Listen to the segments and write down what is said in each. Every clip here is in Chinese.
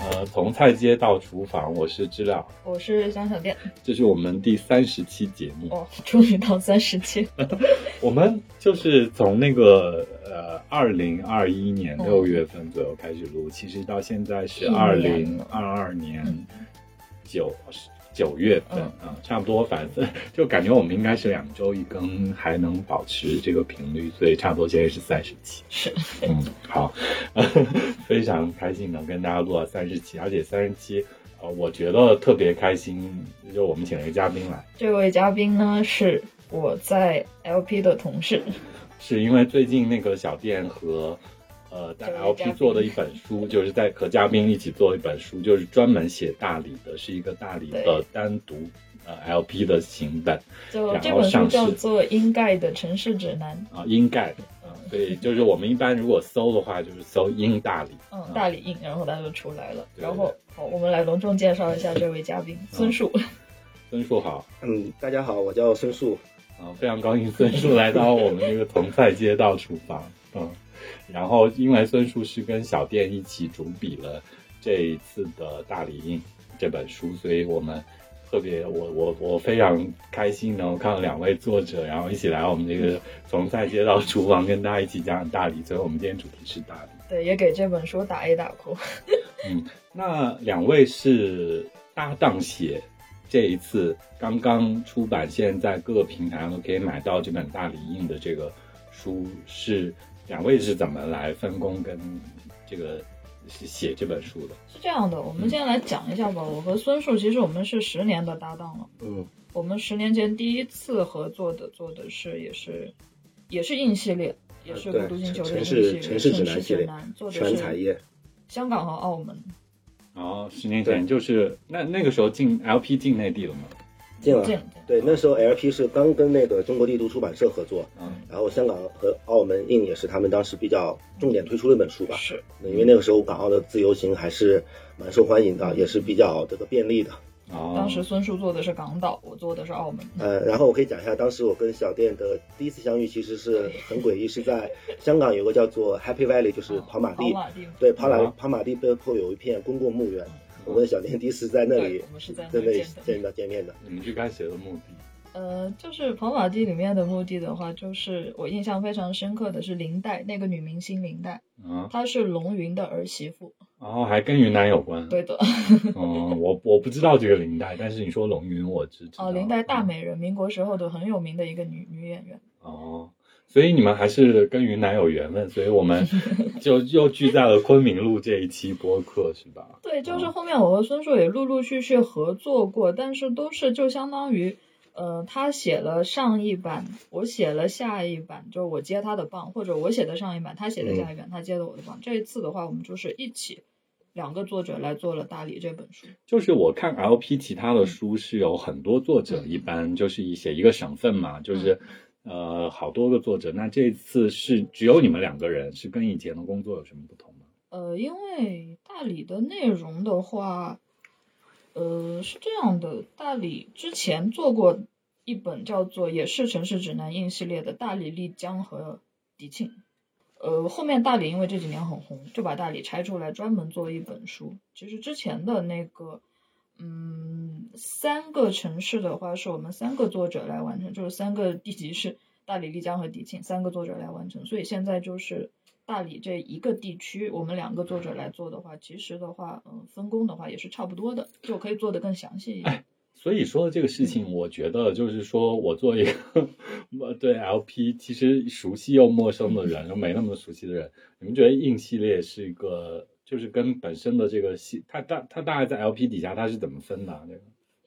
呃，从菜街到厨房，我是知了，我是想小店，这是我们第三十期节目。哦，终于到三十期，我们就是从那个呃二零二一年哦六月份左右开始录，其实到现在是一二年零了二二年嗯九九月份啊、差不多，反正就感觉我们应该是两周一更，还能保持这个频率，所以差不多现在是三十期。是，嗯，好， 非常开心能跟大家录到三十期，而且三十期，呃，我觉得特别开心，就我们请了一个嘉宾来，这位嘉宾呢是我在 LP 的同事，是因为最近那个小店和呃在这位嘉 LP 宾做的一本书，就是在和嘉宾一起做一本书，就是专门写大理的，是一个大理的对单独呃 LP 的行本就然后这本上书市叫做《英盖的城市指南》，啊，英盖。啊所以就是我们一般如果搜的话，就是搜英大理，嗯，大理印，然后它就出来了。对嗯然后，好，我们来隆重介绍一下这位嘉宾孙树，孙树好，嗯，大家好，我叫孙树。啊，非常高兴孙叔来到我们这个从菜街到厨房，嗯，然后因为孙叔是跟小店一起主笔了这一次的《大理印》这本书，所以我们特别，我我我非常开心能够看到两位作者，然后一起来我们这个从菜街到厨房跟大家一起讲讲大理，所以我们今天主题是大理。对，也给这本书打一打 call。那两位是搭档写，这一次刚刚出版，现在各个平台上都可以买到这本大理印的这个书，是两位是怎么来分工跟这个写这本书的？是这样的，我嗯们先来讲一下吧。我和孙树其实我们是十年的搭档了。嗯我们十年前第一次合作的做的是也是也是硬系列，也是呃对孤独星球城的硬系城列，市城市指南系列做，的全嗯彩是页。香港和澳门然后哦十年前就是那那个时候进 LP 进内地了嘛，进了这样的。对，那时候 LP 是刚跟那个中国帝都出版社合作，嗯，然后香港和澳门印也是他们当时比较重点推出的一本书吧。是，那因为那个时候港澳的自由行还是蛮受欢迎的，也是比较这个便利的。然哦后当时孙树做的是港岛，我做的是澳门。呃，然后我可以讲一下，当时我跟小店的第一次相遇其实是很诡异，是在香港有个叫做 Happy Valley，就是跑马地。哦跑马地，对，跑马嗯跑马地背后有一片公共墓园，我跟小店第一次在那里对我们是在那在儿那里见的见到见面的。你们去看写的目的，呃，就是跑马地里面的墓地的话，就是我印象非常深刻的是林黛那个女明星林黛，啊，她是龙云的儿媳妇。然后哦还跟云南有关，，对的， 嗯，我我不知道这个林黛，但是你说龙云我知知道，哦，林嗯黛大美人，民国时候的很有名的一个女女演员。哦，所以你们还是跟云南有缘分，所以我们就又聚在了昆明路这一期播客，是吧？对，就是哦后面我和孙树也陆陆续续合作过，但是都是就相当于，呃，他写了上一版，我写了下一版，就是我接他的棒，或者我写的上一版，他写的下一版，他接的我的棒。这一次的话，我们就是一起两个作者来做了《大理》这本书。就是我看 LP 其他的书是有很多作者，嗯一般就是以写一个省份嘛，就是、呃好多个作者。那这次是只有你们两个人，是跟以前的工作有什么不同吗？呃，因为大理的内容的话，呃，是这样的，大理之前做过一本叫做也是城市指南印系列的《大理、丽江和迪庆》，呃，后面大理因为这几年很红，就把大理拆出来专门做一本书。其实之前的那个，嗯，三个城市的话，是我们三个作者来完成，就是三个地级市，大理、丽江和迪庆三个作者来完成。所以现在就是大理这一个地区，我们两个作者来做的话，其实的话，嗯，分工的话也是差不多的，就可以做得更详细一点。所以说这个事情，我觉得就是说我作为一个我对 LP 其实熟悉又陌生的人，又没那么熟悉的人，你们觉得硬系列是一个，就是跟本身的这个系，它大它大概在 LP 底下它是怎么分的啊、这个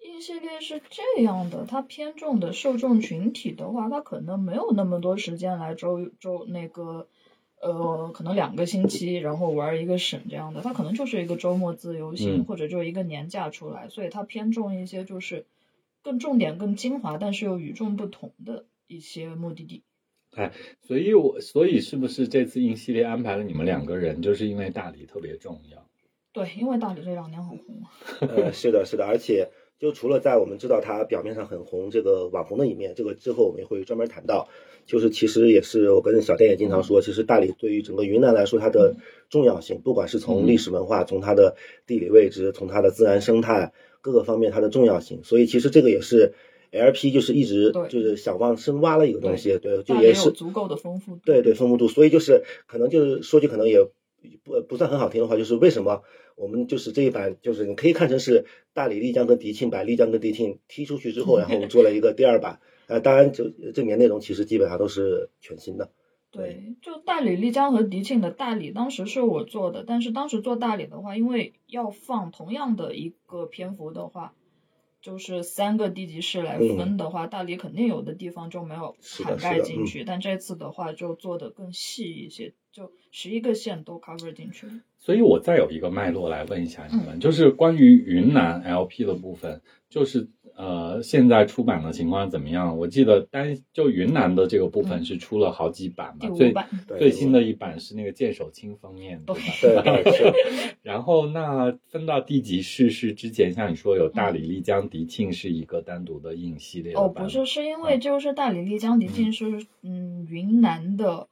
硬，E 系列是这样的，它偏重的受众群体的话，它可能没有那么多时间来周周那个，呃，可能两个星期，然后玩一个省这样的，它可能就是一个周末自由行，嗯或者就是一个年假出来，所以它偏重一些就是更重点、更精华，但是又与众不同的一些目的地。所以我所以是不是这次硬系列安排了你们两个人，就是因为大理特别重要？对，因为大理这两年很红嘛， 呃，是的，是的，而且就除了在我们知道他表面上很红这个网红的一面，这个之后我们也会专门谈到。就是其实也是我跟小店也经常说，其实大理对于整个云南来说它的重要性，不管嗯是从历史文化，从它的地理位置，从它的自然生态各个方面它的重要性，所以其实这个也是 LP 就是一直对就是想往深挖了一个东西，对，就大也理是有足够的丰富度。对对，丰富度。所以就是可能就是说句可能也不不算很好听的话，就是为什么我们就是这一版，就是你可以看成是大理丽江跟迪庆版，丽江跟迪庆踢出去之后，然后我们做了一个第二版。呃，当然就这里面内容其实基本上都是全新的。对，就大理、丽江和迪庆的大理，当时是我做的，但是当时做大理的话，因为要放同样的一个篇幅的话，就是三个地级市来分的话，大理肯定有的地方就没有嗯是的嗯涵盖是的进去，但这次的话就做的更细一些，就十一个县都 cover 进去了。啊所以我再有一个脉络来问一下你嗯们，就是关于云南 LP 的部分，就是呃现在出版的情况怎么样？我记得单就云南的这个部分嗯是出了好几版嘛第，五最版，对最新的一版是那个剑手青封面，对吧？对对是， 然后那分到地级市是之前像你说有大理、丽江、迪庆是一个单独的硬系列的嗯哦，版不本是，是因为就是大理、丽江、迪庆是嗯云南的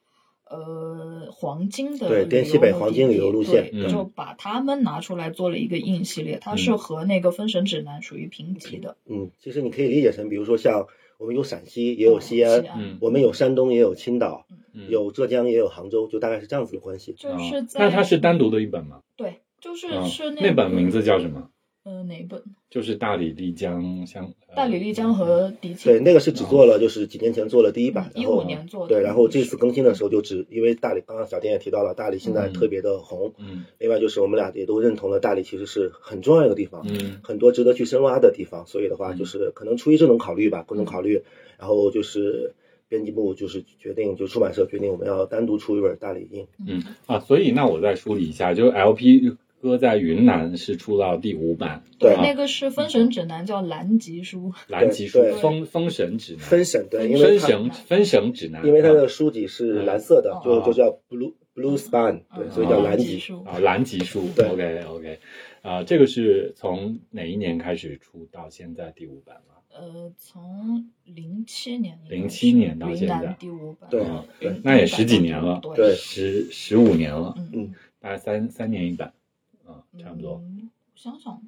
呃黄金的对旅滇游西北目黄的金旅地游路对线嗯就把他们拿出来做了一个硬系列，它嗯是和那个《封神指南》属于平级的。嗯，其实你可以理解成，比如说像我们有陕西，也有嗯西安，西安嗯，我们有山东，也有青岛，嗯有浙江，也有杭州，就大概是这样子的关系。就哦是在那它是单独的一本吗？对，就是嗯是那个本名字哦叫什么？呃哪一本？就是大理、丽江相呃大理、丽嗯江和迪庆。对，那个是只哦做了，就是几年前做了第一版，嗯一然五后年做的，对，然后这次更新的时候，候就只因为大理，刚刚小店也提到了，大理现在嗯特别的红。嗯另外就是我们俩也都认同了，大理其实是很重要一个地方，嗯很多值得去深挖的地方。所以的话，嗯就是可能出于这种考虑吧，各种考虑，然后就是编辑部就是决定，就出版社决定我们要单独出一本大理印。嗯啊，所以那我再梳理一下，就是 LP 哥在云南是出到第五版，对啊那个是《封神指南》，叫蓝极书，蓝极书对封封神指南，分省对，因分为它神分神指南，因为它啊的书籍是蓝色的嗯，就哦就叫 blue blue span，对，嗯所以叫哦蓝极极。书。啊，蓝极书对，OK OK，啊，这个是从哪一年开始出到现在第五版了？呃，从零七年应该是， 07年到现在云南第五版，对啊对那也十几年了，对十十五年了，嗯，大概三三年一版，啊，差不多。嗯想想，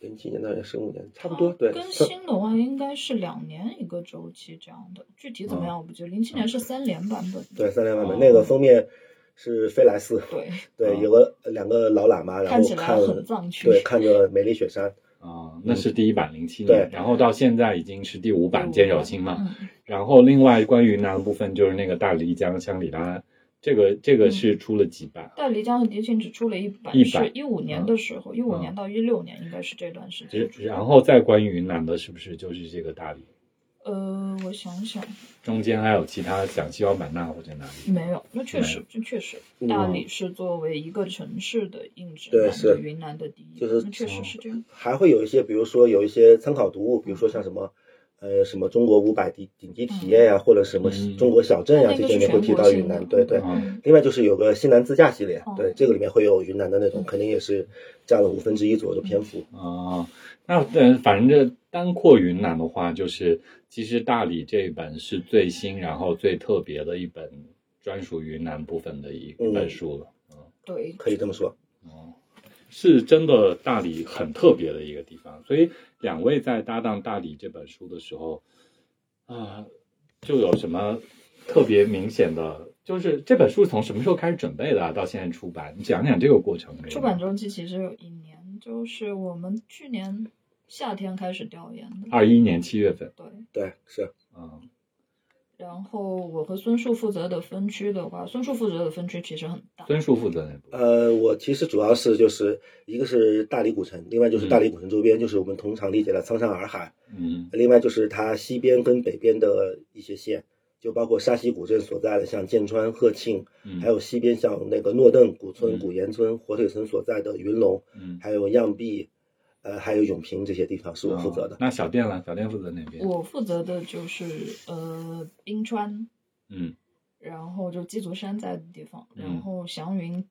零七年到零十五年，差不多对。更算新的话应该是两年一个周期这样的，具体怎嗯么样我不记得。零七年是三联版本的，对，三连版本哦那个封面是菲莱斯，对，对哦，有个两个老喇嘛，嗯然看后起来看很藏区。对看着美丽雪山，啊，那是第一版零七年对，然后到现在已经是第五版《坚守青》嘛。嗯，然后另外关于云南的部分就是那个大理江香里拉，这个这个是出了几版？大理江和迪庆只出了一版，一嗯版是一五年的时候，一五年到一六年应该是这段时间只。然后再关于云南的，是不是就是这个大理？呃，我想想，中间还有其他想西双版纳或者哪里？没有，那确没实，这确实，嗯大理是作为一个城市的硬指南对的是云南的第一，就是那确实是这样。还会有一些，比如说有一些参考读物，比如说像什么。呃，什么中国五百顶顶级体验呀、或者什么嗯中国小哎镇呀、那这个些是里面会全提国到性云的南，，对对。嗯另外就是有个西南自驾系列，哦对，这个里面会有云南的那种，肯定也是占了五分之一左右的篇幅。嗯哦，那呃，反正这单括云南的话，就是其实大理这一本是最新，然后最特别的一本专属云南部分的一嗯本书了。对，可以这么说。哦，是真的大理很特别的一个地方，所以两位在搭档《大理》这本书的时候，啊、就有什么特别明显的？就是这本书从什么时候开始准备的啊、到现在出版，你讲讲这个过程可以吗。出版周期其实有一年，就是我们去年夏天开始调研的，二一年七月份，对。对，是嗯然后我和孙树负责的分区的话，孙树负责的分区其实很大，孙叔负责那部，呃，我其实主要是就是一个是大理古城，另外就是大理古城周边，就是我们通常理解的苍山洱海，嗯另外就是它西边跟北边的一些县，就包括沙溪古镇所在的像剑川、鹤庆，嗯，还有西边像那个诺邓嗯古村、古岩村、火腿村所在的云龙，嗯，还有漾濞，呃，还有永平这些地方是我负责的哦。那小店呢？小店负责哪边？我负责的就是呃冰川，嗯，然后就鸡足山在的地方，嗯然后祥云，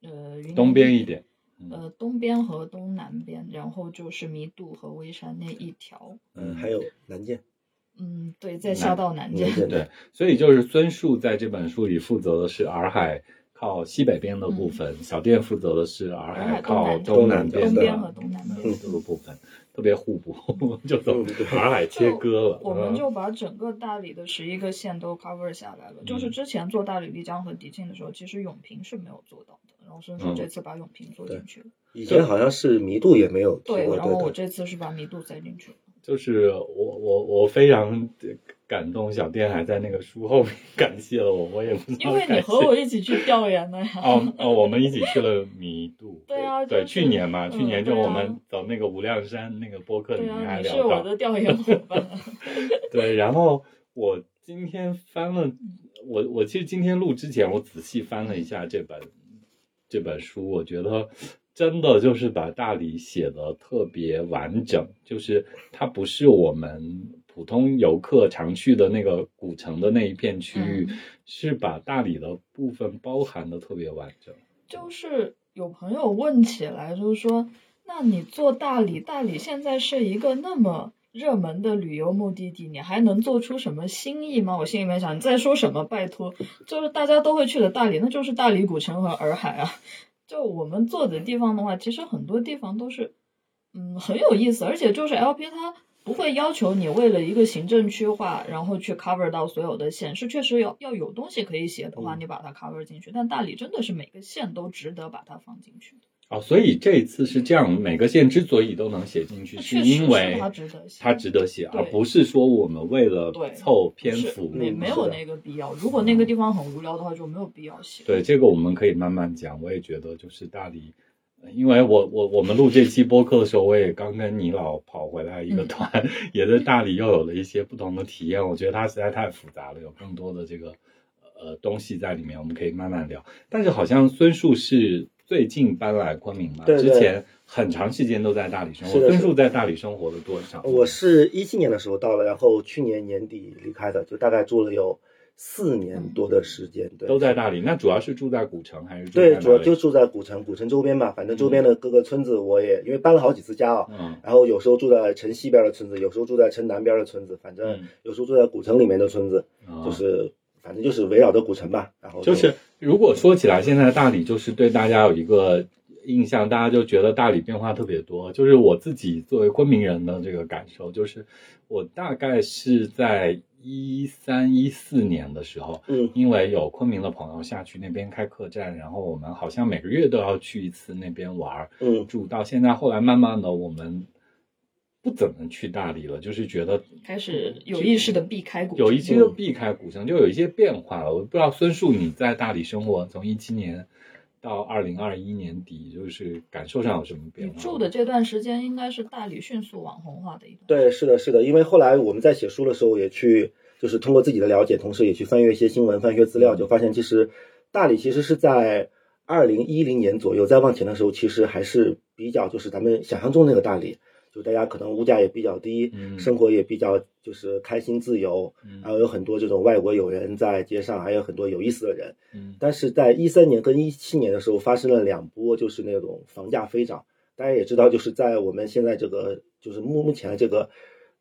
呃云南东边一点，呃，东边和东南边，然后就是弥渡和微山那一条。嗯，还有南涧，嗯，对，再下到南涧南。涧对，所以就是孙树在这本书里负责的是洱海靠西北边的部分，小店负责的是洱嗯洱海靠东南南边边的东边和东南边这个部分，特别互补， 就从嗯对洱海切割了。 我嗯们就把整个大理的十一个县都 cover 下来了。就是之前做大理、丽江和迪庆的时候，其实永平是没有做到的，然后孙嗯叔这次把永平做进去了。以前好像是弥渡也没有提对，过，然后我对对，这次是把弥渡塞进去了。就是我我我非常感动，小店还在那个书后面感谢了我，我也不知因道为你感和谢我一起去调研的呀。 哦哦，我们一起去了 弥渡。对啊对，就是去年嘛，嗯去年就对啊我们走那个无量山那个播客里对面啊，还你是聊我到，的调研伙伴。啊 对，然后我今天翻了，我我其实今天录之前，我仔细翻了一下这本这本书，我觉得真的就是把大理写的特别完整，就是它不是我们普通游客常去的那个古城的那一片区域，嗯是把大理的部分包含的特别完整。就是有朋友问起来，就是说，那你做大理，大理现在是一个那么热门的旅游目的地，你还能做出什么新意吗？我心里面想，你在说什么？拜托，就是大家都会去的大理，那就是大理古城和洱海啊。就我们做的地方的话，其实很多地方都是，嗯，很有意思，而且就是 LP 它。不会要求你为了一个行政区划，然后去 cover 到所有的县，是确实要要有东西可以写的话，嗯你把它 cover 进去。但大理真的是每个县都值得把它放进去的，哦，所以这一次是这样，每个县之所以都能写进去，那是啊确实因是为它值得写它值得写，而对不是说我们为了对凑篇是幅。没没是有的那个必要。如果那个地方很无聊的话，就没有必要写。嗯对，这个我们可以慢慢讲。我也觉得就是大理，呃因为我我我们录这期播客的时候，我也刚跟你老跑回来一个嗯团， 也在大理又有了一些不同的体验。我觉得它实在太复杂了，有更多的这个呃东西在里面，我们可以慢慢聊。但是好像孙树是最近搬来昆明嘛，对对之前很长时间都在大理生活。是的孙是的树在大理生活了多少？我是一七年的时候到了，然后去年年底离开的，就大概住了有四嗯年多的时间，对，都在大理，那主要是住在古城还是住在对，主要哪里就住在古城，古城周边吧，反正周边的各个村子，我也因为搬了好几次家啊，嗯然后有时候住在城西边的村子，有时候住在城南边的村子，反正嗯有时候住在古城里面的村子，啊就是反正就是围绕着古城吧，然后就是如果说起来，现在大理就是对大家有一个印象，大家就觉得大理变化特别多。就是我自己作为昆明人的这个感受，就是我大概是在一三一四年的时候，嗯因为有昆明的朋友下去那边开客栈，然后我们好像每个月都要去一次那边玩儿嗯住。到现在后来慢慢的我们。不怎么去大理了，就是觉得开始有意识的避开嗯古嗯有一城些避开古城，就有一些变化了。我不知道孙树你在大理生活，从一七年到二零二一年底，就是感受上有什么变你化？住的这段时间应该是大理迅速网红化的一段。对，是的，是的，因为后来我们在写书的时候也去，就是通过自己的了解，同时也去翻阅一些新闻、翻阅资料，就发现其实大理其实是在二零一零年左右再往前的时候，其实还是比较就是咱们想象中那个大理，就大家可能物价也比较低，嗯生活也比较就是开心自由，嗯然后有很多这种外国友人在街上，还有很多有意思的人。嗯但是在一三年跟一七年的时候发生了两波，就是那种房价飞涨。大家也知道，就是在我们现在这个就是目目前这个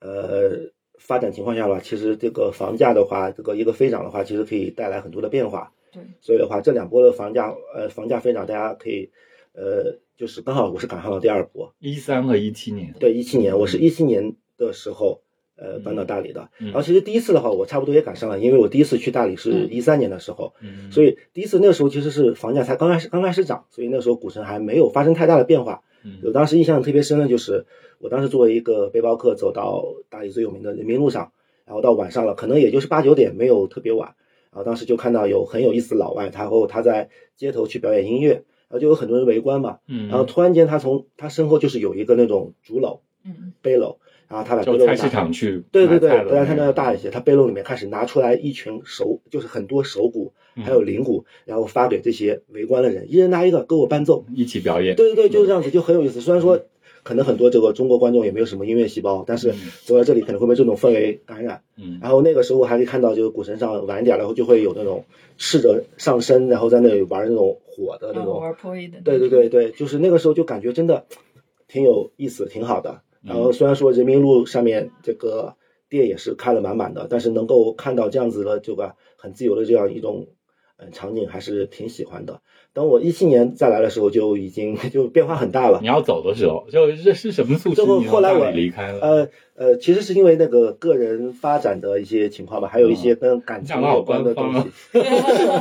呃发展情况下吧，其实这个房价的话，这个一个飞涨的话，其实可以带来很多的变化。对，所以的话，这两波的房价呃房价飞涨，大家可以呃就是刚好我是赶上了第二波。一三和一七年，对，一七年我是一七年的时候呃搬到大理的，嗯然后其实第一次的话，我差不多也赶上了，因为我第一次去大理是嗯一三年的时候。嗯所以第一次那个时候其实是房价才刚开始刚开始涨，所以那时候古城还没有发生太大的变化。嗯我当时印象特别深的就是，我当时作为一个背包客走到大理最有名的人民路上，然后到晚上了，可能也就是八九点，没有特别晚。然后当时就看到有很有意思的老外，然后他在街头去表演音乐，然后就有很多人围观嘛。嗯，然后突然间他从他身后就是有一个那种竹篓嗯，背篓，然后他把背就篓菜拿市场去对对对，买菜嗯的大家看到要那大一个些，他背篓里面开始拿出来一群手，就是很多手鼓，嗯还有铃鼓，然后发给这些围观的人，一人拿一个，给我伴奏。嗯一起表演，对对对，就是这样子，就很有意思。虽然说可能很多这个中国观众也没有什么音乐细胞，但是走到这里可能会被这种氛围感染。嗯然后那个时候还可以看到，就是古城上晚一点，然后就会有那种赤着上身，然后在那里玩那种火的那让我玩种。破译的。对对对，对，就是那个时候就感觉真的挺有意思，挺好的。然嗯后虽然说人民路上面这个店也是开了满满的，但是能够看到这样子的这个很自由的这样一种嗯场景，还是挺喜欢的。等我一七年再来的时候，就已经 就变化很大了你。要走的时候，就这是什么促使最后你后来让我大理离开了？呃呃，其实是因为那个个人发展的一些情况吧，还有一些跟感情啊讲到好有关官的方东啊西。，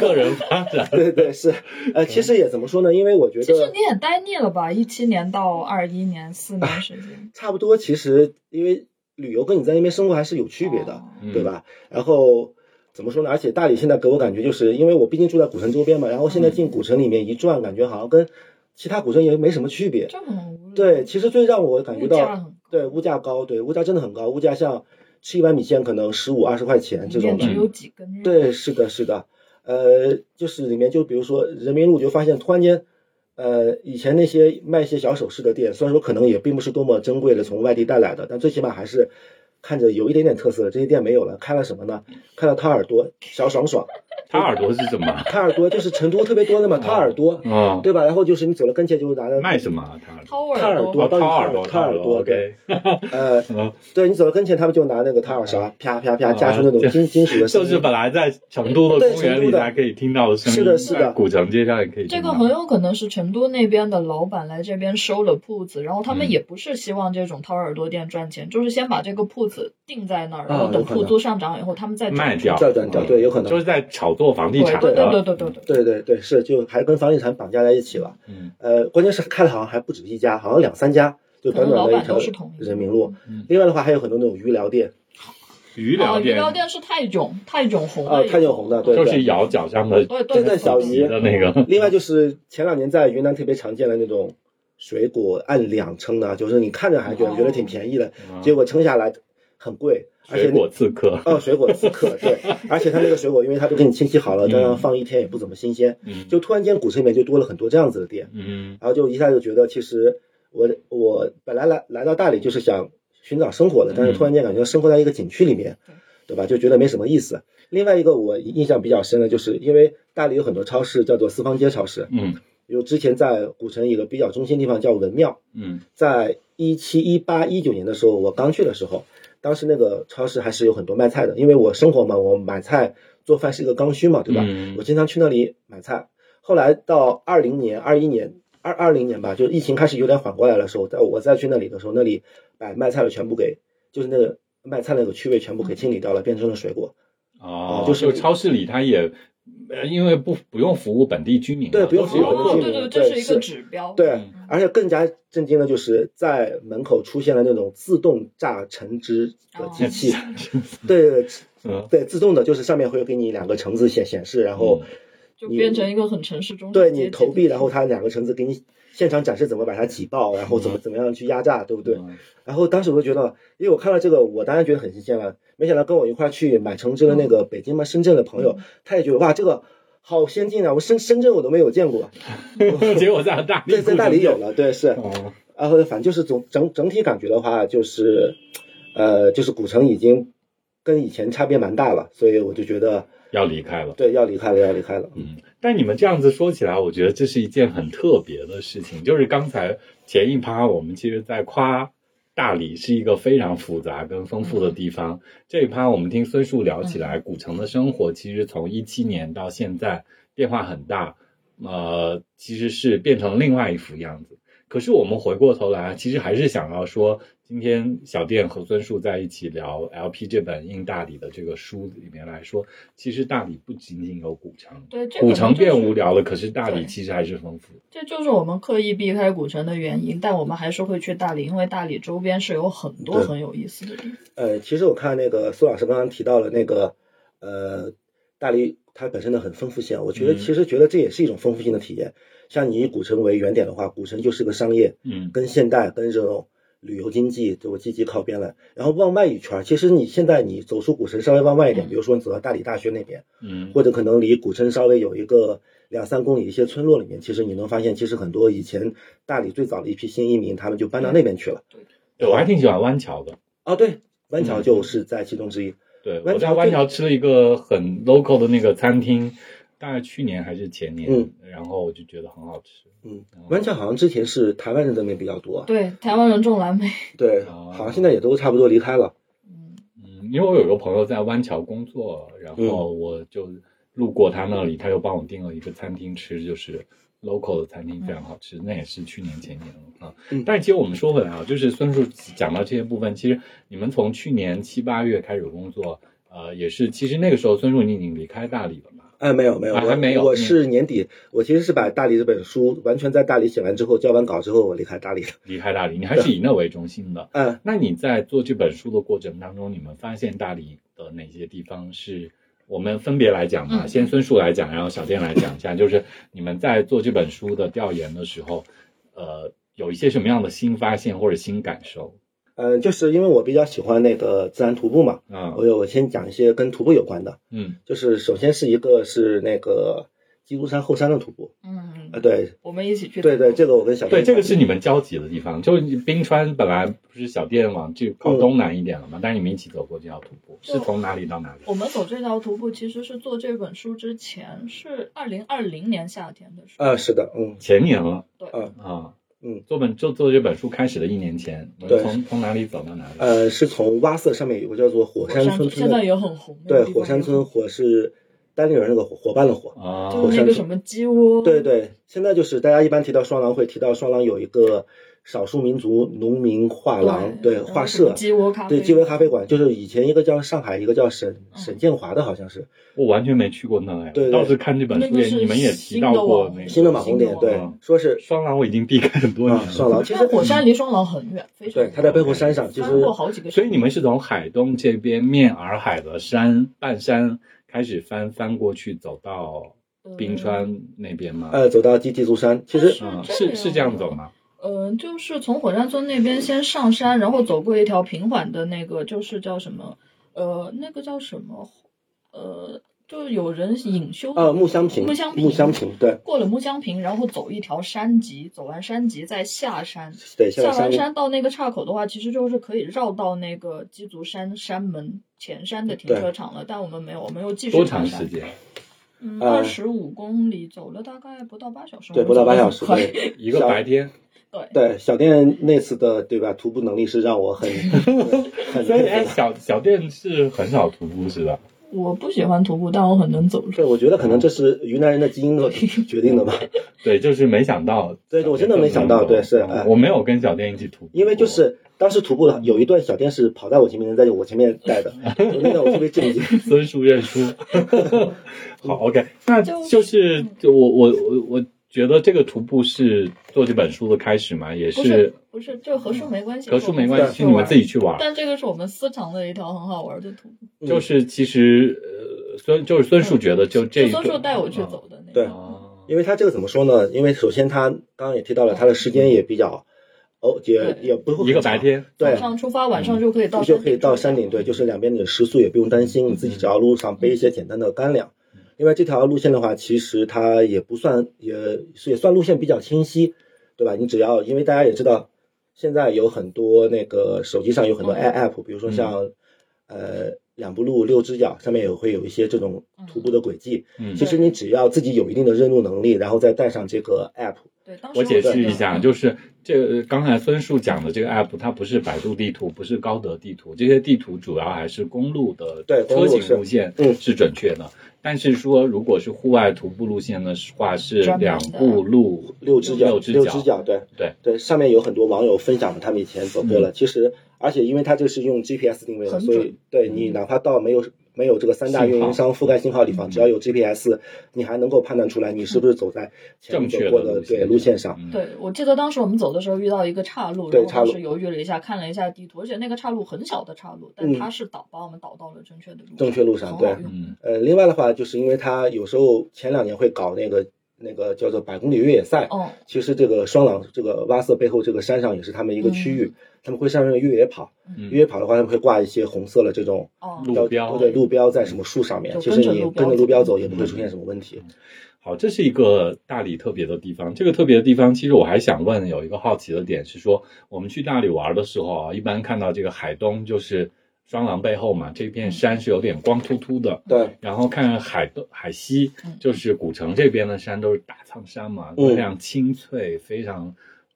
个人发展，对 对是，呃，其实也怎么说呢？因为我觉其实得你也待腻了吧？一七年到二一年四 年时间，差不多，其实因为旅游跟你在那边生活还是有区别的哦，嗯对吧？然后怎么说呢？而且大理现在给我感觉就是，因为我毕竟住在古城周边嘛，然后现在进古城里面一转，感觉好像跟其他古城也没什么区别。这很无聊。对，其实最让我感觉物价到，很对物价高，对物价真的很高，物价像吃一碗米线可能十五二十块钱这里面种的只，有几根肉。对，是的，是的，呃，就是里面就比如说人民路，就发现突然间，呃，以前那些卖一些小首饰的店，虽然说可能也并不是多么珍贵的从外地带来的，但最起码还是看着有一点点特色的。这些店没有了，开了什么呢？开了掏耳朵，小爽爽，他耳朵是什么？掏耳朵就是成都特别多的嘛，掏耳朵，嗯，对吧？然后就是你走到跟前就拿着卖什么啊？他耳朵哦掏掏耳掏耳朵帮你掏耳朵，掏耳朵，OK，呃嗯，对你走到跟前，他们就拿那个掏耳勺啪啪啪夹出那种啊金 金属的声就音，是本来在成都的对公园成里都的才可以听到的声音，是的是的在古城街上也可以听这到。个很有可能是成都那边的老板来这边收了铺子，然后他嗯们也不是希望这种掏耳朵店赚钱，就是先把这个铺子定在那儿，然啊后等有可能铺租上涨以后，他们再转卖出掉，嗯再转掉，对，有可能就。是在炒作房地对产对对的，对对对对，对啊对对，是就还跟房地产绑架在一起了。嗯呃，关键是开的好像还不止一家，好像两三家，就可短能短老的一板条都是同一个人民路。嗯另外的话，还有很多那种鱼疗 店，鱼哦，疗鱼店疗店是泰囧，泰囧红啊了以后，泰囧红的对就是咬脚上的对对对对小鱼的那个，另外就是前两年在云南特别常见的那种水果，按两称的，就是你看着还觉得哦觉得挺便宜的，结果称下来很贵，而啊且水那果刺客，哦，水果刺客对，而且它那个水果，因为它都给你清洗好了，嗯当然放一天也不怎么新鲜，嗯就突然间古城里面就多了很多这样子的店。嗯然后就一下就觉得，其实我我本来来来到大理就是想寻找生活的，但是突然间感觉生活在一个景区里面，对吧？就觉得没什么意思。另外一个我印象比较深的，就是因为大理有很多超市叫做四方街超市，嗯有之前在古城一个比较中心地方叫文庙，嗯在一七一八一九年的时候，我刚去的时候，当时那个超市还是有很多卖菜的，因为我生活嘛，我买菜做饭是一个刚需嘛，对吧？嗯我经常去那里买菜。后来到二零年、二一年、二二零年吧，就是疫情开始有点缓过来的时候，在我再去那里的时候，那里把卖菜的全部给，就是那个卖菜那个区位全部给清理掉了，变成了水果。哦，就是超市里它也，呃因为不不用服务本地居民嘛，对不用都服是务游哦，本客嘛对地居对，民对这是一个是指标，对嗯，而且更加震惊的就是在门口出现了那种自动榨橙汁的机器， 对 嗯对，自动的，就是上面会给你两个橙子显显示，然后就变成一个很城市中哦对产阶你级投币，然后它两个橙子给你现场展示怎么把它挤爆，然后怎么怎么样去压榨，对不对？嗯然后当时我就觉得，因为我看到这个，我当然觉得很新鲜了。没想到跟我一块去买橙汁的那个北京嘛深圳的朋友，他也觉得哇，这个好先进啊！我深深圳我都没有见过，嗯 结果在大理对，在大理有了，对是。哦，然后反正就是总整整体感觉的话，就是，呃，就是古城已经跟以前差别蛮大了，所以我就觉得，要离开了。对，要离开了，要离开了。嗯，但你们这样子说起来，我觉得这是一件很特别的事情。就是刚才前一趴我们其实在夸大理是一个非常复杂跟丰富的地方，这一趴我们听孙树聊起来，古城的生活其实从一七年到现在变化很大，呃，其实是变成另外一副样子。可是我们回过头来，其实还是想要说，今天小店和孙树在一起聊 LP 这本《印大理》的这个书里面来说，其实大理不仅仅有古城，对这个古城就是变无聊了，可是大理对其实还是丰富的。这就是我们刻意避开古城的原因，但我们还是会去大理，因为大理周边是有很多对很有意思的地方。呃，其实我看那个苏老师刚刚提到了那个，呃，大理它本身的很丰富性，我觉得嗯其实觉得这也是一种丰富性的体验。像你以古城为原点的话，古城就是个商业嗯跟现代跟这种旅游经济这个积极靠边了。然后往外一圈儿，其实你现在你走出古城稍微往外一嗯点，比如说你走到大理大学那边，嗯，或者可能离古城稍微有一个两三公里一些村落里面，其实你能发现，其实很多以前大理最早的一批新移民，他们就搬到那边去了。对我还挺喜欢湾桥的。啊，对，湾桥就是在其中之一。对，湾我在桥湾最桥吃了一个很 local 的那个餐厅，大概去年还是前年，嗯然后我就觉得很好吃。嗯哦，湾桥好像之前是台湾人这边比较多啊，对，台湾人种蓝莓，对，哦好像现在也都差不多离开了。嗯，嗯，因为我有个朋友在湾桥工作，然后我就路过他那里，他又帮我订了一个餐厅吃，就是 local 的餐厅，非常好吃。那也是去年前年了啊。嗯但是其实我们说回来啊，就是孙叔讲到这些部分，其实你们从去年七八月开始工作，呃，也是其实那个时候孙叔你已经离开大理了嘛？哎，没有没有，啊我还没有我嗯是年底，我其实是把《大理》这本书完全在大理写完之后，交完稿之后，我离开大理了。离开大理，你还是以那为中心的。 嗯，那你在做这本书的过程当中，你们发现大理的哪些地方是我们分别来讲吧？嗯先孙树来讲，然后小店来讲一下，就是你们在做这本书的调研的时候，呃，有一些什么样的新发现或者新感受？呃，就是因为我比较喜欢那个自然徒步嘛，啊、我有我先讲一些跟徒步有关的，嗯就是首先是一个是那个基督山后山的徒步，嗯啊，，对我们一起去。对对，这个我跟小对，天这个是你们交集的地方，就是你冰川本来不是小店往就靠东南一点了嘛，但是你们一起走过这条徒步，就是从哪里到哪里？我们走这条徒步其实是做这本书之前，是二零二零年夏天的时候。啊，是的，嗯，前年了对，嗯啊，嗯，做本就做这本书开始的一年前，你们对从从哪里走到哪里？呃，是从洼色上面有个叫做火山村现村在的，也很红。那对，个地方火山也村很火是单立人那个伙伙伴的伙，啊，红，就是那个什么鸡窝。对对，现在就是大家一般提到双廊，会提到双廊有一个少数民族农民画廊，对然后画什么社，鸡窝咖啡，对鸡尾咖啡馆，就是以前一个叫上海，一个叫沈嗯沈建华的，好像是我完全没去过那哎，对对倒是看这本那书个也，是你们也提到过那个嗯新的马网红点，对嗯，说是双廊，我已经避开很多啊年双了。廊，其因实为火山离双廊很远，非常对远，它在背后山上，其实翻过好几个山。所以你们是从海东这边面洱海的山半山开始翻翻过去，走到冰川那边吗？呃走到基地族山，其实是嗯，这是样是这样走吗？呃，就是从火山村那边先上山，然后走过一条平缓的那个，就是叫什么？呃，那个叫什么？呃，就是有人隐修呃木香坪，嗯木香坪木香坪，对过了木香坪，然后走一条山脊，走完山脊再下山。对，现下在完山里山到那个岔口的话，其实就是可以绕到那个鸡足山山门前山的停车场了，但我们没有，我们又继续多爬长山时？间？嗯，呃二十五公里，走了大概不到八小时。对我们不到走八得小很时，快对一个小白天。对对小店那次的对吧？徒步能力是让 我很很所以，佩哎，服的 小小店是很少徒步是吧？我不喜欢徒步，但我很能走路。对，我觉得可能这是云南人的基因所决定的吧。对，就是没想到。对我真的没想到对是嗯哎我没有跟小店一起徒步过，因为就是当时徒步的有一段小电视跑在我前面，在我前面带的，那段我特别震惊。孙叔认 输。好，OK，那就就是就我我我我觉得这个徒步是做这本书的开始嘛，也不是是不是，就和树没关系，和书没关系，对是你们自己去玩玩。。但这个是我们私藏的一条很好玩的徒步，嗯就是其实呃，孙就是孙叔觉得就这就一松个啊树带我去走的那对个。哦因为他这个怎么说呢？因为首先他刚刚也提到了，他的时间也比较，哦，也对也不会很一个长白，天，对早，上出发，晚嗯上就可以到你山就顶可以到山顶，住对，就是两边的食宿也不用担心，你自己只要路上背一些简单的干粮。嗯另外这条路线的话，其实它也不算，也是也算路线比较清晰，对吧？你只要，因为大家也知道，现在有很多那个手机上有很多嗯 app，比如说像、呃两步路、六只脚，上面也会有一些这种徒步的轨迹。嗯其实你只要自己有一定的认路能力，然后再带上这个 app，对，当时我解觉释得一下，就是这个刚才孙树讲的这个 app，它不是百度地图，不是高德地图，这些地图主要还是公路的对公车路型是路线嗯是准确的。但是说，如果是户外徒步路线的话，是专门的两步路六只脚，六只脚只脚，对对嗯对，上面有很多网友分享了他们以前走过了。其实，而且因为它这是用 GPS 定位的，很所准以对嗯你哪怕到没有没有这个三大运营商覆盖信号嗯的地方，只要有 GPS，你还能够判断出来你是不是走在嗯前正面走确的过的路线对路线上。嗯对，我记得当时我们走的时候遇到一个岔路，对然后当岔路时犹豫了一下，看了一下地图，而且那个岔路很小的岔路，但嗯它是导把我们导到了正确的路，正确路上很好对用嗯呃，另外的话，就是因为它有时候前两年会搞那个那个叫做百公里越野赛。哦，其实这个双廊这个洼色背后这个山上也是他们一个区嗯域，他们会上面越野跑，嗯越野跑的话，他们会挂一些红色的这种哦，路叫标对路标在什么树上面，就其实跟着你路标跟着路标走也走不会出现什么问题。嗯好，这是一个大理特别的地方。这个特别的地方，其实我还想问有一个好奇的点是说，我们去大理玩的时候啊，一般看到这个海东就是双廊背后嘛，这嗯片山是有点光秃秃的，对，然后看海东海西嗯，就是古城这边的山都是大苍山嘛，嗯非常清脆，非常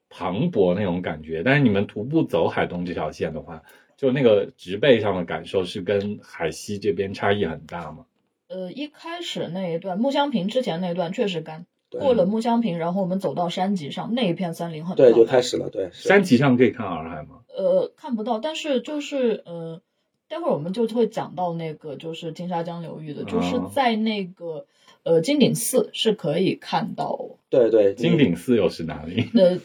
磅礴那种感觉。但是你们徒步走海东这条线的话，就那个植被上的感受是跟海西这边差异很大嘛？呃，一开始那一段木香坪之前那一段确实干，对过了木香坪，然后我们走到山脊上，那一片森林很对，漂就亮开始了，对，是山脊上可以看洱海吗？呃看不到，但是就是呃，待会儿我们就会讲到那个就是金沙江流域的，就是啊在那个呃金顶寺是可以看到对对，嗯金顶寺又是哪里？呃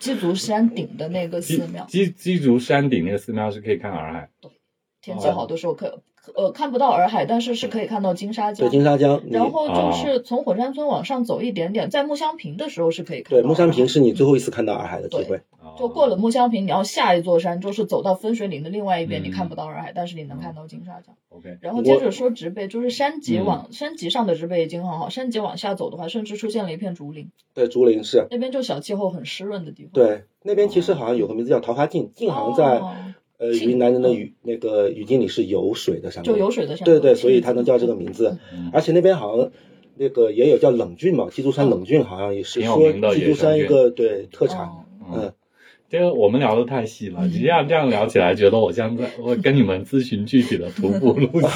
鸡足山顶的那个鸡寺庙，鸡鸡足山顶那个寺庙是可以看洱海，哦天气好的时候可呃看不到洱海，但是是可以看到金沙嗯对江。金沙哦江，你然后啊就是从火山村往上走一点点，在木香坪的时候是可以看对到。木山坪是你最后一次看到洱海的机会。就过了哦。木香坪，你要下一座山，就是走到分水岭的另外一边，嗯你看不到洱海，但是你能看到金沙江。 OK，然后嗯我嗯接着说植被，就是山脊往、山脊上的植被已经很好，山脊往下走的话，甚至出现了一片竹林，对，竹林是，那边就小气候很湿润的地方。，对，那边其实好像有个名字叫桃花镜，镜好像在、哦、呃镜云南人的语那个语境里是有水的山就沟，有水的啊山。对对，所以它能叫这个名字。嗯而且那边好像那个也有叫冷峻嘛，鸡足山嗯冷峻好像也是挺有说名的鸡野足生山一菌个对特产。哦嗯嗯，这个我们聊的太细了，嗯你这样这样聊起来，觉得我像在我跟你们咨询具体的徒步路线。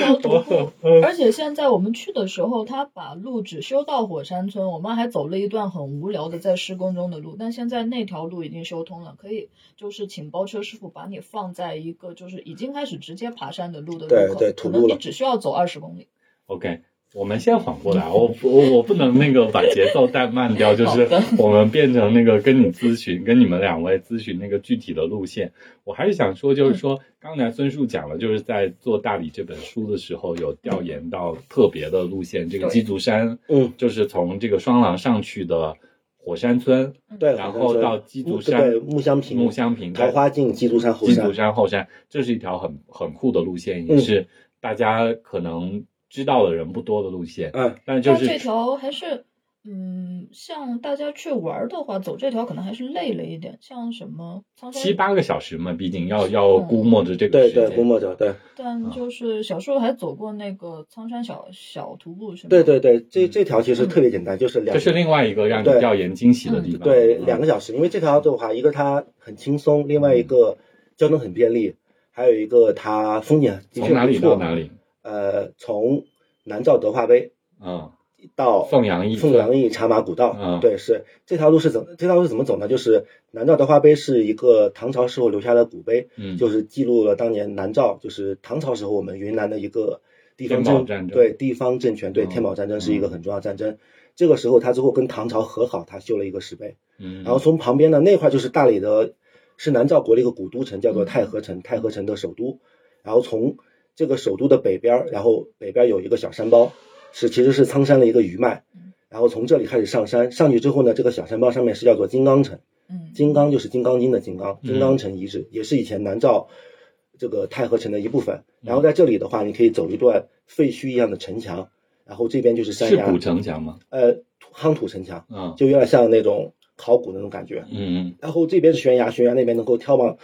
然后徒步 嗯而且现在我们去的时候，他把路只修到火山村，我们还走了一段很无聊的在施工中的路，但现在那条路已经修通了，可以就是请包车师傅把你放在一个就是已经开始直接爬山的路的路口，对对可土能路你了只需要走二十公里。 OK，我们先缓过来，我我我不能那个把节奏怠慢掉，就是我们变成那个跟你咨询，跟你们两位咨询那个具体的路线。我还是想说，就是说刚才孙树讲了，就是在做《大理》这本书的时候，有调研到特别的路线，这个对鸡足山，嗯，就是从这个双廊上去的火山村，对，然好像后是到鸡木足山对木香坪、木香坪桃花镜、鸡足山后鸡足山。山后山，这是一条很很酷的路线，也嗯是大家可能知道的人不多的路线，嗯，但就但是这条还是，嗯，像大家去玩的话，走这条可能还是累了一点，像什么苍山七八个小时嘛，毕竟要要估摸着这个对时间。对，估摸着对，但就是小时候还走过那个苍山小小徒步是吗？对对对，这嗯这条其实特别简单，就是两这是另外一个让你对调研惊喜的地方。对嗯两个小时，因为这条的话，一个它很轻松，另外一个交通很便利，还有一个它风景的确从哪不里到错。哪？里？呃，从南诏德化碑嗯，到凤阳驿。哦凤阳驿茶马古道，嗯对，是这条路是怎这条路是怎么走呢？就是南诏德化碑是一个唐朝时候留下的古碑，嗯，就是记录了当年南诏，就是唐朝时候我们云南的一个地方天宝政战争对地方政权对嗯天宝战争是一个嗯很重要的战争。这个时候他最后跟唐朝和好，他修了一个石碑，嗯，然后从旁边呢那块就是大理的，是南诏国的一个古都城，嗯叫做太和城，太和城的首都。然后从这个首都的北边儿，然后北边有一个小山包，是其实是苍山的一个余脉嗯。然后从这里开始上山，上去之后呢，这个小山包上面是叫做金刚城，嗯，金刚就是金刚经的金刚，嗯金刚城遗址、也是以前南诏这个太和城的一部嗯分。然后在这里的话，你可以走一段废墟一样的城墙，然后这边就是山是崖古，城墙吗？呃，夯土城墙，嗯就有点像那种考古那种感觉。嗯然后这边是悬崖，悬崖那边能够眺望，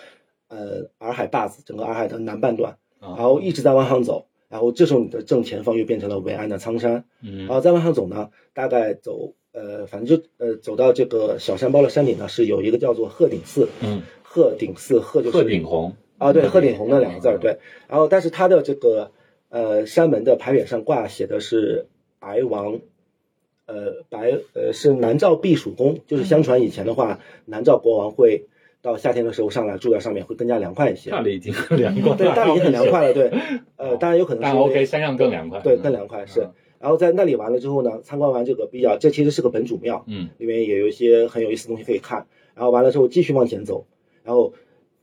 呃，洱海坝子，整个洱海的南半段，嗯，然后一直在往上走，然后这时候你的正前方又变成了伟岸的苍山，然嗯后再往上走呢，大概走，呃，反正就呃走到这个小山包的山顶呢，是有一个叫做鹤顶寺，嗯，鹤顶寺，鹤就是鹤顶嗯红啊，对，鹤鹤顶顶红的两个字儿，对，然后但是它的这个呃山门的牌匾上挂写的是白王。呃，白呃是南诏避暑宫，就是相传以前的话，南诏国王会到夏天的时候上来住在上面，会更加凉快一些。大理已经很凉快了，对，大理也很凉快 了，对，呃，当然有可能是但因为啊 OK，山上更凉快，对，更凉快是嗯。然后在那里完了之后呢，参观完这个比较，这其实是个本主庙，嗯里面也有一些很有意思的东西可以看。然后完了之后继续往前走，然后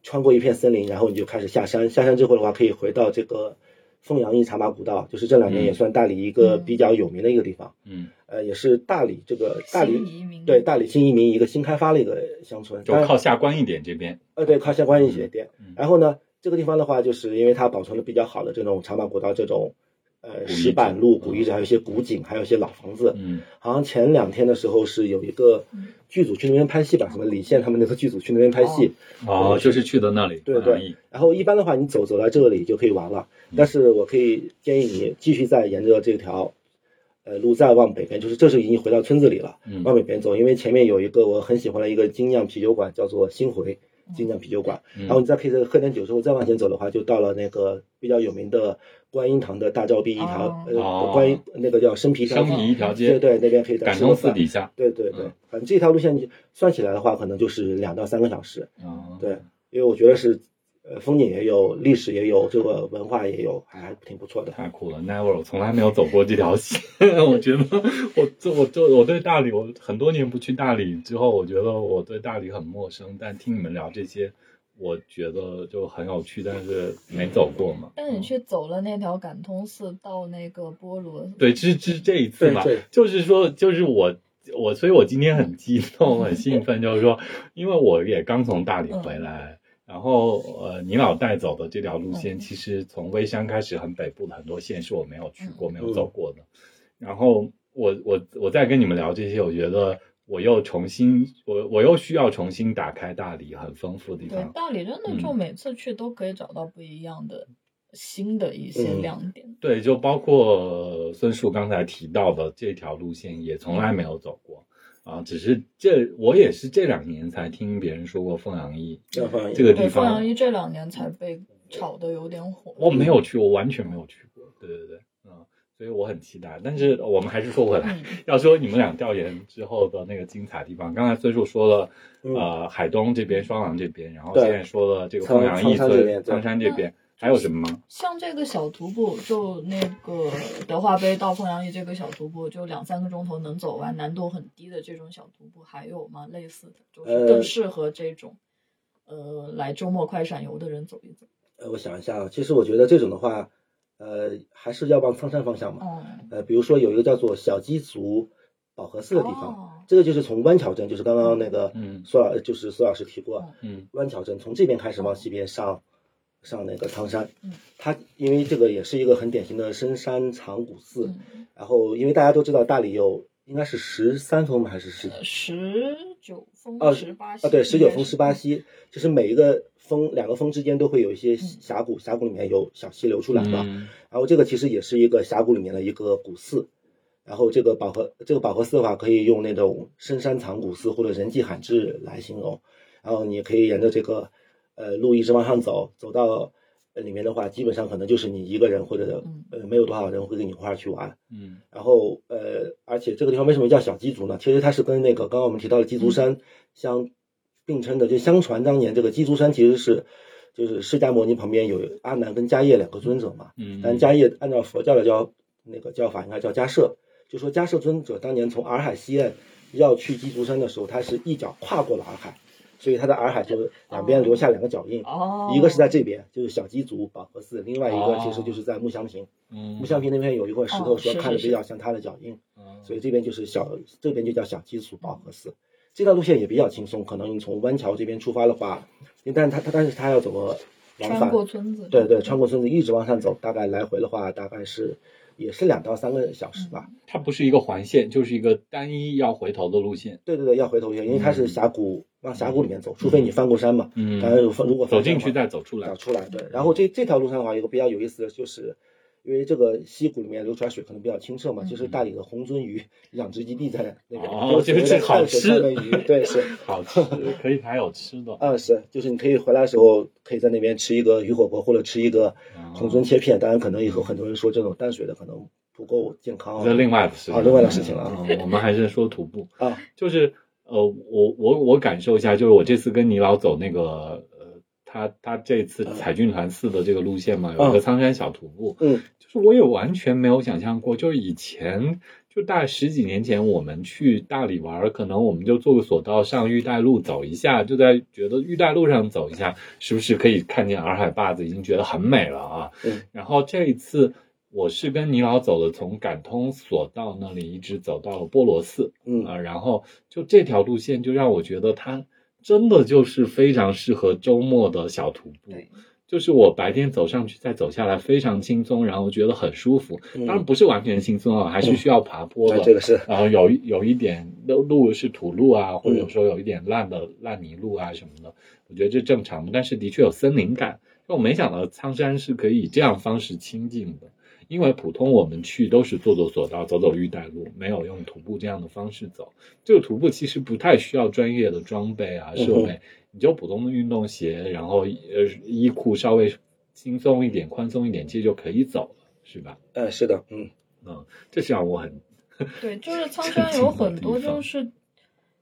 穿过一片森林，然后你就开始下山。下山之后的话，可以回到这个凤阳驿茶马古道，就是这两年也算大理一个嗯比较有名的一个地方。嗯，呃，也是大理这个大新理移民对大理新移民一个新开发的一个乡村，就当然靠下关一点这边。呃，对，靠相关一些店。嗯嗯然后呢，这个地方的话，就是因为它保存了比较好的这种茶马古道这种，呃，古遗石板址路、古嗯遗址，还有一些古井，还有一些老房子。嗯好像前两天的时候是有一个嗯剧组去那边拍戏吧，什么李现他们那个剧组去那边拍戏。哦，就是去的那里。嗯对凤阳对驿。然后一般的话，你走走到这里就可以玩了。嗯但是我可以建议你继续再沿着这条，呃，路再往北边，就是这时候已经回到村子里了。嗯往北边走，因为前面有一个我很喜欢的一个精酿啤酒馆，叫做星回嗯精酿啤酒馆。嗯然后你再可以再喝点酒之后，再往前走的话，就到了那个比较有名的观音堂的大照壁一条，哦哦呃，观音那个叫生皮条生街，米一条街。对对，那边可以再感吃个通寺饭。底下。对对对嗯，反正这条路线算起来的话，可能就是两到三个小时。哦，对，因为我觉得是，呃，风景也有，历史也有，这个文化也有，还还挺不错的。太酷了，Never，我从来没有走过这条线。 我觉得我这我这我对大理，我很多年不去大理之后，我觉得我对大理很陌生。但听你们聊这些，我觉得就很有趣，但是没走过嘛。但你却走了那条感通寺到那个波罗，对，这这这一次嘛对对，就是说，就是我我，所以我今天很激动，很兴 奋，就是说，因为我也刚从大理嗯回来，然后呃，你老带走的这条路线，嗯其实从微山开始，很北部的很多县是我没有去过、嗯没有走过的。然后我我我再跟你们聊这些，我觉得我又重新，我我又需要重新打开大理很丰富的地对方，。大理真的就嗯每次去都可以找到不一样的、新的一些嗯亮点。对，就包括孙树刚才提到的这条路线，也从来没有走过啊。只是这我也是这两年才听别人说过凤阳驿要放这个地对，凤方阳，驿这两年才被炒得有点火。我没有去，我完全没有去过。对对对，嗯，所以我很期待。但是我们还是说回来，嗯， 要说你们俩调研之后的那个精彩地方，刚才孙树说了，呃，海东这边、双廊这边，然后嗯对现在说了这个苍凤阳驿、苍山这边孙对苍山这边，还有什么吗？像这个小徒步，就那个德化碑到凤阳驿这个小徒步，就两三个钟头能走完，难度很低的这种小徒步还有吗？类似的，就是更呃适合这种，呃，来周末快闪游的人走一走。呃，我想一下啊，其实我觉得这种的话，呃，还是要往苍山方向嘛。嗯，呃，比如说有一个叫做小鸡足饱和寺的地方，哦这个就是从湾桥镇，就是刚刚那个嗯苏老，就是苏老师提过，嗯湾桥镇从这边开始往西边上，上那个汤山，嗯它因为这个也是一个很典型的深山藏古寺，嗯然后因为大家都知道大理有应该是十三峰吧还是十呃十九峰二十八啊，溪对，十九峰、十八溪，溪，就是每一个峰两个峰之间都会有一些嗯峡谷，峡谷里面有小溪流出来嘛。嗯然后这个其实也是一个峡谷里面的一个古寺，然后这个饱和这个饱和寺的话，可以用那种深山藏古寺或者人迹罕至来形容。然后你可以沿着这个呃路一直往上走，走到呃里面的话，基本上可能就是你一个人或者嗯呃没有多少人会跟你一块儿去玩。嗯然后呃，而且这个地方为什么叫小鸡足呢？其实它是跟那个刚刚我们提到的鸡足山相并称的，就相传当年这个鸡足山其实是就是释迦牟尼旁边有阿难跟迦叶两个尊者嘛。嗯，但迦叶按照佛教的叫那个叫法，应该叫迦摄，就说迦摄尊者当年从洱海西岸要去鸡足山的时候，他是一脚跨过了洱海，所以他在洱海就两边留下两个脚印，哦，一个是在这边，就是小鸡足饱和寺，另外一个其实就是在木香坪，哦嗯木香坪那边有一块石头哦说是看着是是比较像他的脚印，嗯所以这边就是小这边就叫小鸡足饱和寺。这条路线也比较轻松，可能你从湾桥这边出发的话，但它它但是它要走个往穿返，过村子，对对，穿过村子一直往上走，大概来回的话，大概是也是两到三个小时吧。它不是一个环线，就是一个单一要回头的路线。对对对，要回头一下，因为它是峡谷，往峡谷里面走，除非你翻过山嘛。嗯当然，如果如果翻走山进的去话再走出来找。出来。对，然后这这条路上的话，有个比较有意思的就是。因为这个溪谷里面流出来水可能比较清澈嘛，嗯就是大理的红鳟鱼养殖基地在那边，哦就是就是好淡水吃上的鱼，对 是，好吃，可以还有吃的。嗯是，就是你可以回来的时候可以在那边吃一个鱼火锅或者吃一个啊红鳟切片，当然可能以后很多人说这种淡水的可能不够健康啊，这另外的事情，啊另外的事情啊嗯我们还是说徒步，啊，就是呃，我我我感受一下，就是我这次跟你老走那个呃，他他这次彩骏团寺的这个路线嘛，有一个嗯苍山小徒步，嗯，就是我也完全没有想象过，就是以前。就大十几年前，我们去大理玩，可能我们就坐个索道上玉带路走一下，就在觉得玉带路上走一下，是不是可以看见洱海坝子，已经觉得很美了啊？嗯然后这一次我是跟倪老走的，从感通索道那里一直走到了波罗寺，嗯啊，然后就这条路线就让我觉得它真的就是非常适合周末的小徒步，对，就是我白天走上去再走下来非常轻松，然后觉得很舒服。嗯当然不是完全轻松啊，还是需要爬坡啊的。这个是然后有一有一点路路是土路啊，或嗯者说有一点烂的烂泥路啊什么的，我觉得这正常。但是的确有森林感，就我没想到苍山是可以以这样方式亲近的。因为普通我们去都是坐坐索道、走走玉带路，没有用徒步这样的方式走。这个徒步其实不太需要专业的装备嗯啊、设备，你就普通的运动鞋，然后呃衣裤稍微轻松一点、宽松一点，其实就可以走了，是吧？嗯是的，嗯这是让我很对，就是苍山有很多，就是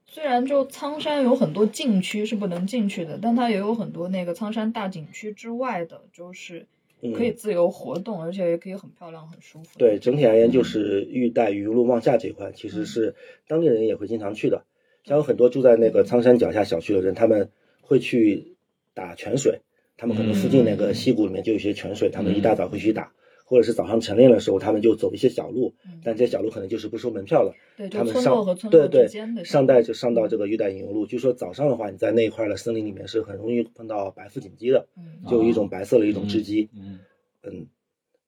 虽然就苍山有很多禁区是不能进去的，但它也有很多那个苍山大景区之外的，就是嗯可以自由活动，而且也可以很漂亮、很舒服。对，整体而言嗯就是玉带鱼路望下这一块，其实是当地人也会经常去嗯的。像有很多住在那个苍山脚下小区的人，他们会去打泉水，他们可能附近那个溪谷里面就有一些嗯泉水，他们一大早会去打，或者是早上晨练的时候，他们就走一些小路，嗯，但这些小路可能就是不收门票了。对，就他们村上落和村对落对之间的嗯上带就上到这个玉带引游路，据说早上的话，你在那一块的森林里面是很容易碰到白腹锦鸡的，嗯就有一种白色的一种雉鸡。嗯嗯，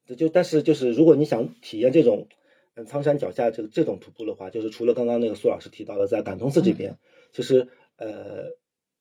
这就但是就是如果你想体验这种，嗯，苍山脚下这个这种徒步的话，就是除了刚刚那个苏老师提到的，在感通寺这边，嗯其实呃，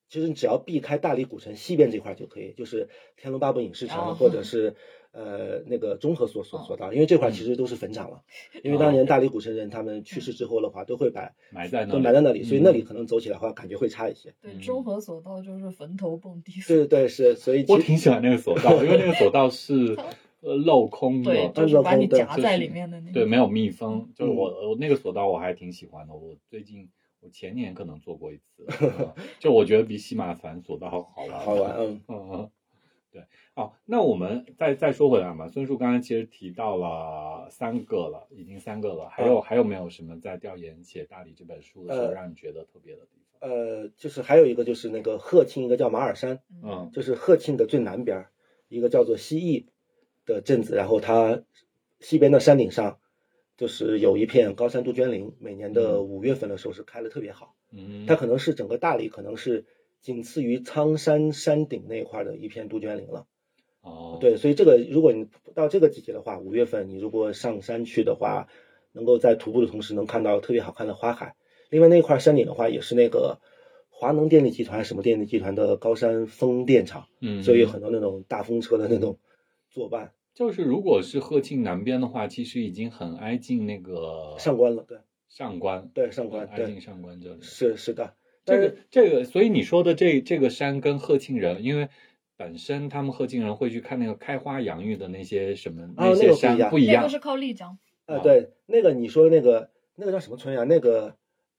其实你只要避开大理古城西边这块就可以，就是《天龙八部》影视城、哦或者是呃那个中和所所哦嗯所到，因为这块其实都是坟场了，因为当年大理古城人他们去世之后的话，都会把埋在那都里埋在那里，所以嗯那里可能走起来的话感觉会差一些。对中和索道就是坟头蹦迪，对对对，是，所以我其实挺喜欢那个索道，因为那个索道是呃镂空对，的，就是把你对夹在里面的那对，种。没有密封。就是嗯我我那个索道我还挺喜欢的，我最近我前年可能做过一次，嗯就我觉得比西马凡索道好玩，好玩，。嗯嗯嗯，对，哦，那我们再再说回来嘛，孙叔刚才其实提到了三个了，已经三个了，还有、还有没有什么在调研写大理这本书的时候嗯呃让你觉得特别的地方？呃，就是还有一个就是那个鹤庆，一个叫马尔山。嗯就是鹤庆的最南边儿一个叫做西邑的镇子，然后它西边的山顶上就是有一片高山杜鹃林，每年的嗯五月份的时候是开的特别好，嗯，呃它可能是整个大理可能是仅次于苍山山顶那块儿的一片杜鹃林了。哦，对，所以这个如果你到这个季节的话，五月份你如果上山去的话，能够在徒步的同时能看到特别好看的花海。另外那块山顶的话，也是那个华能电力集团还是什么电力集团的高山风电场。嗯，所以有很多那种大风车的那种作伴就是如果是鹤庆南边的话，其实已经很挨近那个上官了，对上关，对上官挨近对哦上关这里。是是的，这但个是这个，所以你说的这这个山跟鹤庆人，因为本身他们鹤庆人会去看那个开花洋芋的那些什么、啊那个些不一山样不一那样个，是靠丽江，啊对那个你说的那个那个叫什么村呀？那个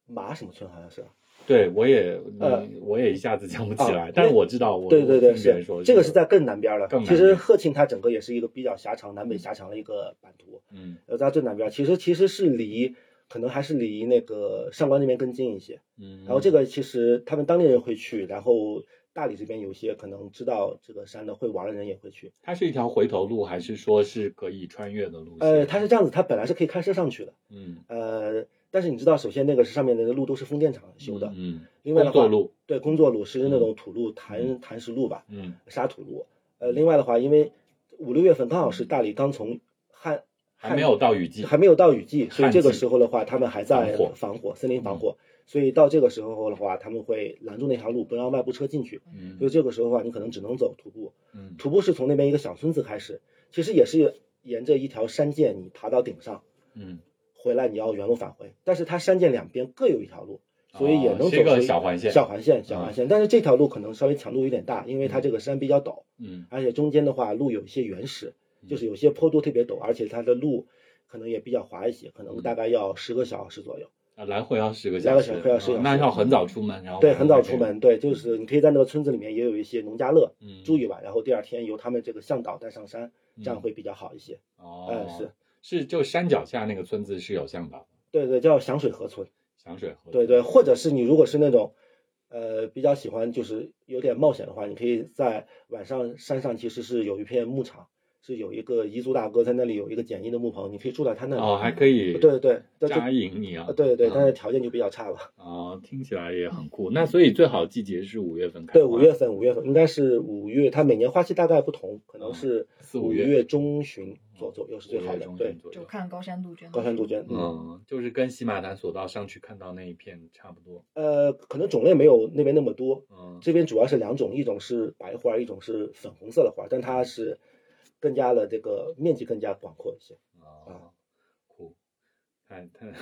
马什么村好像是，对我也、呃我也一下子想不起啊来，那但是我知道我对对我对听别人是说这个是在更南边了更。南其边实鹤庆它整个也是一个比较狭长南北狭长的一个版图，嗯呃在最南边其实其实是离可能还是离那个上官那边更近一些。嗯，然后这个其实他们当地人会去，然后大理这边有些可能知道这个山的会玩的人也会去。它是一条回头路，还是说是可以穿越的路线？呃，它是这样子，它本来是可以开车上去的。嗯呃，但是你知道，首先那个是上面那个路都是风电厂修的，嗯，另外的工作话，路对工作路是那种土路、嗯弹弹石路吧，嗯沙土路。呃，另外的话，因为五六月份刚好是大理刚从旱还没有到雨季，还没有到雨季，所以这个旱季时候的话，他们还在防火嗯防火，森林防火，所以到这个时候的话，他们会拦住那条路，不让外部车进去。嗯所以这个时候的话，你可能只能走徒步。嗯徒步是从那边一个小村子开始，其实也是沿着一条山涧，你爬到顶上。嗯，回来你要原路返回，但是它山涧两边各有一条路，所以也能走哦是一个出小环线，嗯小环线，小环线。但是这条路可能稍微强度有点大，因为它这个山比较陡，嗯而且中间的话路有一些原始，就是有些坡度特别陡，而且它的路可能也比较滑一些，可嗯能大概要十个小时左右。啊来回要十个来小回时，要10个小时啊那要很早出门，然后对，晚上很早再出回来，门，对，就是你可以在那个村子里面也有一些农家乐嗯，住一晚，然后第二天由他们这个向导带上山，这样嗯会比较好一些。哦，嗯是是就山脚下那个村子是有向导的，对对，叫响水河村。响水河。对对，或者是你如果是那种，呃，比较喜欢就是有点冒险的话，你可以在晚上山上其实是有一片牧场，是有一个彝族大哥在那里有一个简易的木棚，你可以住在他那里。哦，还可以。对对对，扎对营你啊。对对，嗯但是条件就比较差了。哦，听起来也很酷。那所以最好季节是五月份开花。对，五月份，五月份应该是五月，它每年花期大概不同，可能是啊四五五月啊月中旬左右又是最五好月的中。对旬，左就右。看高山杜鹃。高山杜鹃，嗯，嗯，就是跟喜马坦索道上去看到那一片差不多。呃，可能种类没有那边那么多，嗯，这边主要是两种，一种是白花，一种是粉红色的花，但它是更加的这个面积更加广阔一些。哦，酷，看看，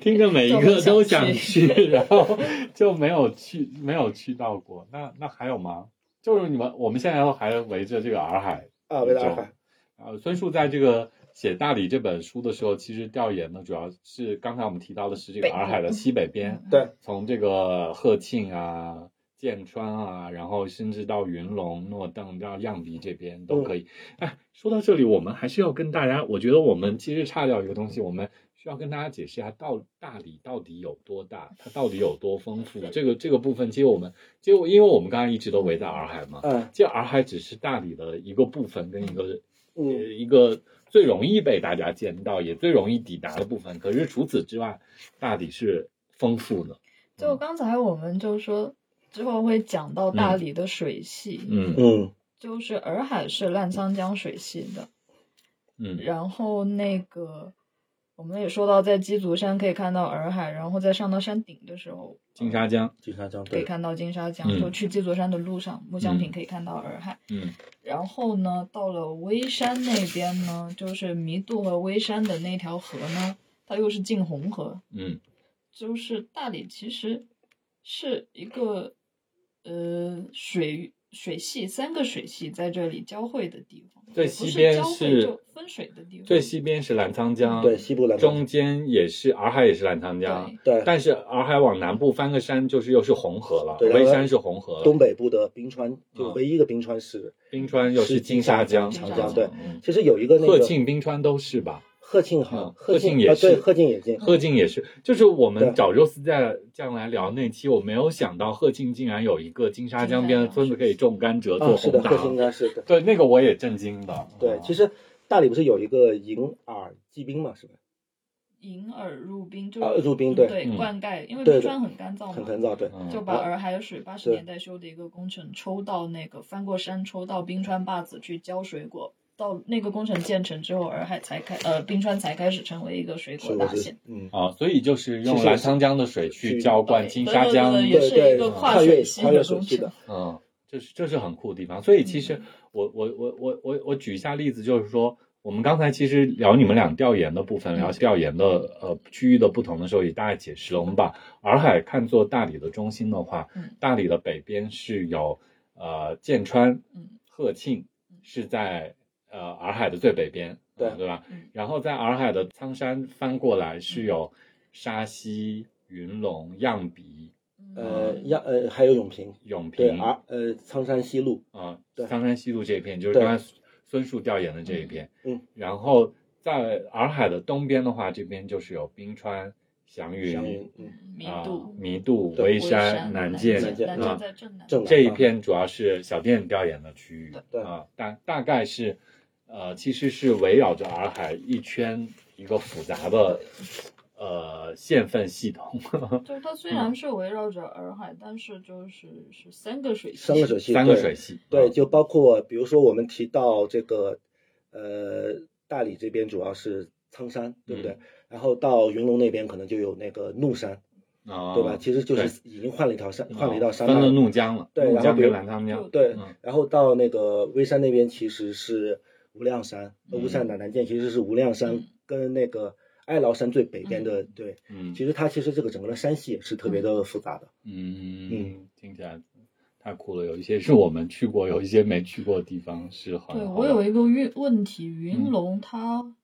听 着每一个都想去，然后就没有去，没有去到过。那那还有吗？就是你们，我们现在还围着这个洱海啊，维拉走尔海，呃，孙树在这个写《大理》这本书的时候，其实调研呢，主要是刚才我们提到的是这个北部洱海的西北边，嗯对，从这个鹤庆啊、剑川啊，然后甚至到云龙、诺邓到漾濞这边都可以。哎，说到这里，我们还是要跟大家，我觉得我们其实差掉一个东西，我们需要跟大家解释一下，到大理到底有多大，它到底有多丰富。啊这个这个部分，其实我们，其实我因为我们刚刚一直都围在洱海嘛，嗯这洱海只是大理的一个部分跟一个呃嗯，一个最容易被大家见到，也最容易抵达的部分。可是除此之外，大理是丰富的。就刚才我们就说之后会讲到大理的水系，嗯嗯就是洱海是澜沧江水系的，嗯然后那个我们也说到，在鸡足山可以看到洱海，然后再上到山顶的时候，金沙江，金沙江可以对，看到金沙江。嗯就去鸡足山的路上，木嗯香坪可以看到洱海。嗯然后呢，到了微山那边呢，就是弥渡和微山的那条河呢，它又是镜红河，嗯就是大理其实是一个呃水水系三个水系在这里交汇的地方，最也不西是边交汇是就分水的地方，最西边是澜沧江，对，西部蓝中间也是洱海，也是澜沧江对。对但是洱海往南部翻个山，就是又是红河了，对微山是红河东了，北部的冰川，就嗯唯一一个冰川是，冰川又是金沙江、金沙江对嗯其实有一个那 鹤个庆、冰川都是吧？鹤庆哈嗯，鹤鹤庆庆也啊是对，鹤庆也近，贺静也是，就是我们对找肉丝在酱来聊那期，我没有想到贺静竟然有一个金沙江边的村子可以种甘蔗做哦啊，是红的，糖，鹤庆应该是的，对那个我也震惊的。嗯对，其实实大理不是有一个银耳祭冰嘛，是吧？引饵入冰，就啊是入冰嗯对对嗯灌溉，因为冰对对川很干燥很嘛，干燥，对，就把洱海水八十对年代修的一个工程抽到那个翻过山抽到冰川坝子去浇水果，到那个工程建成之后，洱海才开呃冰川才开始成为一个水果是的大是县的，，嗯，啊，所以就是其用实也澜是沧江的水去浇灌对金对沙对江，啊对也对是一对个，跨跨越水系跨越的水工系的程，，嗯，这是这是很酷的地方。所以其实嗯我我我我我我举一下例子，就是说我们刚才其实聊你们俩调研的部分，嗯聊调研的呃区域的不同的时候，也大概解释了。我们把洱海看作大理的中心的话嗯，大理的北边是有呃剑川嗯、鹤庆嗯是在呃洱海的最北边，对呃对吧嗯？然后在洱海的苍山翻过来是有沙溪、云龙、漾濞、呃，嗯亚呃还有永平，永平对，而呃苍山西路，啊，对苍山西路这一片，就是对刚才孙树调研的这一片。嗯，然后在洱海的东边的话，这边就是有冰川、祥祥云云、嗯，弥啊渡、、弥渡、对微微山、南涧南涧涧啊涧在正南，正南这一啊片主要是小店调研的区域。对啊，大大概是呃，其实是围绕着洱海一圈一个复杂的呃县份系统，就是它嗯虽然是围绕着洱海，但是就是是三个水系，三个水系，三个对水系。对，啊就包括比如说我们提到这个，呃，大理这边主要是苍山，对不对？嗯然后到云龙那边可能就有那个怒山，啊，对吧？其实就对是已经换了一条山，换了一道山脉分了。了怒江了，对怒然后江比跟如澜沧江。对嗯，然后到那个微山那边其实是无量山，呃无嗯山南南涧其实是无量山嗯跟那个哀牢山最北边的，对，嗯，其实它其实这个整个的山系也是特别的复杂的。嗯，听起来太酷了。有一些是我们去过，有一些没去过的地方是很对啊好我的有一个问问题，云嗯龙它、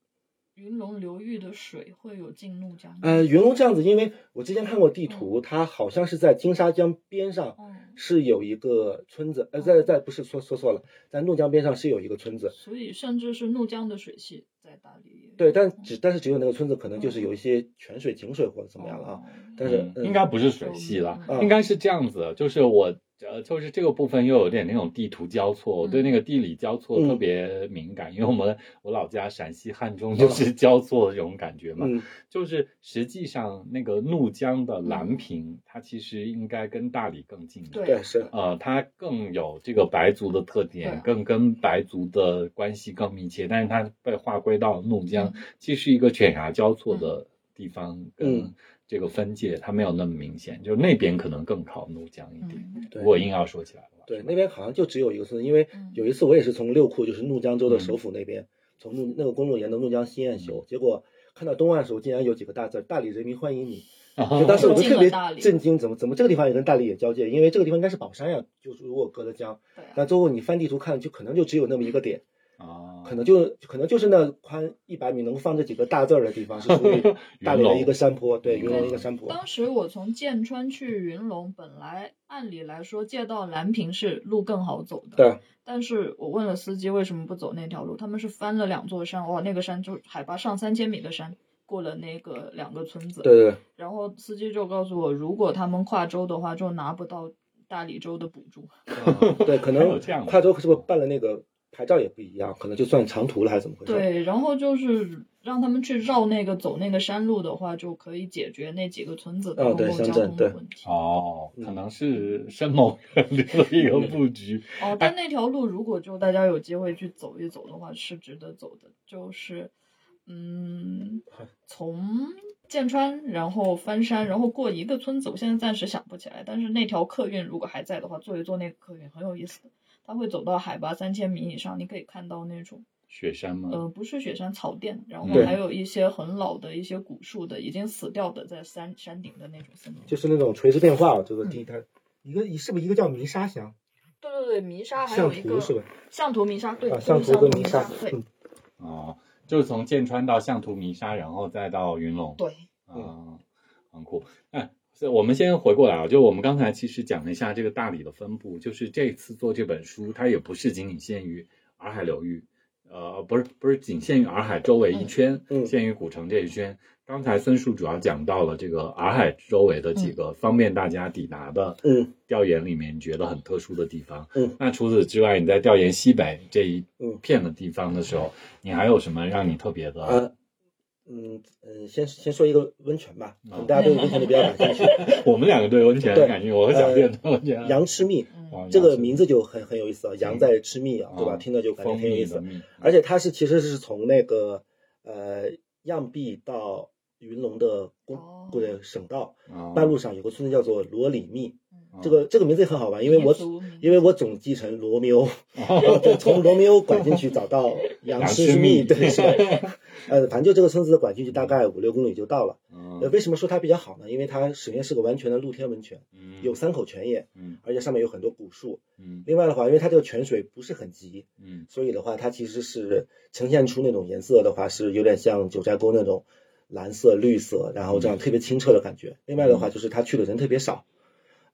云龙流域的水会有进怒江吗？呃，云龙这样子，因为我之前看过地嗯图，它好像是在金沙江边上哦，是有一个村子，呃，在在不是说说错了，在怒江边上是有一个村子，所以甚至是怒江的水系在大理也对，但只但是只有那个村子可能就是有一些泉水、井水或者怎么样了啊。哦但是嗯嗯应该不是水系了，嗯应该是这样子，就是我呃，就是这个部分又有点那种地图交错，我对嗯那个地理交错特别敏感，因为我们我老家陕西汉中就是交错的这种感觉嘛，哦嗯，就是实际上那个怒江的嗯兰坪，它其实应该跟大理更近一点。对，是，呃，它更有这个白族的特对点，更跟白族的关系更密切，但是它被划归到怒江，嗯其实是一个犬牙交错的地方，嗯跟这个分界它没有那么明显，就那边可能更靠怒江一点。嗯对如果硬要说起来的话，对，是吧那边好像就只有一个村，因为嗯有一次我也是从六库，就是怒江嗯州的首府那边，从怒那个公路沿着怒江西岸修，结果看到东岸的时候，竟然有几个大字儿“大理人民欢迎你”，哦就当时我就特别震惊，怎么怎么这个地方也跟大理也交界？因为这个地方应该是宝山呀，就是如果隔着江，对啊那最后你翻地图看，就可能就只有那么一个点，啊，可能就可能就是那宽一百米能放这几个大字儿的地方，是属于大理的一个山坡，对，云云龙龙的一个山坡，当时我从剑川去云龙，本来按理来说借到兰坪是路更好走的，对，但是我问了司机为什么不走那条路，他们是翻了两座山，哇，那个山就是海拔上三千米的山，过了那个两个村子，对对然后司机就告诉我，如果他们跨州的话，就拿不到大理州的补助。呃对，对，可还有能这样的跨州是不是办了那个牌照也不一样，可能就算长途了还是怎么回事？对，然后就是让他们去绕那个走那个山路的话，就可以解决那几个村子的哦公对共交乡镇通对的问题。哦，嗯可能是深谋远虑的一个布局。哎哦，但那条路如果就大家有机会去走一走的话，是值得走的。就是， 嗯，从剑川，然后翻山，然后过一个村子，我现在暂时想不起来。但是那条客运如果还在的话，坐一坐那个客运很有意思的，它会走到海拔三千米以上，你可以看到那种雪山吗？呃，不是雪山草甸，然后对还有一些很老的一些古树的，已经死掉的，在山山顶的那种森林。就是那种垂直变嗯化，这个地它一个一是不是一个叫鸣沙乡对对对，鸣沙还象有一图个是吧？象图鸣沙，对，啊，就是象图跟鸣鸣沙，对嗯，哦，就是从剑川到象图弥沙，然后再到云龙。对，嗯啊，很酷。哎，所以我们先回过来啊，就我们刚才其实讲了一下这个大理的分布，就是这次做这本书，它也不是仅仅限于洱海流域，呃，不是不是仅限于洱海周围一圈，嗯限于古城这一圈。刚才孙树主要讲到了这个洱海周围的几个方便大家抵达的嗯调研里面，你觉得很特殊的地方。嗯，那除此之外，你在调研西北这一嗯片的地方的时候，你还有什么让你特别的？啊，嗯嗯，先先说一个温泉吧，可能嗯大家对温泉都比较感兴趣。 我们两个对温泉对感兴趣，我和小店对温泉很羊吃蜜，啊嗯，这个名字就很很有意思啊，羊嗯在吃蜜啊，对吧？啊听着就感觉蜂很有蜜意的思。蜜，而且它是其实是从那个呃漾濞到云龙的哦公过的省道啊半路上有个村子叫做罗里密，嗯这个这个名字也很好玩，因为我民族名因为我总继承罗 密欧，然后就从罗密欧拐进去找到杨诗密， 对是的，呃，反正就这个村子的拐进去大概五六公里就到了。呃，为什么说它比较好呢？因为它首先是个完全的露天温泉，嗯有三口泉眼，嗯而且上面有很多古树。嗯另外的话，因为它这个泉水不是很急，嗯所以的话，它其实是呈现出那种颜色的话，是有点像九寨沟那种蓝色、绿色，然后这嗯样特别清澈的感觉。另外的话，就是它去的人特别少，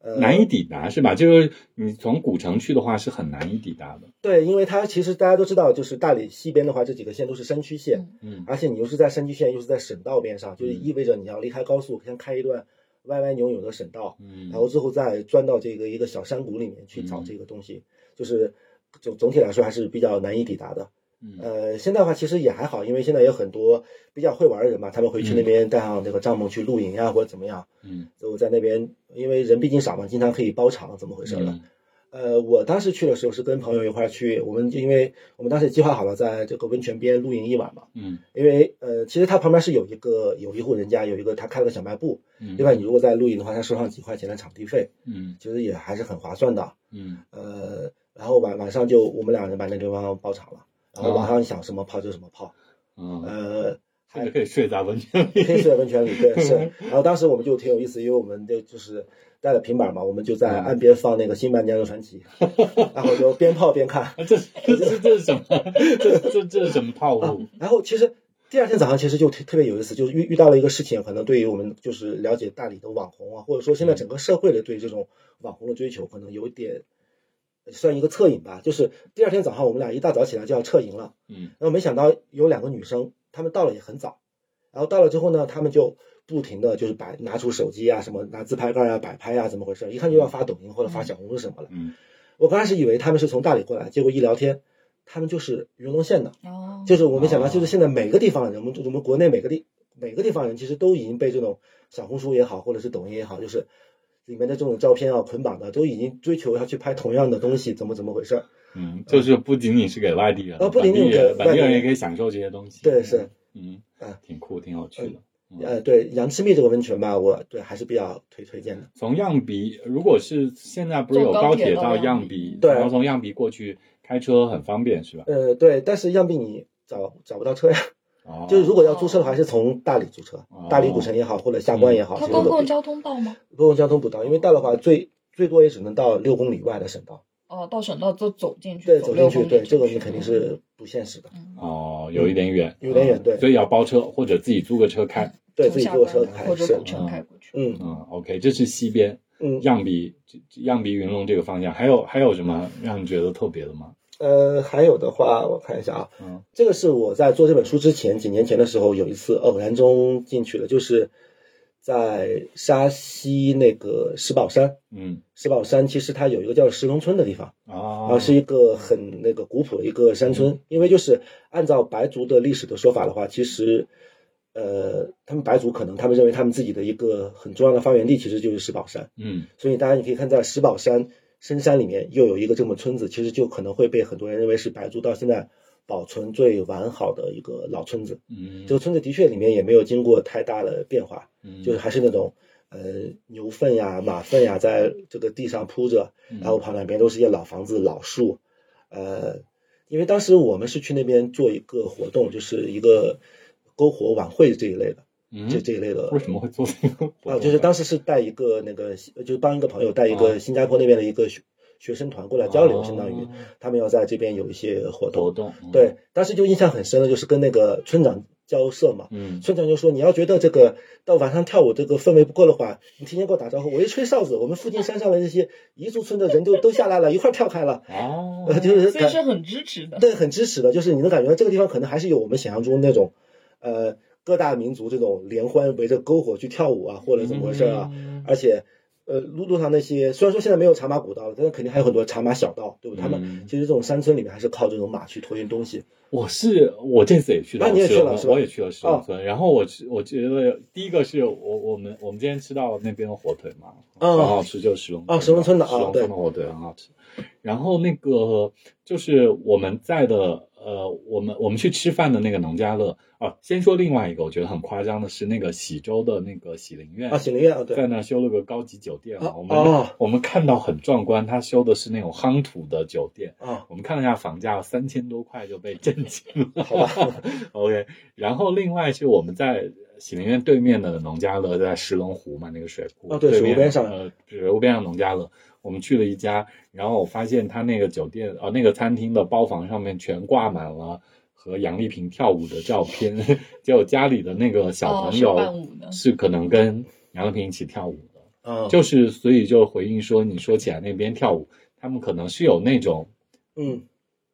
呃，难以抵达是吧？就是你从古城去的话是很难以抵达的。对，因为它其实大家都知道，就是大理西边的话，这几个县都是山区县，嗯嗯而且你又是在山区县，又是在省道边上，就是意味着你要离开高速，先开一段歪歪扭扭的省道，嗯然后最后再钻到这个一个小山谷里面去找这个东西，就是总总体来说还是比较难以抵达的。嗯呃，现在的话其实也还好，因为现在有很多比较会玩的人嘛，他们会去那边带上这个帐篷去露营啊，或者怎么样，嗯，就在那边，因为人毕竟少嘛，经常可以包场，怎么回事嗯了？呃，我当时去的时候是跟朋友一块儿去，我们因为我们当时也计划好了在这个温泉边露营一晚嘛，嗯因为呃，其实他旁边是有一个有一户人家有一个他开了个小卖部，嗯，另外你如果在露营的话，他收上几块钱的场地费，嗯其实也还是很划算的。嗯呃，然后晚晚上就我们俩人把那地方包场了，然后晚上想什么泡就什么泡，嗯，呃，甚至可以睡在温泉里。黑色温泉里，对，是。然后当时我们就挺有意思，因为我们就就是带了平板嘛，我们就在岸边放那个《新白娘子传奇》，然后就边泡边看。这这这这是什么？这这这是什么套路？啊然后其实第二天早上其实就特特别有意思，就是遇遇到了一个事情，可能对于我们就是了解大理的网红啊，或者说现在整个社会的对这种网红的追求，可能有一点算一个侧影吧，就是第二天早上我们俩一大早起来就要撤营了，嗯然后没想到有两个女生，她们到了也很早，然后到了之后呢，她们就不停的就是摆拿出手机啊，什么拿自拍杆啊、摆拍啊，怎么回事？一看就要发抖音或者发小红书什么了。嗯我刚开始以为她们是从大理过来，结果一聊天，她们就是云龙县的，哦，就是我没想到，哦就是现在每个地方人，我们我们国内每个地每个地方人其实都已经被这种小红书也好，或者是抖音也好，就是里面的这种照片啊捆绑的，都已经追求要去拍同样的东西，怎么怎么回事儿？嗯，就是不仅仅是给外地人，呃不仅仅本地人给本地外地人人也可以享受这些东西。对是，嗯啊，挺酷，挺有趣的。嗯呃，对，杨七密这个温泉吧，我对还是比较推推荐的。从样鼻，如果是现在不是有坐高高铁铁到到样样鼻鼻，对然后从样鼻过去开车很方便，是吧？呃，对，但是样病你找找不到车呀，哦，就是如果要租车的话，还是从大理租车，大理古城也好，或者下关也好，它其实都公可以共交通到吗？公共交通不到，因为到的话最最多也只能到六公里外的省道，哦，到省道就走进去，对，走进六去，公里对，这个进去你肯定是不现实的，嗯哦，有一点远，嗯有点远对所以要包车或者自己租个车开。对从自己下坐关车开或者是古城开过去。嗯嗯，OK，这是西边嗯样鼻，样鼻云龙这个方向，还有还有什么让你觉得特别的吗？呃，还有的话，我看一下啊，嗯这个是我在做这本书之前，几年前的时候，有一次偶然中进去的，就是在沙溪那个石宝山，嗯石宝山其实它有一个叫石龙村的地方，啊啊，是一个很那个古朴的一个山村，因为就是按照白族的历史的说法的话，其实，呃，他们白族可能他们认为他们自己的一个很重要的发源地其实就是石宝山，嗯所以大家你可以看在石宝山深山里面又有一个这么村子，其实就可能会被很多人认为是白族到现在保存最完好的一个老村子。嗯，这个村子的确里面也没有经过太大的变化，就嗯是还是那种呃牛粪呀、马粪呀，在这个地上铺着，嗯然后旁两边都是一些老房子、老树，呃，因为当时我们是去那边做一个活动，就是一个篝火晚会这一类的，嗯这这一类的。为什么会做这个活动？啊，就是当时是带一个那个，呃就是帮一个朋友带一啊个新加坡那边的一个学学生团过来交流，哦相当于他们要在这边有一些活活动。动，嗯，对，当时就印象很深的就是跟那个村长交涉嘛，嗯村长就说：“你要觉得这个到晚上跳舞这个氛围不够的话，你提前给我打招呼，我一吹哨子，我们附近山上的这些彝族村的人就都下来了，一块儿跳开了。哦呃，就是所以感是很支持的。哦对很支持的，就是你能感觉到这个地方可能还是有我们想象中那种，呃，各大民族这种联欢围着篝火去跳舞啊，或者怎么回事啊。嗯而且，呃，路路上那些虽然说现在没有茶马古道了，但是肯定还有很多茶马小道，对不对？他嗯们其实这种山村里面还是靠这种马去托运东西。我是我这次也去了，啊你也去去了是吧哦我也去了石头村。然后我吃，我觉得第一个是我我们我们今天吃到那边的火腿嘛，嗯很好吃，就是石龙哦石龙村的石龙哦对村的火腿很好吃。然后那个就是我们在的呃，我们我们去吃饭的那个农家乐啊，先说另外一个，我觉得很夸张的是那个喜州的那个喜林苑啊，喜林苑啊，对在，那儿修了个高级酒店嘛，啊我们、哦我们看到很壮观，他修的是那种夯土的酒店，啊，我们看了一下房价，三千多块就被震惊了。 好吧 OK，然后另外是我们在喜林苑对面的农家乐，在石龙湖嘛，那个水库。哦对面水湖边上呃，水湖边上农家乐，我们去了一家，然后我发现他那个酒店呃，那个餐厅的包房上面全挂满了。和杨丽萍跳舞的照片， 结果家里的那个小哦朋是友伴舞的是可能跟杨丽萍一起跳舞的，啊，就是所以就回应说，你说起来那边跳舞，他们可能是有那种嗯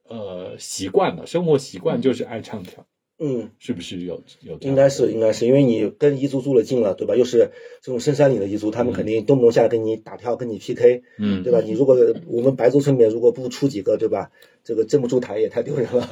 呃习惯了，生活习惯就是爱唱跳，嗯。是不是有有这样的？应该是应该是，因为你跟彝族住了近了，对吧？又是这种深山里的彝族，他们肯定动不动下来跟你打跳、跟你 PK，嗯对吧？你如果我们白族村里面如果不出几个，对吧？这个镇不住台也太丢人 了。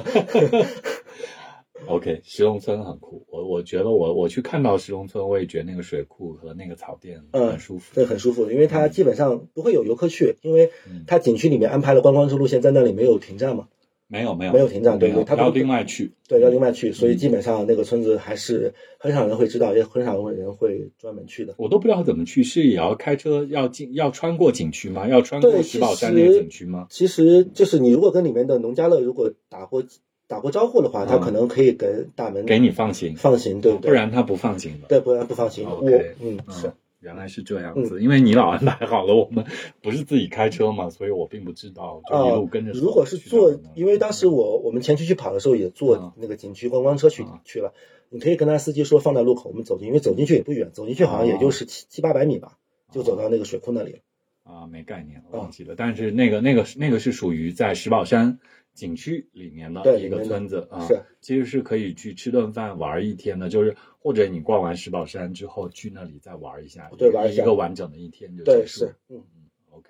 OK，石龙村很酷，我我觉得我我去看到石龙村，我也觉得那个水库和那个草甸嗯很舒服，对，很舒服，因为嗯它基本上不会有游客去，因为它景区里面安排了观光车路线，在那里没有停站嘛，没有没有没有停站对没有对它不要另外去，对，要另外去，嗯所以基本上那个村子还是很少人会知道，也很少人会呃专门去的。我都不知道怎么去，是也要开车要进要穿过景区吗？要穿过对石宝山其那实个景区吗？其实就是你如果跟里面的农家乐如果打过打过招呼的话，他嗯可能可以给大门给你放行，放行，对不对？不然他不放行的。对，不然不放心。我 OK，嗯是嗯嗯，原来是这样子，因为你老安排好了，我们不是自己开车嘛，所以我并不知道，就一啊路跟着走。如果是去到坐那，因为当时我我们前期去跑的时候也嗯坐那个景区观光车去嗯去了，你可以跟他司机说放在路口，我们走进，因为走进去也不远，走进去好像也就哦是七七八百米吧，就走到那个水库那里了。啊，没概念，忘记了。但是那个那个那个是属于在石宝山景区里面的对一个里面的村子啊是，其实是可以去吃顿饭玩一天的，就是或者你逛完石宝山之后去那里再玩一下，对玩一下个完整的一天就对结束。是，嗯， OK，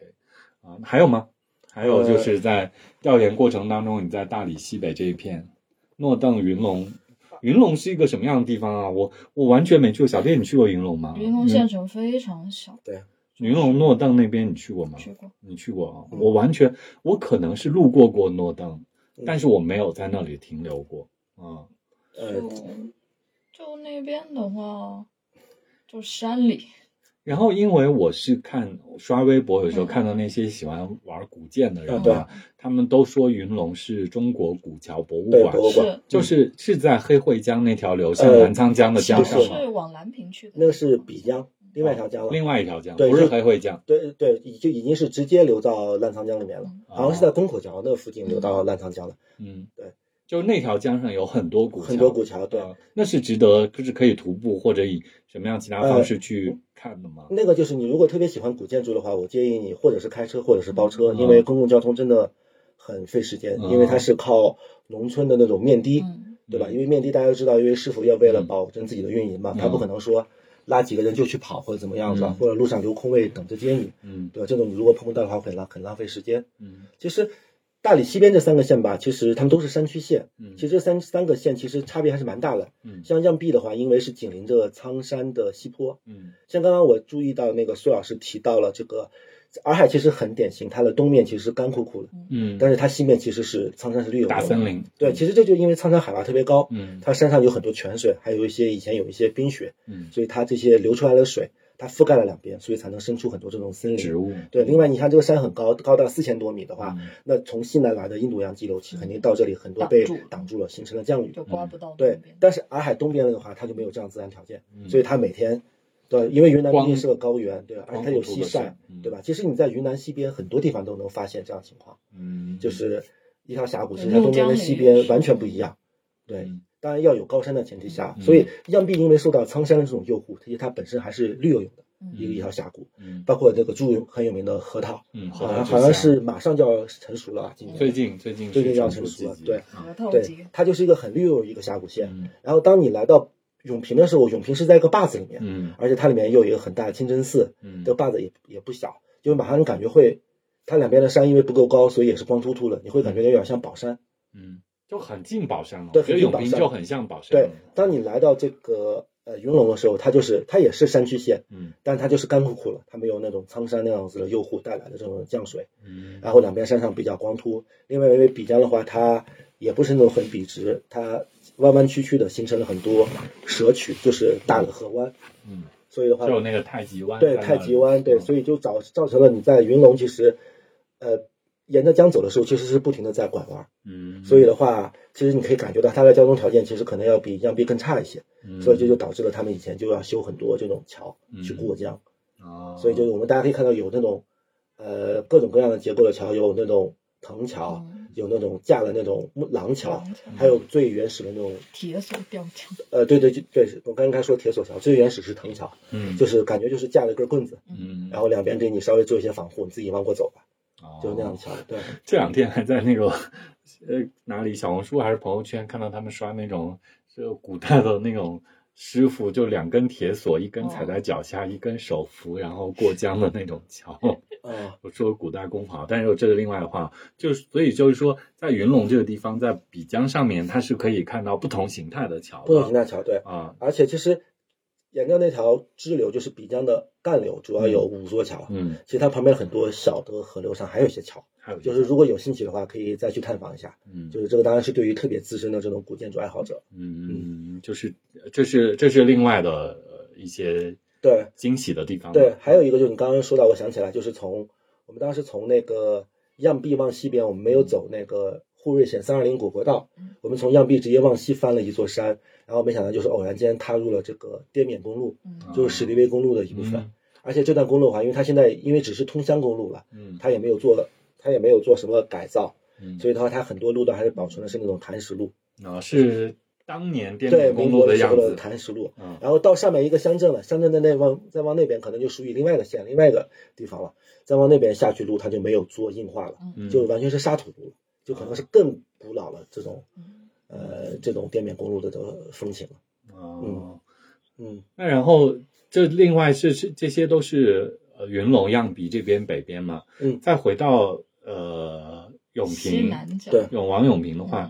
啊，还有吗？还有就呃是在调研过程当中，你在大理西北这一片，诺邓、云龙，云龙是一个什么样的地方啊？我我完全没去过。小店，你去过云龙吗？云嗯龙县城非常小，云龙诺邓那边你去过吗？去过你去过啊？嗯我完全，我可能是路过过诺邓，嗯但是我没有在那里停留过。啊，呃就就那边的话，就山里，然后因为我是看刷微博，有时候嗯看到那些喜欢玩古建的人嗯对啊，他们都说云龙是中国古桥博物对馆博物馆是就是是在黑惠江那条流向嗯呃澜沧江的江是上吗？是往蓝坪去的，那个是比江，另外一条江了。另外一条江，对不是就黑惠江。对对，已就已经是直接流到澜沧江里面了，好像是在宫口桥那附近流到澜沧江了，嗯，对，就那条江上有很多古很多古桥，桥。对，呃那是值得，就是可以徒步或者以什么样其他呃方式去看的吗？那个就是你如果特别喜欢古建筑的话，我建议你或者是开车或者是包车，嗯因为公共交通真的很费时间，嗯因为它是靠农村的那种面的，嗯，对吧？嗯因为面的大家都知道，因为师傅要为了嗯保证自己的运营嘛，嗯他不可能说拉几个人就去跑或者怎么样是吧嗯？或者路上留空位等着接你，嗯对吧？这种你如果碰不到的话，很浪很浪费时间。嗯其实大理西边这三个县吧，其实他们都是山区县。嗯，其实这三三个县其实差别还是蛮大的。嗯像漾濞的话，因为是紧邻着苍山的西坡，嗯像刚刚我注意到那个苏老师提到了这个洱海，其实很典型，它的东面其实是干枯枯的，嗯，但是它西面其实是苍山是绿油油的大森。林。对，其实这就因为苍山海拔特别高，嗯它山上有很多泉水，还有一些以前有一些冰雪，嗯，所以它这些流出来的水，它覆盖了两边，所以才能生出很多这种森植林。物。对，另外你看这个山很高，高到四千多米的话，嗯那从西南来的印度洋激流期肯定到这里很嗯多挡被住挡住了，形成了降雨。就刮不到那嗯对边，。但是洱海东边的话，它就没有这样自然条件，嗯所以它每天，对，因为云南毕光竟是个高原，对吧？而且它有西光秃秃的晒山嗯，对吧？其实你在云南西边很多地方都能发现这样的情况，嗯，就是一条峡谷，对其实它东边跟西怒江边里完全不一样，对。嗯当然要有高山的前提下，嗯所以漾濞因为受到苍山的这种诱惑，其实它本身还是绿油油的一个嗯一条峡谷，嗯包括这个著名很有名的核桃，嗯，好好的像好像是马上就要成熟了，啊今年最近最近最是近要成成熟熟了季节对核桃对节，，它就是一个很绿油油的一个峡谷线。啊嗯然后当你来到永平的时候，永平是在一个坝子里面，嗯而且它里面又有一个很大的清真寺，嗯，这个坝子也也不小，就是马上你感觉会，它两边的山因为不够高，所以也是光秃秃的，你会感觉有点像宝山。嗯，就很近宝山了。对我觉得很近永宝平山就很像宝嗯山对了。，当你来到这个呃云龙的时候，它就是它也是山区县，嗯但它就是干枯枯了，它没有那种苍山那样子的诱惑带来的这种降水。嗯然后两边山上比较光秃，另外因为比江的话，它也不是那种很笔直，它弯弯曲曲的，形成了很多蛇曲，就是大的河湾。嗯。所以的话，就有那个太极湾在那对里，太极湾，对，嗯所以就造造成了你在云龙其实，呃，沿着江走的时候，其实是不停的在拐弯。嗯，所以的话，其实你可以感觉到它的交通条件其实可能要比漾濞更差一些，嗯所以这就导致了他们以前就要修很多这种桥去嗯过江。哦所以就是我们大家可以看到有那种，呃，各种各样的结构的桥，有那种藤桥，嗯有那种架的那种木廊桥，廊桥还有最原始的那种，铁索吊桥，呃，对对对对，我刚刚说铁索桥，最原始是藤桥，嗯就是感觉就是架了一根棍子，嗯，然后两边给你稍微做一些防护，你自己往过走吧，哦就是那样的桥。 对，这两天还在那个 呃哪里小红书还是朋友圈看到他们刷那种就古代的那种。师傅就两根铁索，一根踩在脚下，一根手扶，然后过江的那种桥。啊、我说古代工好，但是这是另外的话，就是所以就是说，在云龙这个地方，在比江上面，它是可以看到不同形态的桥的。不同形态桥，对，啊，而且其实沿着那条支流，就是比江的干流，主要有五座桥。嗯，其实它旁边很多小的河流上还有一些桥，还有就是如果有兴趣的话，可以再去探访一下。嗯，就是这个当然是对于特别资深的这种古建筑爱好者。嗯，就是这是这是另外的呃一些对惊喜的地方。嗯对，还有一个就是你刚刚说到，我想起来，就是从我们当时从那个漾濞往西边，我们没有走那个沪瑞县三二零古国道嗯，我们从漾濞直接往西翻了一座山，然后没想到就是偶然间踏入了这个滇缅公路，嗯，就是史迪威公路的一部分。嗯而且这段公路的话，因为它现在因为只是通乡公路了，嗯，它也没有做它也没有做什么改造，嗯所以的话，它很多路段还是保存的是那种磐石路。啊是当年滇对缅公民路国的的时样候的子，磐石路，嗯然后到上面一个乡镇了，乡镇的那往再往那边可能就属于另外一个县、另外一个地方了，再往那边下去路它就没有做硬化了，嗯，就完全是沙土路了，就可能是更古老了这种嗯呃这种滇缅公路的这个风情了，哦，嗯，那然后这另外是是这些都是呃云龙漾鼻这边北边嘛，嗯再回到呃永西平，南嗯角对永王永平的话，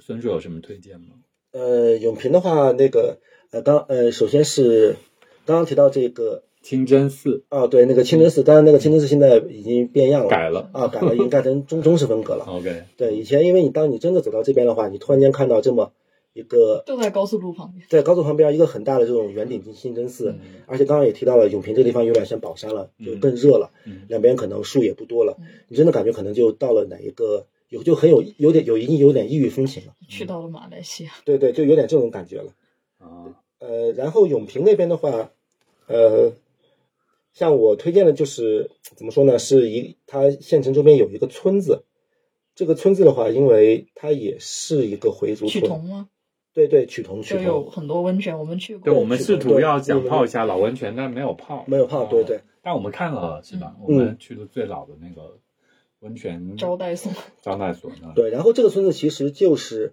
孙叔有什么推荐吗？呃，永平的话，那个呃刚呃首先是刚刚提到这个清真寺啊，对那个清真寺，当然那个清真寺现在已经变样了，嗯改了啊改了，已经改成中中式风 格了。 ，OK，对，以前因为你当你真的走到这边的话，你突然间看到这么一个就在高速路旁边。在高速旁边一个很大的这种圆顶清真寺，嗯而且刚刚也提到了永平这地方有点像宝山了，就更热了，嗯两边可能树也不多了嗯，你真的感觉可能就到了哪一个有就很有有点有一定有点异域风情了，去到了马来西亚，对对，就有点这种感觉了。啊，呃，然后永平那边的话，呃，像我推荐的就是怎么说呢，是一它县城周边有一个村子，这个村子的话，因为它也是一个回族去村，同吗？对对，曲同曲就同有，很多温泉，我们去对，过。我们试图要想对泡一下老温泉，但没有泡，没有泡对对嗯哦。但我们看了是吧？我们去了最老的那个温泉招待所，招待所哦那里，对，然后这个村子其实就是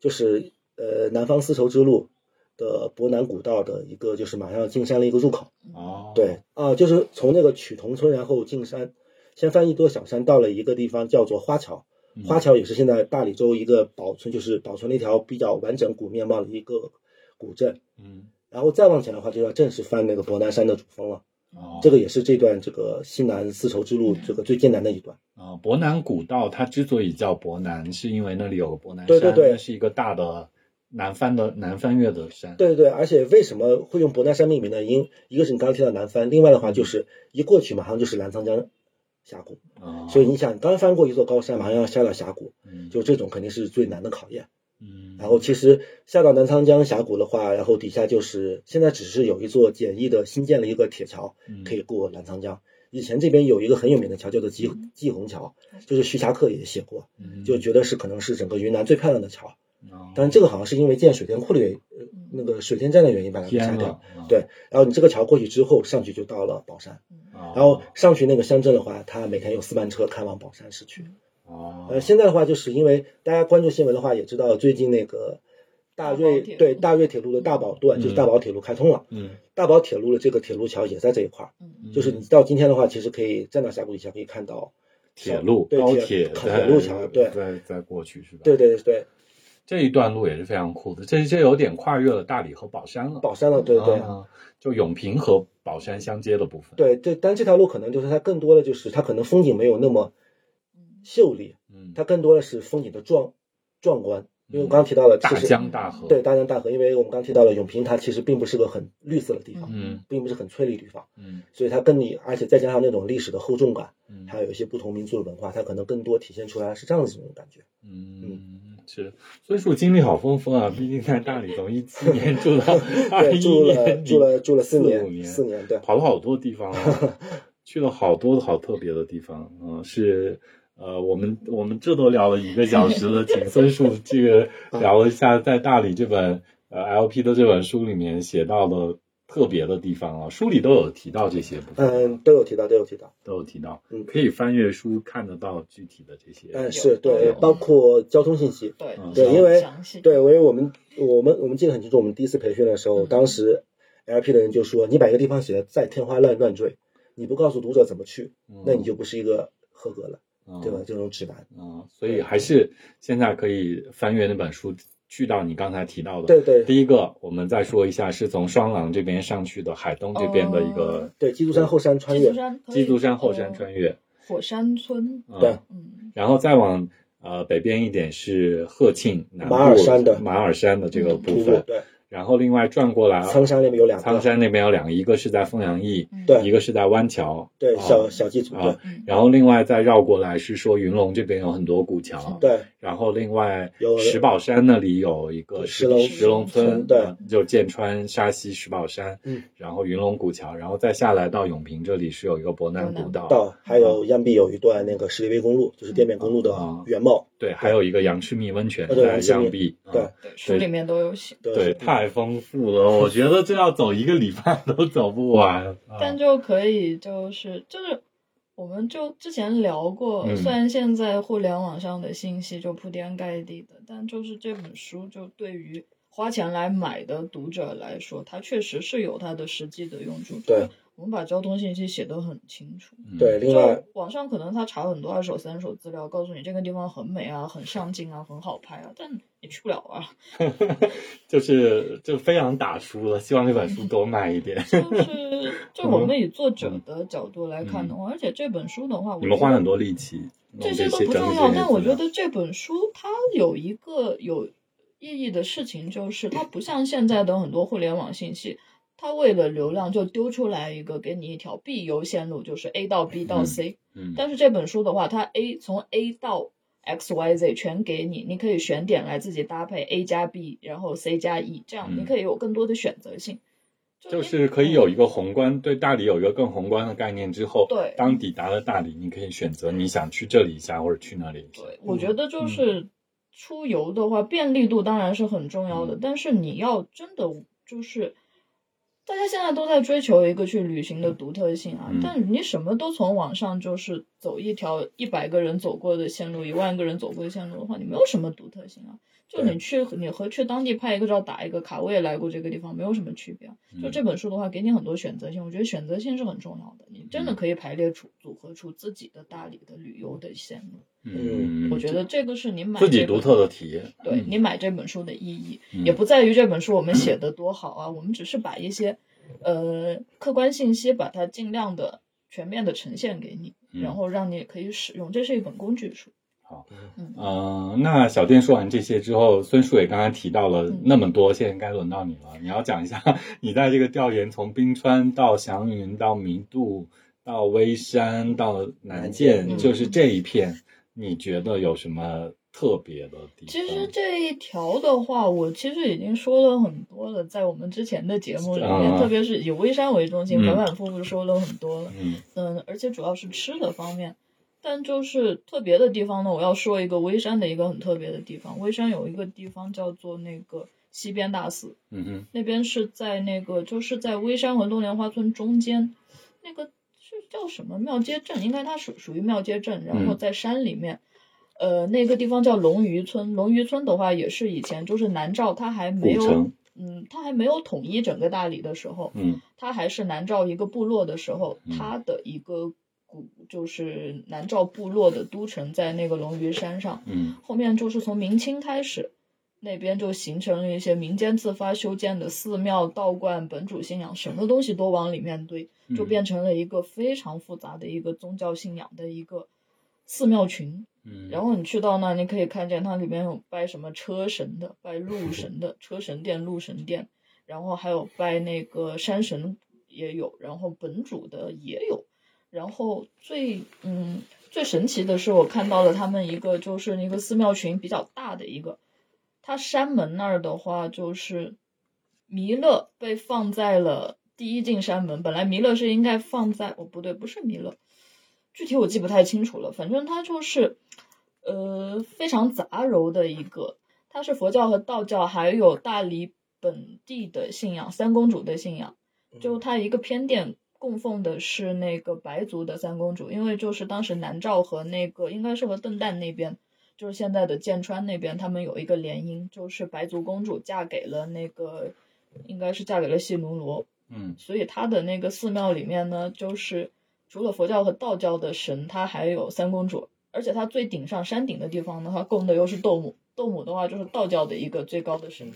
就是呃南方丝绸之路的博南古道的一个就是马上要进山的一个入口，哦，对，啊，就是从那个曲同村，然后进山，先翻一座小山，到了一个地方叫做花桥。嗯花桥也是现在大理州一个保存，就是保存了一条比较完整古面貌的一个古镇。嗯，然后再往前的话，就要正式翻那个博南山的主峰了。哦，这个也是这段这个西南丝绸之路这个最艰难的一段。啊，博南古道它之所以叫博南，是因为那里有个博南山，对对对那是一个大的南翻的南翻越的山。对对对，而且为什么会用博南山命名呢？因一个是你刚刚提到南翻，另外的话就是一过去马上就是澜沧江峡谷，啊，所以你想刚翻过一座高山，马上要下到峡谷，嗯就这种肯定是最难的考验。嗯，然后其实下到南沧江峡谷的话，然后底下就是现在只是有一座简易的新建了一个铁桥嗯可以过澜沧江。以前这边有一个很有名的桥叫做霁霁红桥，就是徐霞客也写过，嗯就觉得是可能是整个云南最漂亮的桥。哦但这个好像是因为建水田库的原因，呃嗯那个水电站的原因把它给偏下了掉。，啊对，然后你这个桥过去之后，上去就到了宝山，嗯哦然后上去那个乡镇的话，它每天有四班车开往宝山市区。哦，呃，现在的话，就是因为大家关注新闻的话，也知道最近那个大大宝瑞铁路对大瑞铁路的大宝段，就是嗯大宝铁路开通了，嗯，大宝铁路的这个铁路桥也在这一块儿。嗯，就是你到今天的话，其实可以站到峡谷底下，可以看到铁路、对高铁铁、铁路桥，对再再过去是吧？对对对，这一段路也是非常酷的，这这有点跨越了大理和宝山了。宝山了，对对对。啊，就永平和宝山相接的部分。，对，这但这条路可能就是它更多的就是它可能风景没有那么秀丽，嗯，它更多的是风景的壮壮观。因为我刚刚提到了，其嗯大实江大河。对，大江大河，因为我们刚提到了永平，它其实并不是个很绿色的地方，嗯并不是很翠绿的地方，嗯所以它更你，而且再加上那种历史的厚重感，嗯，还有一些不同民族的文化，它可能更多体现出来是这样子一种感 觉。嗯，是，所以说经历好丰富啊，毕竟在大理从一七年住到二 对，一住了年，住了住了四年，五年，四年对，跑了好多地方 啊去了好多好特别的地方，嗯、是。呃，我们我们这都聊了一个小时了，请孙 树这个聊了一下在大理这本呃 LP 的这本书里面写到的特别的地方啊，书里都有提到这些部分，嗯，都有提到，都有提到，都有提到，嗯可以翻阅书看得到具体的这些，嗯，是对有，包括交通信息，对嗯对因为详细对，因为我们我们我们记得很清楚，我们第一次培训的时候，嗯当时 LP 的人就说，你把一个地方写的再天花乱乱坠，你不告诉读者怎么去，嗯那你就不是一个合格了，嗯对吧？这种指南。嗯，所以还是现在可以翻阅那本书，去到你刚才提到的。对对第一个我们再说一下，是从双廊这边上去的海东这边的一个对，基督山后山穿基越督，山可以基督山后山穿越，呃火山村，嗯、哦对，嗯，然后再往呃北边一点是鹤庆南部马尔山的马尔山的这个部徒步分，对，然后另外转过来，苍山那边有两啊苍个，山那边有两个，一个是在凤阳驿，嗯对一个是在湾桥，对，啊小小祭祖，啊对嗯然后另外再绕过来是说云龙这边有很多古桥，对然后另外有石宝山那里有一个石龙石龙村，村对呃就剑川、沙溪、石宝山，嗯，然后云龙古桥，然后再下来到永平这里是有一个博南古道，到还有漾濞有一段那个十里威公路，就是滇缅公路的啊原貌，对，还有一个杨赤密温泉哦对在杨赤密漾濞，啊对嗯对，书里面都有写，对对，太丰富了，我觉得这要走一个礼拜都走不完。啊但就可以就是就是，我们就之前聊过，嗯虽然现在互联网上的信息就铺天盖地的，但就是这本书就对于花钱来买的读者来说，它确实是有它的实际的用处。对，我们把交通信息写得很清楚。嗯对，另外就网上可能他查很多二手、三手资料，告诉你这个地方很美啊，很上镜啊，很好拍啊，但你去不了 啊。就是就非常打书了，希望这本书多卖一嗯点。就是，就我们以作者的角度来看的话，而且这本书的话，我嗯你们觉得花了很多力气，这弄些都些不整理重这要，些但我资觉料得这本书它有一个有意义的事情，就是它不像现在的很多互联网信息，它为了流量就丢出来一个给你一条必由线路，就是 A 到 B 到嗯 C。嗯，但是这本书的话，它 A 从 A 到 X Y Z 全给你，你可以选点来自己搭配 A 加 B，然后 C 加 E，这样嗯你可以有更多的选择性。就因嗯是可以有一个宏观对大理有一个更宏观的概念之后，对当抵达了大理，你可以选择你想去这里一下，或者去那里一下。对，我觉得嗯就是出游的话，便利度当然是很重要的，嗯但是你要真的就是，大家现在都在追求一个去旅行的独特性啊，嗯但你什么都从网上就是走一条一百个人走过的线路，一万个人走过的线路的话，你没有什么独特性啊。就对你去，你和去当地拍一个照、打一个卡，我也来过这个地方，没有什么区别啊。就嗯这本书的话，给你很多选择性，我觉得选择性是很重要的。你真的嗯可以排列出、组合出自己的大理的旅游的线路。嗯，我觉得这个是你买自己这本独特的体验。对嗯你买这本书的意义，嗯也不在于这本书我们 写的多好啊，我们只是把一些呃客观信息把它尽量的全面的呈现给你，嗯然后让你可以使用，这是一本工具书。好，嗯，嗯、那小店说完这些之后，孙叔也刚刚提到了嗯那么多，现在该轮到你了。你要讲一下你在这个调研，从冰川到祥云，到弥渡，到微山，到南涧，嗯就是这一片，你觉得有什么特别的地方？其实这一条的话，我其实已经说了很多了，在我们之前的节目里面，啊特别是以微山为中心，嗯反反复复说了很多了。嗯嗯，而且主要是吃的方面。但就是特别的地方呢，我要说一个微山的一个很特别的地方。微山有一个地方叫做那个西边大寺，嗯哼那边是在那个就是在微山和东莲花村中间，那个是叫什么庙街镇？应该它属属于庙街镇，然后嗯在山里面。呃，那个地方叫龙鱼村，龙鱼村的话也是以前就是南诏，它还没古有城，嗯，它还没有统一整个大理的时候，嗯它还是南诏一个部落的时候，嗯它的一个古就是南诏部落的都城在那个龙鱼山上。嗯后面就是从明清开始，那边就形成了一些民间自发修建的寺庙、道观、本主信仰，什么东西都往里面堆，嗯，就变成了一个非常复杂的一个宗教信仰的一个寺庙群。嗯，然后你去到那儿，你可以看见它里面有拜什么车神的，拜鹿神的，车神殿、鹿神殿，然后还有拜那个山神也有，然后本主的也有，然后最嗯最神奇的是我看到了他们一个就是一个寺庙群比较大的一个，它山门那儿的话就是弥勒被放在了第一进山门，本来弥勒是应该放在哦不对不是弥勒，具体我记不太清楚了，反正它就是呃非常杂糅的一个，它是佛教和道教还有大理本地的信仰三公主的信仰。就嗯它一个偏殿供奉的是那个白族的三公主，因为就是当时南诏和那个应该是和邓旦那边，就是现在的剑川那边，他们有一个联姻，就是白族公主嫁给了那个，应该是嫁给了细奴罗，嗯所以它的那个寺庙里面呢，就是除了佛教和道教的神，它还有三公主，而且它最顶上山顶的地方呢，它供的又是斗母，斗母的话就是道教的一个最高的神，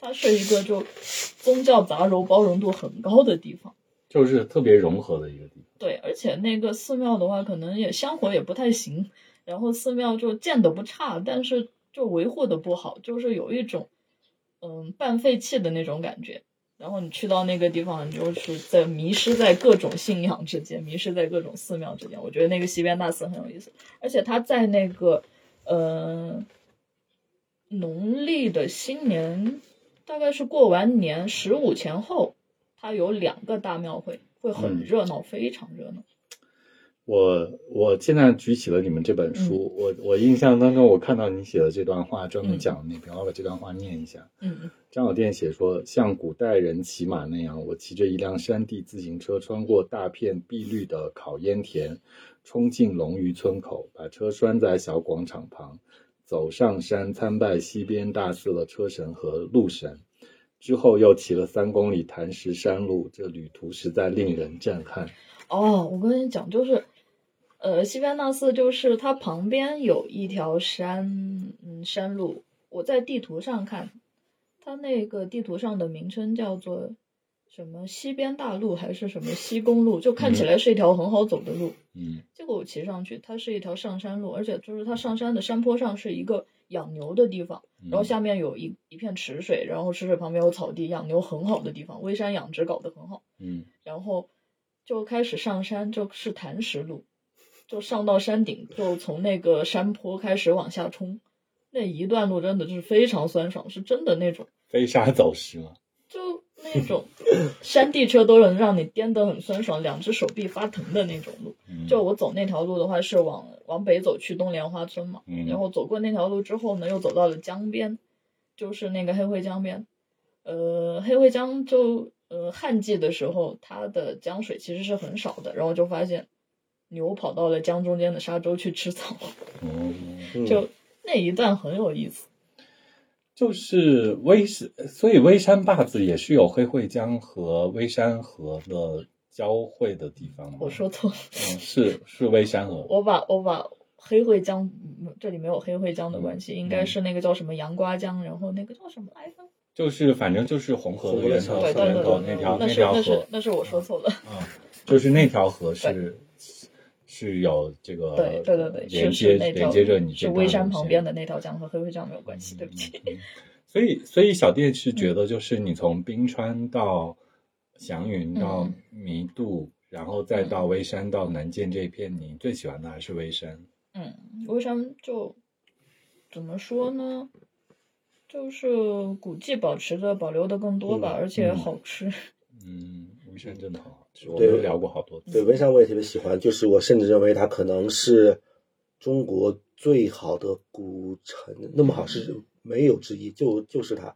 它是一个就宗教杂糅包容度很高的地方。就是特别融合的一个地对，而且那个寺庙的话，可能也香火也不太行，然后寺庙就建的不差，但是就维护的不好，就是有一种嗯半废弃的那种感觉。然后你去到那个地方，你就是在迷失在各种信仰之间，迷失在各种寺庙之间。我觉得那个西边大寺很有意思，而且它在那个呃农历的新年，大概是过完年十五前后，它有两个大庙会，会很嗯热闹，非常热闹。方。我我现在举起了你们这本书，我我印象当中，我看到你写的这段话，专门讲那边，我把这段话念一下。嗯张小店写说，像古代人骑马那样，我骑着一辆山地自行车，穿过大片碧绿的烤烟田，冲进龙鱼村口，把车拴在小广场旁，走上山参拜西边大寺的车神和鹿神。之后又骑了三公里磐石山路，这旅途实在令人震撼。哦，我跟你讲，就是，呃，西边那寺就是它旁边有一条山，嗯，山路。我在地图上看，它那个地图上的名称叫做什么西边大路还是什么西公路，就看起来是一条很好走的路。嗯结果我骑上去，它是一条上山路，而且就是它上山的山坡上是一个养牛的地方，嗯然后下面有一一片池水，然后池水旁边有草地，养牛很好的地方，微山养殖搞得很好。嗯然后就开始上山，就是磐石路，就上到山顶，就从那个山坡开始往下冲。那一段路真的就是非常酸爽，是真的那种，飞沙走石嘛，就那种山地车都能让你颠得很酸爽，两只手臂发疼的那种路。嗯就我走那条路的话，是往往北走去东莲花村嘛，嗯然后走过那条路之后呢，又走到了江边，就是那个黑灰江边。呃，黑灰江就呃旱季的时候，它的江水其实是很少的，然后就发现牛跑到了江中间的沙洲去吃草，嗯嗯就那一段很有意思。就是微山，所以微山坝子也是有黑惠江和微山河的交汇的地方吗？我说错了，嗯，是是微山河，我把我把黑惠江嗯这里没有黑惠江的关系，应该嗯是那个叫什么杨瓜江，然后那个叫什么来着？就是反正就是红河的源头对和对源对头对，那条那是条那是河，那是我说错了。嗯，就是那条河是是有这个对对对对，呃连是接是那连条接着你是这微山条旁路线边的那条江和黑灰江没有关系，对不起。嗯。嗯嗯所以，所以小店是觉得，就是你从冰川到祥云到弥渡，然后再到微山到南涧这一片，你最喜欢的还是微山。嗯，微山就怎么说呢？就是古迹保持着保留的更多吧，嗯而且嗯好吃。嗯，微山真的很好吃，对我们聊过好多次。对微山我也特别喜欢，就是我甚至认为它可能是中国最好的古城，那么好是没有之一，就就是它。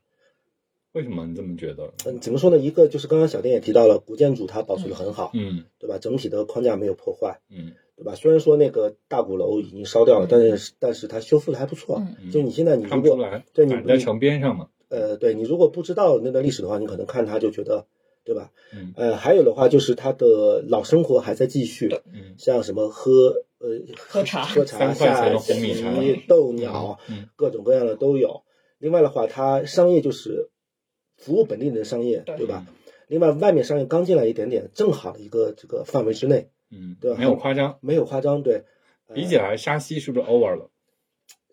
为什么你这么觉得？嗯，怎么说呢？一个就是刚刚小店也提到了，古建筑它保存的很好，嗯对吧？整体的框架没有破坏，嗯对吧？虽然说那个大鼓楼已经烧掉了嗯，但是但是它修复的还不错。嗯嗯，就你现在你看如不出果来，对你反正在城边上嘛。呃，对你如果不知道那段历史的话，你可能看它就觉得，对吧？嗯呃，还有的话就是它的老生活还在继续，嗯像什么喝呃喝茶喝三茶、块钱下的红米茶棋、斗鸟，嗯各种各样的都有。另外的话，它商业就是服务本地人的商业，对嗯对吧？另外，外面商业刚进来一点点，正好的一个这个范围之内，嗯对，没有夸张。没有夸张。对，呃比起来，沙溪是不是 over 了？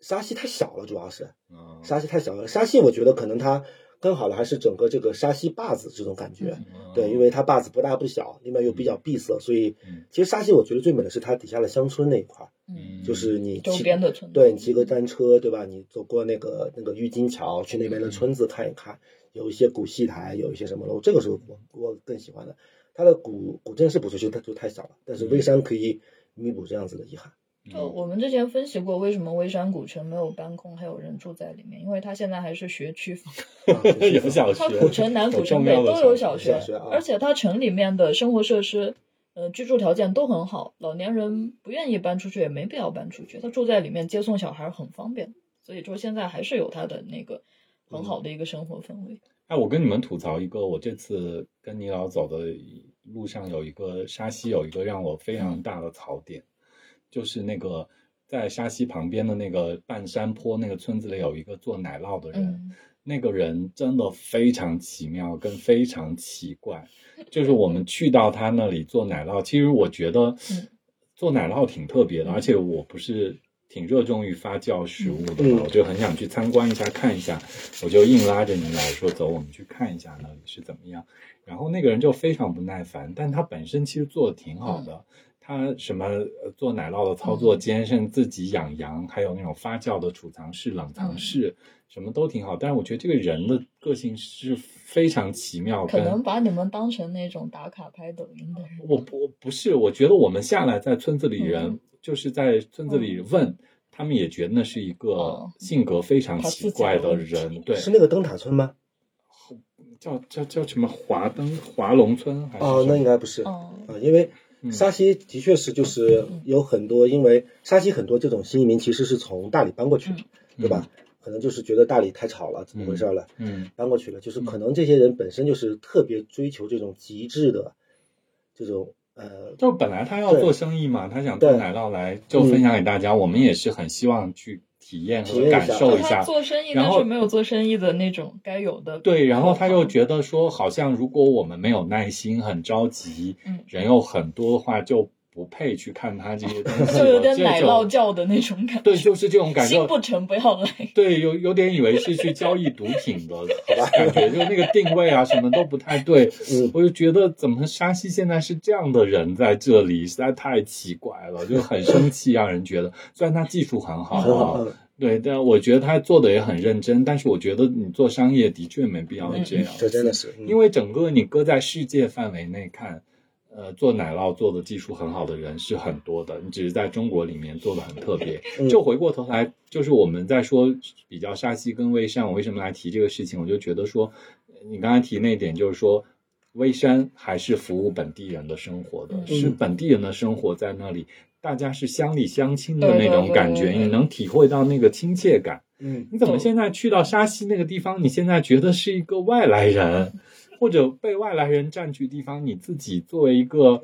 沙溪太小了，主要是啊，沙溪太小了。沙溪我觉得可能它更好的还是整个这个沙溪坝子这种感觉。嗯啊对，因为它坝子不大不小，另外又比较闭塞，所以嗯其实沙溪我觉得最美的是它底下的乡村那一块儿，嗯，就是你周骑边的村对你骑个单车，对吧？你走过那个那个玉金桥，去那边的嗯村子看一看，有一些古戏台，有一些什么楼，这个是我我更喜欢的。它的古古镇是不错，就它就太小了，但是微山可以弥补这样子的遗憾。嗯就哦我们之前分析过，为什么微山古城没有搬空，还有人住在里面，因为它现在还是学区房。 啊 有小它学，古城南、古城北都有小学学小学啊，而且它城里面的生活设施，呃，居住条件都很好，老年人不愿意搬出去也没必要搬出去，他住在里面接送小孩很方便，所以说现在还是有它的那个很好的一个生活氛围。哎，我跟你们吐槽一个，我这次跟你老走的路上有一个沙溪，有一个让我非常大的槽点，就是那个在沙溪旁边的那个半山坡那个村子里有一个做奶酪的人，嗯，那个人真的非常奇妙，跟非常奇怪。就是我们去到他那里做奶酪，其实我觉得嗯做奶酪挺特别的，嗯而且我不是挺热衷于发酵食物的嘛嗯，我就很想去参观一下看一下，我就硬拉着你来说走，我们去看一下嗯那里是怎么样。然后那个人就非常不耐烦，但他本身其实做的挺好的，它什么呃做奶酪的操作间，甚至自己养羊，还有那种发酵的储藏室、冷藏室，嗯什么都挺好。但是我觉得这个人的个性是非常奇妙，可跟能把你们当成那种打卡拍抖音的人。我不我不是，我觉得我们下来在村子里人，嗯就是在村子里问，他们也觉得那是一个哦性格非常他奇自己怪的的问题人，对，是那个灯塔村吗？叫叫叫什么华灯华龙村还是哦，什那么应该不是啊、嗯，因为嗯沙溪的确是就是有很多，因为沙溪很多这种新移民其实是从大理搬过去的，对吧？可能就是觉得大理太吵了，怎么回事儿了，嗯搬过去了。就是嗯可能这些人本身就是特别追求这种极致的这种呃，就本来他要对做生意嘛，他想做对嗯奶酪来就分享给大家，我们也是很希望去体验体和验一感下受就一他下。做生意，然但后是没有做生意的那种该有的。对，然后他又觉得说，好像如果我们没有耐心，很着急，嗯人又很多的话，就不配去看他这些东 西了。就有点奶 这酪种教的那种感对，觉。就是这种感心觉。不诚不要来。对，有有点以为是去交易毒品 的感觉，就那个定位啊，什么都不太对。嗯，我就觉得怎么沙溪现在是这样的人在这里，实在太奇怪了，就很生气，让人觉得虽然他技术很好很好。啊，嗯对，但我觉得他做的也很认真，但是我觉得你做商业的确没必要嗯这样，这真的是，嗯因为整个你搁在世界范围内看。呃，做奶酪做的技术很好的人是很多的，你只是在中国里面做的很特别。嗯就回过头来，就是我们在说比较沙溪跟微山，我为什么来提这个事情？我就觉得说，呃你刚才提那一点，就是说微山还是服务本地人的生活的，嗯是本地人的生活在那里，大家是乡里乡亲的对对那种对感对觉，对你能体会到那个亲切感。嗯，你怎么对现在去到沙溪那个地方，你现在觉得是一个外来人，或者被外来人占据地方，你自己作为一个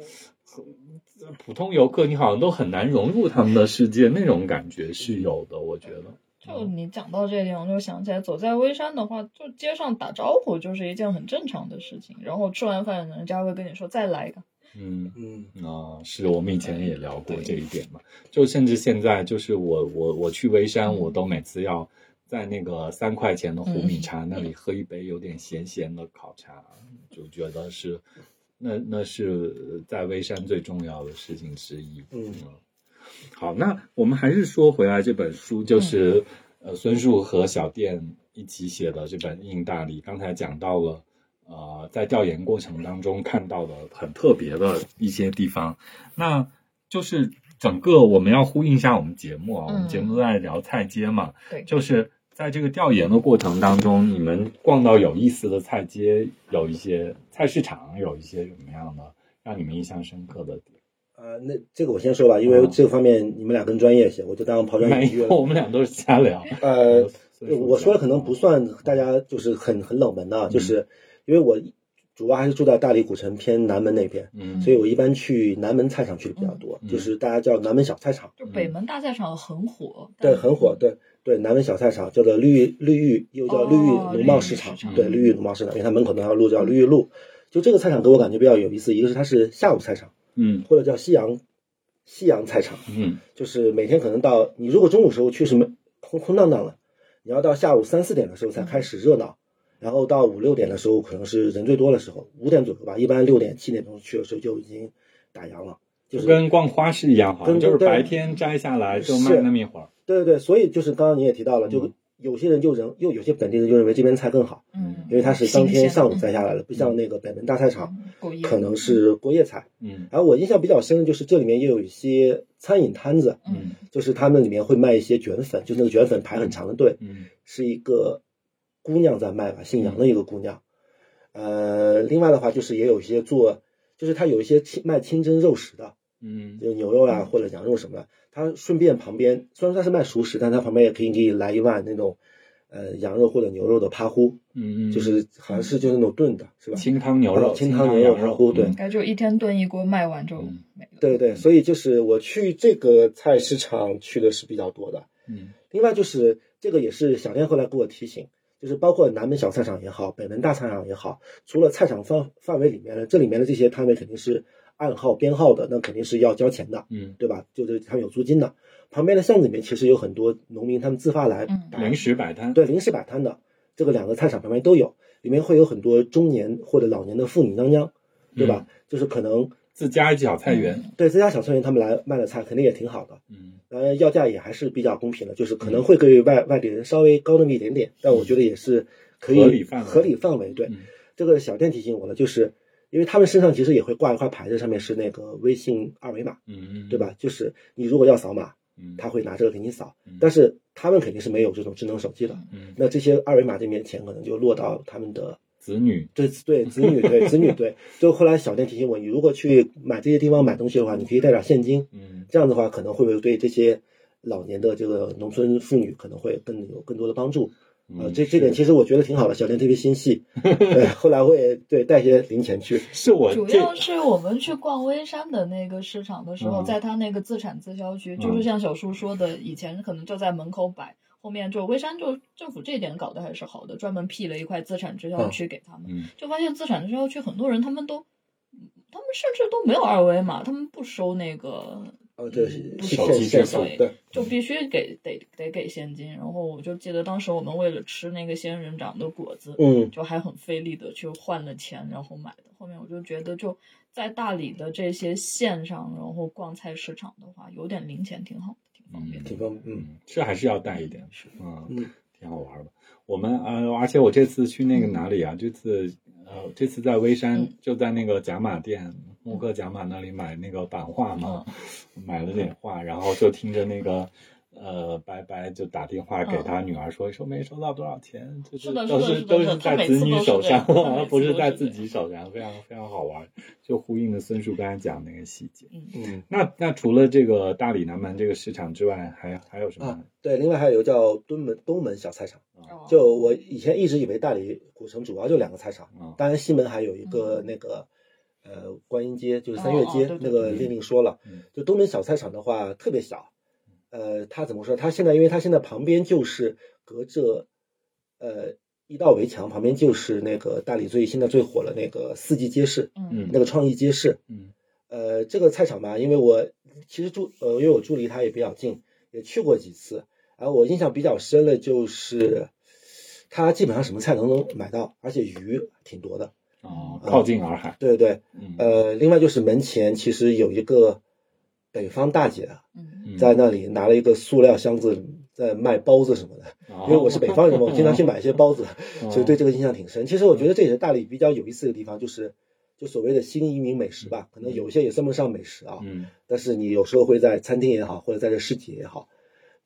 呃普通游客，你好像都很难融入他们的世界，那种感觉是有的，我觉得。就嗯你讲到这一点，我就想起来，走在微山的话，就街上打招呼就是一件很正常的事情。然后吃完饭，人家会跟你说再来一个。嗯。嗯啊、是我们以前也聊过这一点嘛，就甚至现在就是我我我去微山，嗯我都每次要在那个三块钱的胡米嗯茶那里喝一杯有点咸咸的烤茶，就觉得是那那是在微山最重要的事情之一。嗯好，那我们还是说回来这本书，就是、呃孙树和小店一起写的这本《印大理》，刚才讲到了。呃，在调研过程当中看到的很特别的一些地方，那就是整个我们要呼应一下我们节目啊，我们节目都在聊菜街嘛，嗯对就是在这个调研的过程当中，你们逛到有意思的菜街，有一些菜市场，有一些什么样的让你们印象深刻的点？啊，那这个我先说吧，因为嗯这个方面你们俩更专业一些，我就当抛砖没引玉有，了。我们俩都是瞎聊。呃，所以对我说的可能不算大家就是很很冷门的啊，就是因为我主要还是住在大理古城偏南门那边，嗯，所以我一般去南门菜场去的比较多，嗯就是大家叫南门小菜场，就北门大菜场很火，但嗯对，很火，嗯对对，南门小菜场叫做绿玉绿玉，又叫绿玉哦农贸绿玉市市场，场对，绿玉农贸市场，因为它门口那条路叫绿玉路，就这个菜场给我感觉比较有意思，一个是它是下午菜场，嗯或者叫夕阳夕阳菜场，嗯就是每天可能到你如果中午时候去是没空空荡荡的，你要到下午三四点的时候才开始热闹，然后到五六点的时候可能是人最多的时候，五点左右吧，一般六点七点钟去的时候就已经打烊了，就就是跟逛花市一样，好像跟就是对白天摘下来就卖是那么一会儿。对对对，所以就是刚刚你也提到了，就嗯有些人就人又有些本地人就认为这边菜更好，嗯，因为它是当天上午新鲜摘下来的，不像那个北门大菜场嗯过夜可能是过夜菜。嗯然后我印象比较深的就是这里面也有一些餐饮摊子，嗯嗯就是他们里面会卖一些卷粉，就是那个卷粉排很长的队，嗯是一个姑娘在卖吧，姓杨的一个姑娘。呃，另外的话就是也有一些做，就是他有一些清卖清蒸肉食的，嗯就牛肉啊或者羊肉什么的，他顺便旁边虽然说他是卖熟食，但他旁边也可以给你来一碗那种呃羊肉或者牛肉的趴糊，嗯，就是好像是就是那种炖的，是吧？清汤牛肉、哦清汤牛牛肉羊汤锅对嗯应该就一天炖一锅，卖完就嗯没了。对对，所以就是我去这个菜市场去的是比较多的。嗯另外就是这个也是小店后来给我提醒，就是包括南门小菜场也好，北门大菜场也好，除了菜场范范围里面的，这里面的这些摊位肯定是按号编号的，那肯定是要交钱的，嗯，对吧？就是他们有租金的。旁边的巷子里面其实有很多农民他们自发来嗯打零食摆摊。对临时摆摊的，这个两个菜场旁边嗯都有，里面会有很多中年或者老年的妇女娘娘，对吧？就是可能自家小菜园，嗯对自家小菜园他们来卖的菜肯定也挺好的，嗯当然呃要价也还是比较公平的，就是可能会给外外地人稍微高那么一点点，但我觉得也是可以嗯合理范围合理范围对，嗯这个小店提醒我了，就是因为他们身上其实也会挂一块牌子，上面是那个微信二维码，嗯，对？吧？就是你如果要扫码，嗯，他会拿这个给你扫嗯，但是他们肯定是没有这种智能手机的。嗯那这些二维码这边的钱可能就落到他们的子女，对对子 女对子女对，就后来小店提醒我，你如果去买这些地方买东西的话，你可以带点现金，嗯这样的话可能会不会对这些老年的这个农村妇女可能会更有更多的帮助。呃，嗯这这点是其实我觉得挺好的，小店特别心细。对，呃后来我也对带些零钱去，是我主这要是我们去逛微山的那个市场的时嗯候，在他那个自产自销区，嗯就是像小叔说的，以前可能就在门口摆，后面就微山就政府这一点搞得还是好的，专门辟了一块自产自销区给他们，嗯就发现自产自销区很多人他们都，他们甚至都没有二维码，他们不收那个呃，对，嗯现手机现支付手对，就必须给得得给现金。然后我就记得当时我们为了吃那个仙人掌的果子，嗯，就还很费力的去换了钱，然后买的。后面我就觉得，就在大理的这些线上，然后逛菜市场的话，有点零钱挺好的，挺方便的。挺方嗯嗯，是还是要带一点，是嗯，嗯挺好玩的。我们呃，而且我这次去那个哪里啊？这次呃，这次在微山嗯，就在那个甲马店，木克甲马那里买那个版画嘛，嗯买了点画，然后就听着那个。呃，拜拜，就打电话给他女儿说，说没收到多少钱，就是是的都是的是是的都是的是他在每子次女都是手这 样上他每，次不都是是在这自样己手上，非常非常好玩，就呼应了孙叔刚才讲那个细节。嗯，嗯。那那除了这个大理南门这个市场之外，还还有什么啊？，对，另外还有一个叫东门东门小菜场，哦就我以前一直以为大理古城主要就两个菜场，啊，当然西门还有一个嗯那个呃观音街，就是哦三月哦街对对那个对令令说了嗯，就东门小菜场的话特别小，呃，它怎么说？它现在因为它现在旁边就是隔着呃一道围墙，旁边就是那个大理最现在最火的那个四季街市，嗯那个创意街市，嗯呃，这个菜场吧，因为我其实住呃，因为我住离它也比较近，也去过几次。然后我印象比较深的就是，它基本上什么菜都能买到，而且鱼挺多的。哦，靠近洱海，对对嗯对，呃，另外就是门前其实有一个北方大姐嗯，嗯在那里拿了一个塑料箱子在卖包子什么的，哦因为我是北方人嘛，我经常去买一些包 子，所以对这个印象挺深。其实我觉得这也是大理比较有意思的地方，就是就所谓的新移民美食吧，可能有一些也算不上美食啊，嗯，但是你有时候会在餐厅也好，或者在这市集也好，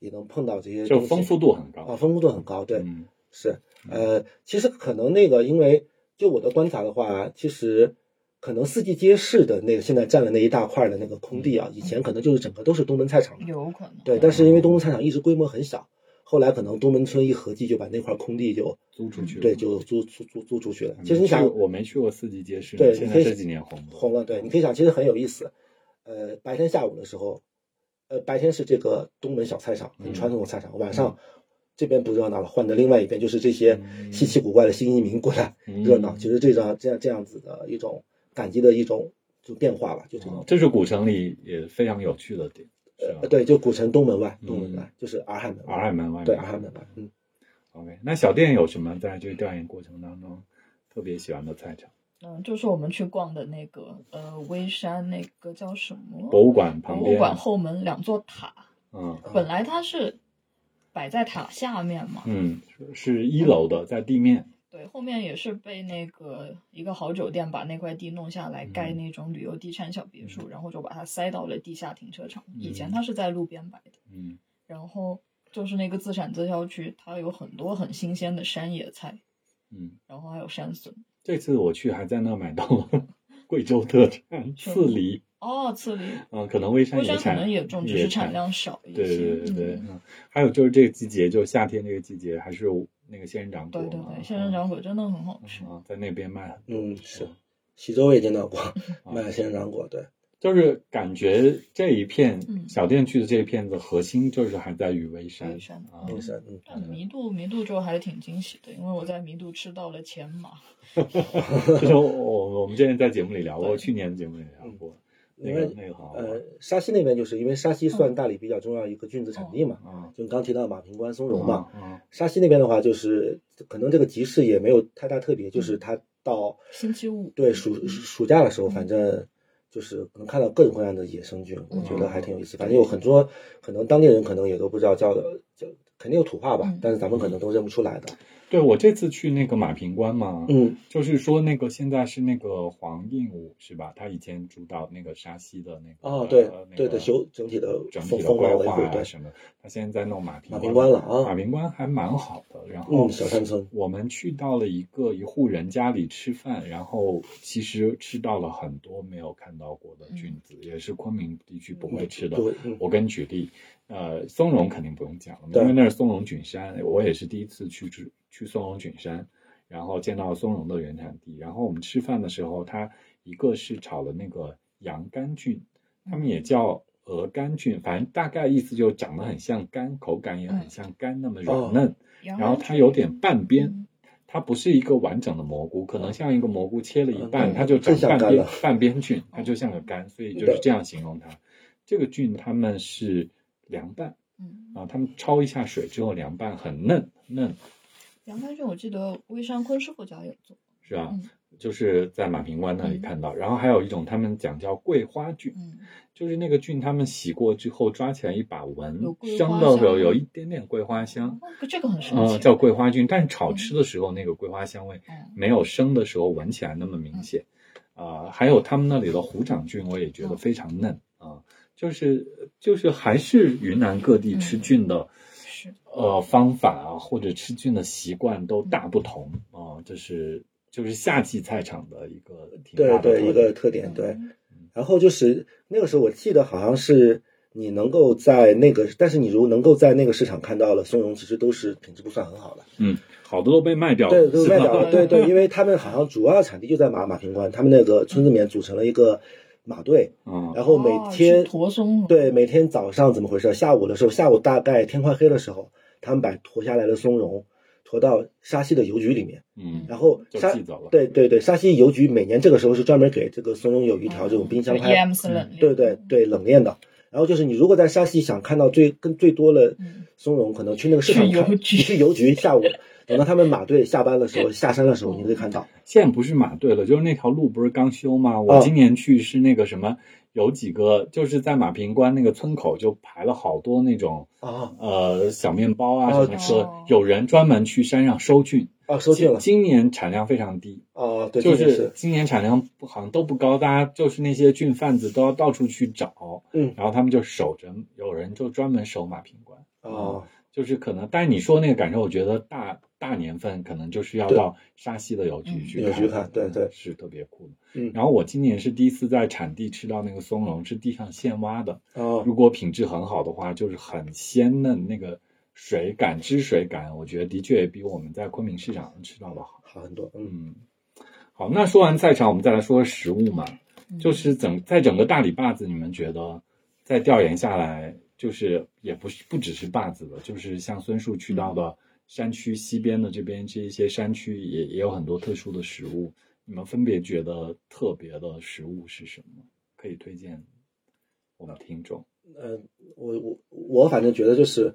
也能碰到这些就东西丰富度很啊，高，丰富度很高。对，嗯是呃，其实可能那个，因为就我的观察的话，其实可能四季街市的那个现在占了那一大块的那个空地啊，以前可能就是整个都是东门菜场的，嗯有可能。嗯对，但是因为东门菜场一直规模很小。后来可能东门村一合计，就把那块空地就租出去了，嗯对就租租租租出去了嗯。其实你想去，我没去过四季街市，对，现你在可以这几年红的，红了，对，你可以想，其实很有意思。呃，白天下午的时候，呃，白天是这个东门小菜场，很传嗯统的菜场，晚上这边不热闹了，换到另外一边就是这些嗯稀奇古怪的新移民过来热闹，嗯其实这张这样这样子的一种感激的一种就变化吧，就这哦种。这是古城里也非常有趣的点，是吧呃，？对，就古城东门外，东嗯门外就是洱海门外，洱海门外面，对洱海门外，嗯， OK，那小店有什么在这个调研过程当中特别喜欢的菜场？嗯，就是我们去逛的那个呃微山那个叫什么博物馆旁博物边，馆后门两座塔，嗯啊本来它是摆在塔下面嘛，嗯，是是一楼的，在地面，对，后面也是被那个一个好酒店把那块地弄下来，盖嗯那种旅游地产小别墅，然后就把它塞到了地下停车场。以嗯前它是在路边摆的，嗯然后就是那个自产自销区，它有很多很新鲜的山野菜，嗯。然后还有山笋。这次我去还在那买到了 贵州特产是吗刺梨，哦，刺梨，嗯，可能微山龟山也可产，能也种，只是产。量少一些。对对对对，嗯嗯，还有就是这个季节，就夏天这个季节，还是有那个仙人掌果对嘛，对对，仙人掌果真的很好吃嗯。啊，在那边卖，嗯是。喜洲我也见到 啊过，卖仙人掌果，对，就是感觉这一片嗯小店区的这一片子核心就是还在于微山微山啊，那是，嗯，但弥渡弥渡就还挺惊喜的，因为我在弥渡吃到了钱马。就是我我们之前在节目里聊过，对去年的节目里聊过，那嗯因个为那个很好玩呃，沙溪那边就是因为沙溪算大理比较重要一个菌子产地嘛，啊，就刚提到马坪关、松茸嘛，啊，沙溪那边的话，就是可能这个集市也嗯没有太大特别，就是它到星期五对暑暑暑假的时候，反正就是能看到更灰暗的野生菌，嗯我觉得还挺有意思。反正有很多可能当地人可能也都不知道叫叫，肯定有土话吧嗯，但是咱们可能都认不出来的。对我这次去那个马坪关嘛，嗯，就是说那个现在是那个黄应武是吧？他以前主导那个沙溪的那个哦，对呃那对个的，修整体的整体风的风规貌维划护，啊对，什么，他现在在弄马坪马平关了啊马，坪关还蛮好的，然后嗯，小山村，我们去到了一个一户人家里吃饭，然后其实吃到了很多没有看到过的菌子，也是昆明地区不会吃的。对，嗯我跟你举例，呃，松茸肯定不用讲了，对因为那是松茸菌山，我也是第一次去去去松茸菌山，然后见到松茸的原产地。然后我们吃饭的时候，它一个是炒了那个洋甘菌，他们嗯也叫鹅肝菌，反正大概意思就是长得很像肝，口感也很像肝那么软嫩，然嗯然后它有点半边。它不是一个完整的蘑菇，可能像一个蘑菇切了一半，嗯它就长更像半肝边了哦半边菌，它就像个肝，所以就是对这样形容它。这个菌它们是凉拌嗯，啊，它们焯一下水之后凉拌，很嫩嫩，杨甘菌我记得微山坤师傅家有做，是吧？嗯就是在马坪关那里看到。然后还有一种他们讲叫桂花菌，嗯，就是那个菌他们洗过之后抓起来一把有闻，桂花香到时候香有一点点桂花香。哦这个很神奇，嗯，啊叫桂花菌，但是炒吃的时候那个桂花香味嗯没有生的时候闻起来那么明显。啊、还有他们那里的虎掌菌，我也觉嗯得非常嫩啊、就是就是还是云南各地嗯吃菌的、是呃方法啊，或者吃菌的习惯都大不同嗯啊、这是就是夏季菜场的一个挺对大的对，特一个点特点，对。嗯然后就是那个时候，我记得好像是你能够在那个，但是你如果能够在那个市场看到了松茸，其实都是品质不算很好的，嗯，好多都被卖掉了，对，哦都是代吧表了，对 对，因为他们好像主要产地就在马马坪关，他们那个村子里面组成了一个马队，嗯然后每哦天是驼松，对，每天早上怎么回事？下午的时候，下午大概天快黑的时候，他们把驮下来的松茸驮到沙溪的邮局里面，嗯，然后就沙寄走了对对对，沙溪邮局每年这个时候是专门给这个松茸有一条这种冰箱嗯对开， ，EMS 冷链，对对对，冷链的。然后就是你如果在沙溪想看到最更最多的嗯松茸，可能去那个市场去邮看，你局去邮局下午。等到他们马队下班的时候，下山的时候，你就会看到。现在不是马队了，就是那条路不是刚修吗？嗯我今年去是那个什么，有几个就是在马坪关那个村口就排了好多那种啊呃小面包啊哦什么吃的哦，有人专门去山上收菌，啊，收进了今今年产量非常低，啊，对，就这个是今年产量不好像都不高，大家就是那些菌贩子都要到处去找，嗯然后他们就守着，有人就专门守马坪关。啊，就是可能，但是你说那个感受，我觉得大大年份可能就是要对到沙溪的邮局嗯去邮局看对对是特别酷的。嗯然后我今年是第一次在产地吃到那个松茸，是地上现挖的，啊如果品质很好的话，就是很鲜嫩，那个水感、汁水感，我觉得的确比我们在昆明市场上吃到的好。好很多，嗯。嗯，好，那说完菜场，我们再来说说食物嘛。嗯就是整在整个大理坝子，你们觉得在调研下来，就是也不是不只是坝子的，就是像孙树去到的山区西边的这边这一些山区也，也有很多特殊的食物。你们分别觉得特别的食物是什么？可以推荐我们听众。呃，我我我反正觉得就是，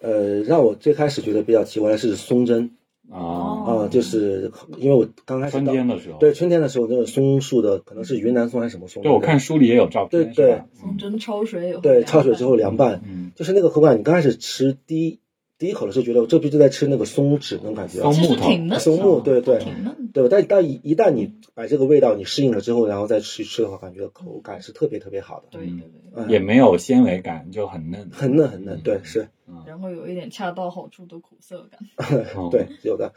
呃，让我最开始觉得比较奇怪的是松针啊，啊、哦就是因为我刚开始春到天的时候，对春天的时候，那个松树的可能是云南松还是什么松，对，我看书里也有照片，对对是吧松针焯水以后，对焯水之后凉拌，嗯，就是那个口感，你刚开始吃第一第一口的时候觉得这不就在吃那个松脂那种感觉啊，松其木实头挺嫩的，啊松木对对挺嫩的，对吧？但但一一旦你把这个味道你适应了之后，然后再去吃的话，感觉口感是特别特别嗯好的，对对嗯对。也没有纤维感，就很嫩，很嫩很嫩，对，是，嗯，然后有一点恰到好处的苦涩感，哦 对，有的。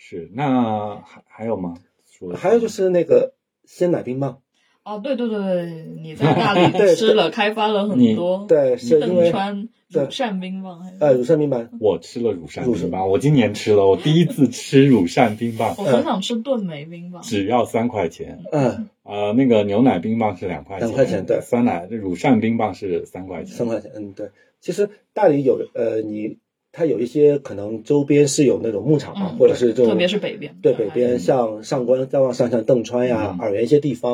是，那还还有吗？说还有就是那个鲜奶冰棒，哦，对对对对，你在大理 对吃了，开发了你很多，，对，是因邓为川乳扇冰棒，还有呃乳扇冰棒，我吃了乳扇冰棒，我今年吃了，我第一次吃乳扇冰棒，我呃很想吃炖梅冰棒，只要三块钱。嗯。呃，那个牛奶冰棒是两块钱，两块钱对酸奶乳扇冰棒是三块钱三。块钱，嗯，对。其实大理有呃，你它有一些可能周边是有那种牧场嘛，嗯或者是这种，特别是北边，对北边嗯像上官再往上像邓川呀、嗯洱源一些地方，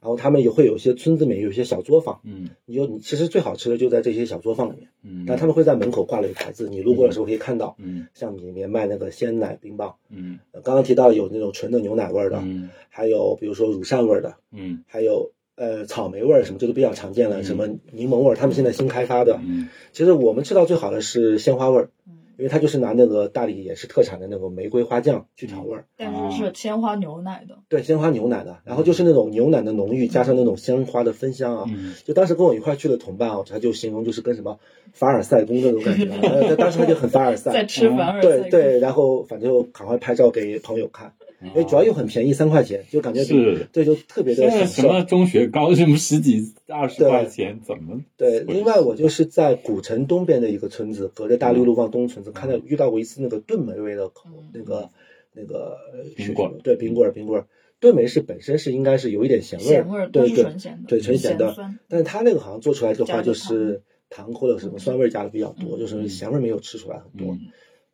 然后他们也会有一些村子里面有一些小作坊，嗯你有你其实最好吃的就在这些小作坊里面，嗯，但他们会在门口挂了一个牌子，你路过的时候可以看到，嗯像里面卖那个鲜奶冰棒，嗯呃刚刚提到有那种纯的牛奶味儿的，嗯还有比如说乳扇味儿的，嗯还有。呃草莓味儿什么这都比较常见了，什么柠檬味儿，他们现在新开发的。嗯其实我们吃到最好的是鲜花味儿，嗯，因为它就是拿那个大理也是特产的那个玫瑰花酱去调味儿。但是是鲜花牛奶的，对，鲜花牛奶的，然后就是那种牛奶的浓郁，加上那种鲜花的芬香啊。嗯就当时跟我一块儿去的同伴啊，他就形容就是跟什么凡尔赛宫那种感觉，呃他当时他就很凡尔在赛。吃凡尔赛哦对宫。对，然后反正就赶快拍照给朋友看，因为主要又很便宜，三块钱，就感觉是对，就特别的现在享什受。么中学高什么十几二十对嗯块钱，怎么对，会另外我就是在古城东边的一个村子，隔着嗯大绿路往东村子，看到遇到过一次那个炖梅味的口嗯那个那个呃冰是棍什儿么对，冰棍儿冰棍儿，炖梅是本身是应该是有一点咸味咸味儿，儿对都是对纯，咸的，对纯咸咸的酸但是它那个好像做出来的加话了就是糖或者什么酸味儿加的比较多，嗯就是咸味儿没有吃出来很多。嗯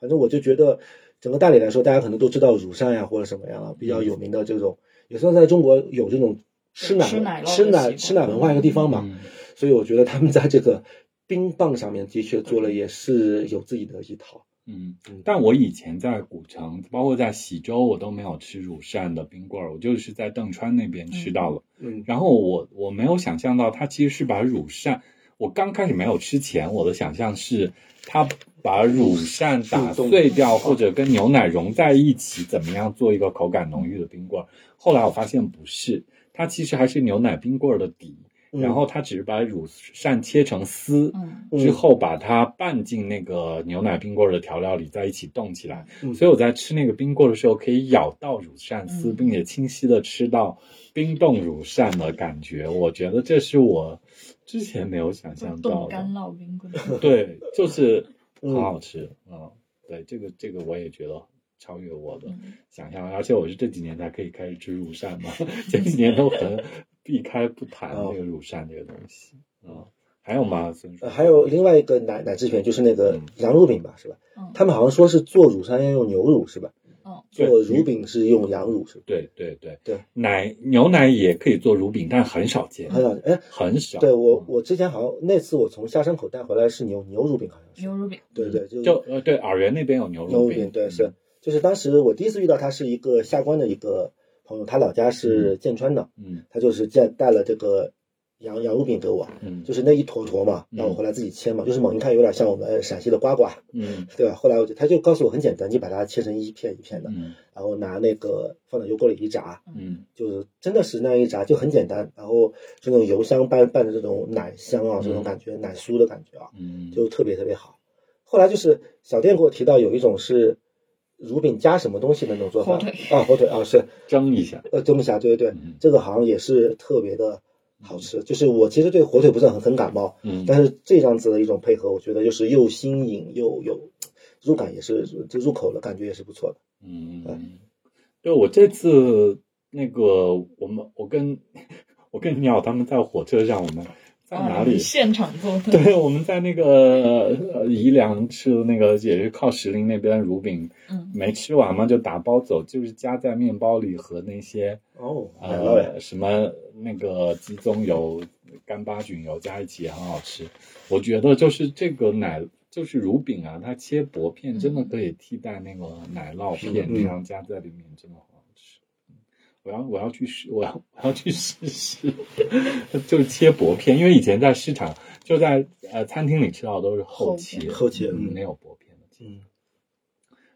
反正我就觉得整个大理来说，大家可能都知道乳扇呀或者什么样啊，嗯比较有名的这种，也算在中国有这种吃奶吃奶酪的吃习奶惯吃奶文化一个地方嘛。嗯所以我觉得他们在这个冰棒上面的确做了，也是有自己的一套。嗯，但我以前在古城，包括在喜洲，我都没有吃乳扇的冰棍儿，我就是在邓川那边吃到了。嗯然后我我没有想象到，它其实是把乳扇，我刚开始没有吃前，我的想象是它把乳扇打碎哦掉，或者跟牛奶融在一起，怎么样做一个口感浓郁的冰棍儿。后来我发现不是，它其实还是牛奶冰棍儿的底，嗯然后它只是把乳扇切成丝，嗯，之后把它拌进那个牛奶冰棍儿的调料里，在一起冻起来。嗯所以我在吃那个冰棍儿的时候，可以咬到乳扇丝，嗯并且清晰的吃到冰冻乳扇的感觉。我觉得这是我之前没有想象到冻的干。酪冰 棍。对，就是很嗯好吃啊、嗯对，这个这个我也觉得超越我的嗯想象，而且我是这几年才可以开始吃乳扇嘛，前几年都很避开不谈哦这个乳扇这个东西啊、嗯还有吗？孙叔呃还有另外一个奶奶制品，就是那个嗯羊乳饼吧，是吧？嗯，他们好像说是做乳扇要用牛乳，是吧？嗯，对做乳饼是用羊乳，是吧？对对对对，奶牛奶也可以做乳饼，但很少见，很少，哎，很少。对我我之前好像那次我从下山口带回来是牛牛乳饼，好像是牛。乳饼，对对，就就呃对，洱源那边有牛牛乳乳饼，嗯饼，对是，就是当时我第一次遇到他是一个下关的一个朋友，他老家是剑川的，嗯他就是带带了这个羊羊乳饼给我，嗯就是那一坨坨嘛，嗯让我回来自己切嘛，就是猛一看有点像我们陕西的瓜瓜，嗯对吧？后来我就他就告诉我很简单，你把它切成一片一片的，嗯然后拿那个放到油锅里一炸，嗯就是真的是那样一炸就很简单，然后这种油香拌拌的这种奶香啊，这种感觉奶酥的感觉啊，嗯，就特别特别好。后来就是小店给我提到有一种是乳饼加什么东西的那种做法，火腿啊火腿啊是，蒸一下，呃，蒸一下，对对对嗯，这个好像也是特别的好吃。就是我其实对火腿不是很很感冒，嗯但是这样子的一种配合，我觉得就是又新颖又有入感，也是就入口的感觉也是不错的。嗯，对我这次那个我们我跟 我跟鸟他们在火车上，我们在哪里嗯？现场做 的，对，我们在那个呃宜良吃的那个也是靠石林那边的乳饼，嗯，没吃完嘛就打包走，就是夹在面包里和那些哦，奶酪呀，呃，什么那个鸡枞油、干巴菌油加一起也很好吃。我觉得就是这个奶，就是乳饼啊，它切薄片真的可以替代那个奶酪片，嗯这样加在里面真的很好吃。我要我要去试，我要我要去试试，就是切薄片，因为以前在市场就在呃餐厅里吃到的都是厚厚切，片厚切嗯没有薄片的。嗯，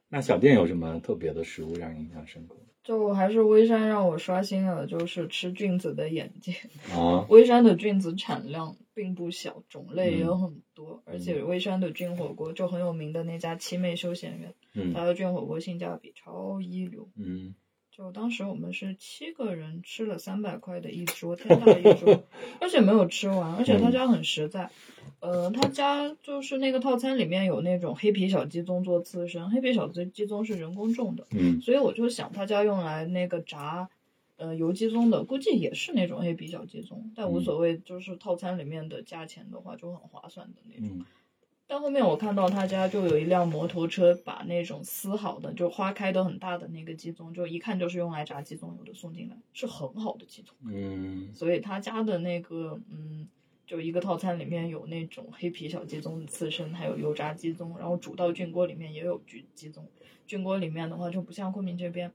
那小店有什么特别的食物让你印象深刻就还是微山让我刷新了，就是吃菌子的眼界。啊？微山的菌子产量并不小，种类也嗯很多，而且微山的菌火锅就很有名的那家七妹休闲园，嗯呃它的菌火锅性价比超一流。嗯，就当时我们是七个人吃了三百块的一桌，天大一 桌，而且没有吃嗯完，而且他家很实在。呃，他家就是那个套餐里面有那种黑皮小鸡枞做刺身，黑皮小鸡鸡枞是人工种的，嗯所以我就想他家用来那个炸，呃，油鸡枞的，估计也是那种黑皮小鸡枞，但无所谓，就是套餐里面的价钱的话就很划算的那种。嗯但后面我看到他家就有一辆摩托车，把那种撕好的，就花开的很大的那个鸡枞，就一看就是用来炸鸡枞油的送进来，是很好的鸡枞。嗯。所以他家的那个，嗯，就一个套餐里面有那种黑皮小鸡枞的刺身，还有油炸鸡枞，然后煮到菌锅里面也有菌鸡枞。菌锅里面的话就不像昆明这边。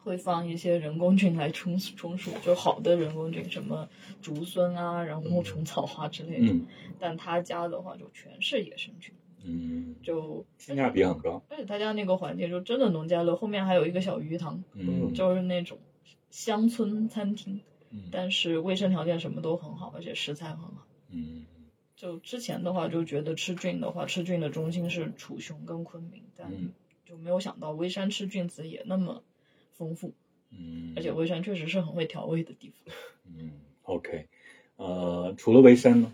会放一些人工菌来充充数，就好的人工菌，什么竹荪啊，然后虫草花之类的。嗯但他家的话就全是野生菌，嗯，就性价比很高，而且他家那个环境就真的农家乐，后面还有一个小鱼塘，嗯，就是那种乡村餐厅，嗯但是卫生条件什么都很好，而且食材很好。嗯就之前的话，就觉得吃菌的话，吃菌的中心是楚雄跟昆明，但嗯就没有想到微山吃菌子也那么丰富，嗯，而且微山确实是很会调味的地方。嗯，OK，呃，除了微山 呢，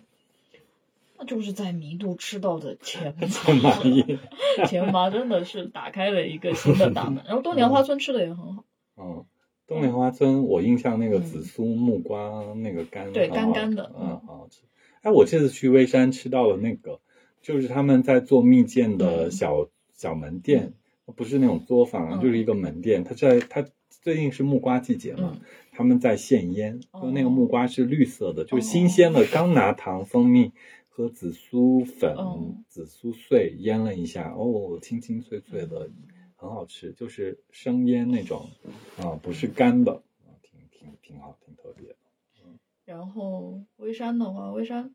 那就是在弥渡吃到的 钱很满意，麻，钱麻真的是打开了一个新的大门。然后东娘花村吃的也 很好，嗯。东莲花村，我印象那个紫苏木瓜那个干，嗯对很好干干的嗯，好好吃。哎，我这次去微山吃到了那个，就是他们在做蜜饯的嗯小小门店，不是那种作坊啊，就是一个门店。它在它最近是木瓜季节嘛嗯，他们在现腌，哦就那个木瓜是绿色的，就是新鲜的，刚拿糖、蜂蜜和紫苏粉哦、紫苏碎腌了一下，哦，清清脆脆的，嗯很好吃，就是生腌那种，啊，不是干的，啊，挺挺挺好，挺特别的。然后微山的话，微山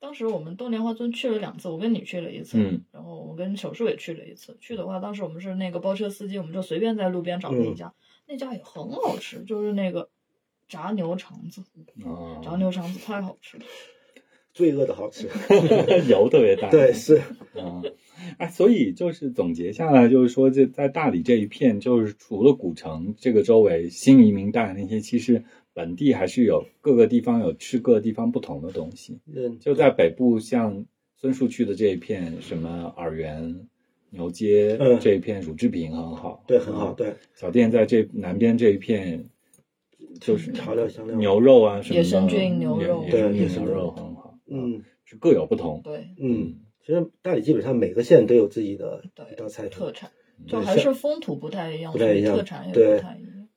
当时我们东莲花村去了两次，我跟你去了一次，嗯然后我跟小树也去了一次。去的话，当时我们是那个包车司机，我们就随便在路边找了嗯一家，那家也很好吃，就是那个炸牛肠子，炸哦啊，牛肠子太好吃了。罪恶的好吃， 油特别大。对，是，嗯，哎，所以就是总结下来，就是说，这在大理这一片，就是除了古城这个周围新移民带来那些，其实本地还是有各个地方有吃各个地方不同的东西。嗯，就在北部，像孙树区的这一片，什么洱源、牛街嗯这一片，乳制品很好，对，很好，嗯。对，小店在这南边这一片，就是调料香料牛肉啊什么的，野生菌牛肉野对野生野生菌牛菌肉很好，，嗯是各有不同。对嗯，其实大理基本上每个县都有自己的对一道菜品特，产，就嗯对还像是风土不太一样，不所太以一样特产也对不太一样。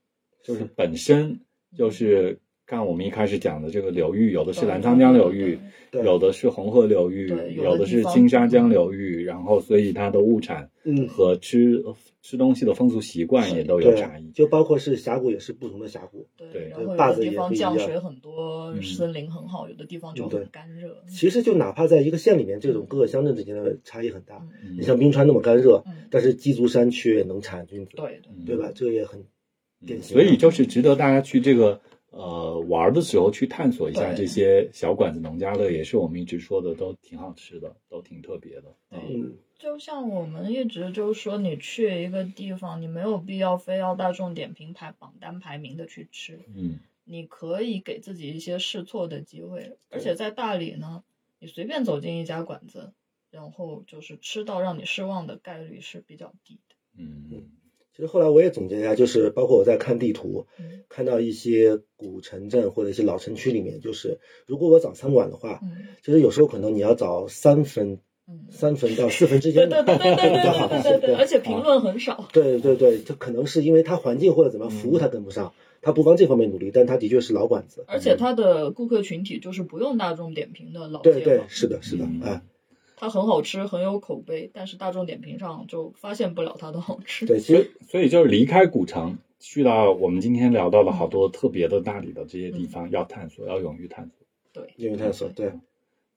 就是本身就是看我们一开始讲的这个流域，有的是对澜沧江流域，对有的是红河流域，对有的有的是金沙江流域，然后所以它的物产嗯，和吃吃东西的风俗习惯也都有差对，异。就包括是峡谷也是不同的峡谷。对对，然后坝有子的也地方不一样嗯降水很多嗯，森林很好，有的地方就对很干热。其实就哪怕在一个县里面，这种各个乡镇之间的差异很大。嗯嗯你像冰川那么干热，嗯，但是鸡足山区也能产菌子，对对。对吧？这个也很典型嗯所的。以就是值得大家去这个呃玩儿的时候去探索一下对这些小馆子农家乐，也是我们一直说的，都挺好吃的，都挺特别的。嗯嗯，就像我们一直就说，你去一个地方，你没有必要非要大众点评排榜单排名的去吃，嗯你可以给自己一些试错的机会。而且在大理呢，你随便走进一家馆子，然后就是吃到让你失望的概率是比较低的。嗯其实后来我也总结一下，就是包括我在看地图，嗯看到一些古城镇或者一些老城区里面，就是如果我找餐馆的话， 嗯其实有时候可能你要找三分、嗯，三分到四分对之间对的，对对对对比较对好对一对些。 对，而且评论很少。对对对，它可能是因为它环境或者怎么嗯样，服务它跟不上，它不往这方面努力，但它的确是老馆子。而且它的顾客群体就是不用大众点评的老对街对坊，，是的，是的，嗯 哎，它很好吃，很有口碑，但是大众点评上就发现不了它的好吃。对，其实所以就是离开古城，去到我们今天聊到的好多特别的大理的这些地方，要探索，要勇于探索。对，因为探索，对，嗯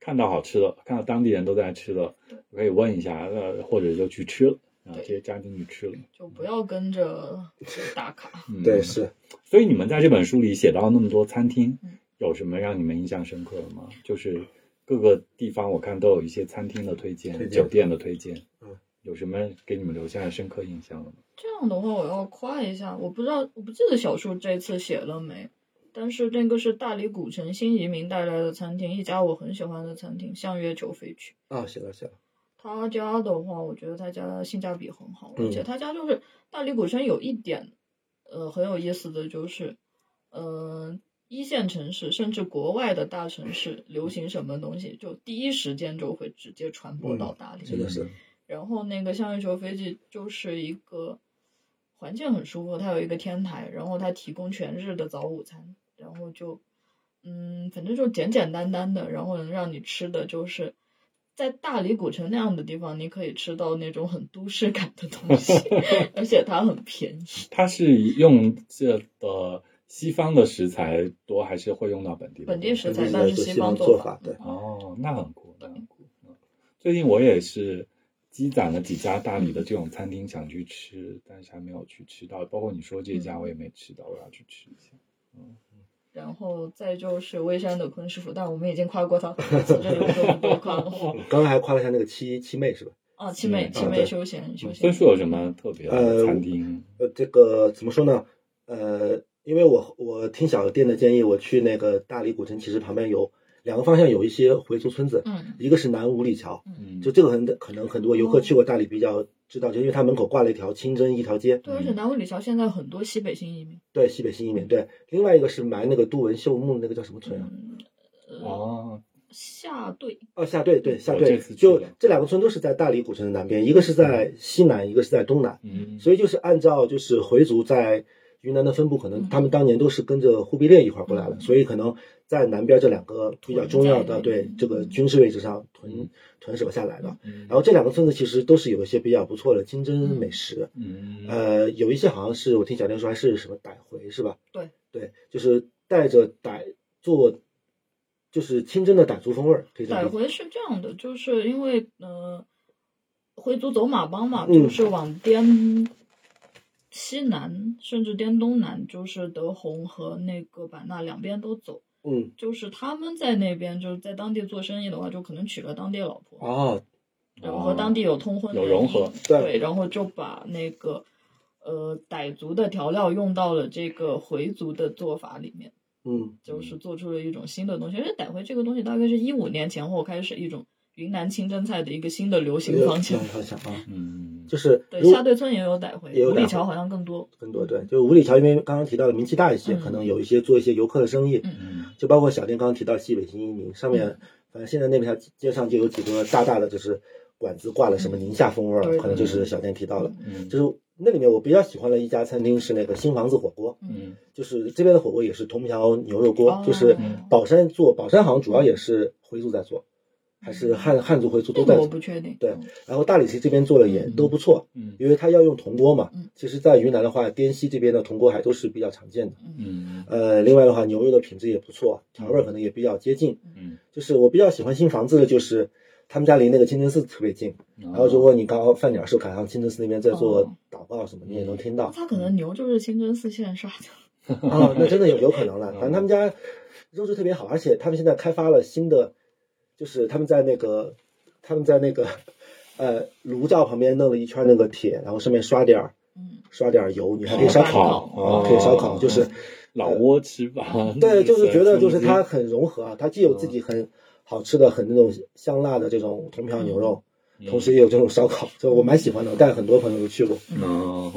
看到好吃的，看到当地人都在吃的，可以问一下，呃，或者就去吃了，啊然后对直接扎进去吃了。就不要跟着打卡。嗯对，。是，所以你们在这本书里写到那么多餐厅嗯，有什么让你们印象深刻的吗？就是各个地方我看都有一些餐厅的推推荐，荐酒店的推荐，嗯，有什么给你们留下深刻印象了吗？这样的话，我要夸一下，我不知道，我不记得小树这次写了没，但是那个是大理古城新移民带来的餐厅，一家我很喜欢的餐厅——相约酒飞区。啊，写了写了，他家的话，我觉得他家性价比很好，嗯而且他家就是大理古城有一点，呃，很有意思的就是，呃，一线城市甚至国外的大城市流行什么东西，就第一时间就会直接传播到大理。真的是，然后那个向日球飞机就是一个环境很舒服，它有一个天台，然后它提供全日的早午餐，然后就嗯，反正就简简单单的，然后能让你吃的就是。在大理古城那样的地方，你可以吃到那种很都市感的东西， 而且它很便宜。它是用这个西方的食材多，还是会用到本地的本地东西食这材应但该是是西西方方做做法嗯法，对，哦，那很酷，那很酷。嗯最近我也是积攒了几家大理的这种餐厅想去吃，但是还没有去吃到。包括你说这家嗯我也没吃到，我要去吃一下。然后再就是微山的坤师傅，但我们已经夸过他很多次，这里我就不多夸了。 刚才还夸了一下那个七七妹是吧？啊，七妹，嗯七啊妹对休闲休分闲，数有什么特别的呃餐厅？呃，这个怎么说呢？呃，因为我我听小店的建议，我去那个大理古城，其实旁边有两个方向有一些回族村子，嗯一个是南五里桥，嗯，就这个很可能很多游哦客去过大理比较知道，就因为它门口挂了一条清真一条街，对，而且南五里桥现在很多西北新移民，对，西北新移民，对，另外一个是埋那个杜文秀墓那个叫什么村啊？嗯，呃，哦，下队，哦，下队，对，下我这队次，去就了这两个村都是在大理古城的南边，一个是在西南，一个是在东南。嗯，所以就是按照就是回族在云南的分布，可嗯能他们当年都是跟着忽必烈一块儿过来的，嗯所以可能在南边这两个比较重要的屯在那对边这个军事位置上屯嗯屯守下来的。嗯，然后这两个村子其实都是有一些比较不错的清真嗯美食，嗯，呃，有一些好像是我听小天说还是什么傣回是吧？对对，就是带着傣做，就是清真的傣族风味儿，可以这么改理解。回是这样的，就是因为呃，回族走马帮嘛，嗯就是往滇西南甚至滇东南，就是德宏和那个版纳两边都走，嗯，就是他们在那边就是在当地做生意的话，就可能娶了当地老婆，哦，然后和当地有通婚有联融姻合，对对，然后就把那个呃傣族的调料用到了这个回族的做法里面。嗯，就是做出了一种新的东西。因为傣回这个东西大概是一五年前后开始一种云南清真菜的一个新的流行方向这。哎个方向啊，嗯，就是对，如下对村也有傣回，也有五里傣桥好像更多。更多对，就是五里桥，因为刚刚提到的名气大一些，嗯可能有一些做一些游客的生意，嗯嗯就包括小店刚刚提到西北新移民上面嗯，反正现在那条街上就有几个大大的就是馆子挂了什么宁夏风味对儿，啊可能就对是小店提到的，嗯就是那里面我比较喜欢的一家餐厅是那个新房子火锅，嗯就是这边的火锅也是铜瓢牛肉锅，哦就是嗯宝山做，宝山好像主要也是回族在做，还是汉汉族回族嗯这都在个我做。不确定。嗯对然后大理石这边做的也都不错，嗯因为它要用铜锅嘛嗯。其实，在云南的话，滇西这边的铜锅还都是比较常见的。嗯嗯呃，另外的话，牛肉的品质也不错，调味儿可能也比较接近。嗯，就是我比较喜欢新房子的，就是他们家离那个清真寺特别近。然然后，如果你刚好饭点儿时候赶上清真寺那边在做祷告什么，你也能听到。他可能牛就是清真寺现杀的。啊，那真的有有可能了。反正他们家肉质特别好，而且他们现在开发了新的，就是他们在那个他们在那个呃炉灶旁边弄了一圈那个铁，然后上面刷点儿嗯，刷点儿油，你还可以烧烤，哦嗯啊，可以烧烤，就是老挝吃法， 对，嗯就是觉得就是它它很融合啊，它既有自嗯己很好吃的很那种香辣的这种铜瓢牛肉，嗯同时也有这种烧烤，就我蛮喜欢的，我带很多朋友都去过。嗯哦，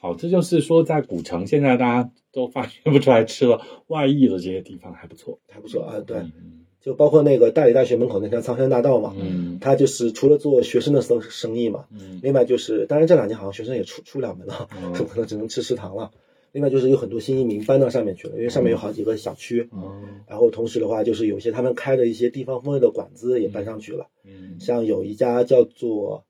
好，这就是说，在古城现在大家都发掘不出来吃了外溢的这些地方还不错。还不错啊，对，嗯就包括那个大理大学门口那条苍山大道嘛，嗯它就是除了做学生的生生意嘛，嗯另外就是，当然这两年好像学生也出出不了门了，嗯 可能只能吃食堂了。另外就是有很多新移民搬到上面去了，因为上面有好几个小区，嗯然后同时的话就是有些他们开的一些地方风味的馆子也搬上去了，嗯像有一家叫做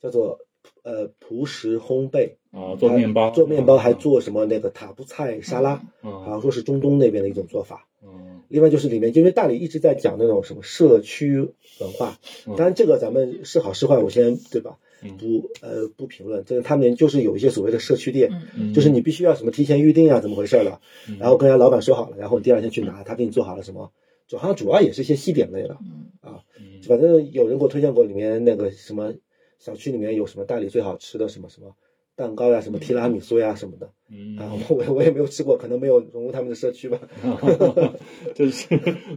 叫做呃朴实烘焙，啊，做面包，哦做面包还做什么那个塔布菜沙拉，嗯好像说是中东那边的一种做法。嗯另外就是里面，因为大理一直在讲那种什么社区文化嗯，当然这个咱们是好是坏，我先对吧嗯？不呃不评论，但是他们就是有一些所谓的社区店，嗯嗯，就是你必须要什么提前预定啊，怎么回事儿的，嗯然后跟人家老板说好了，然后第二天去拿，他给你做好了什么，主好像主要也是一些西点类的，嗯嗯反正有人给我推荐过里面那个什么小区里面有什么大理最好吃的什么什么蛋糕呀、什么提拉米苏呀、什么的，嗯然后我我也没有吃过，可能没有融入他们的社区吧。 这是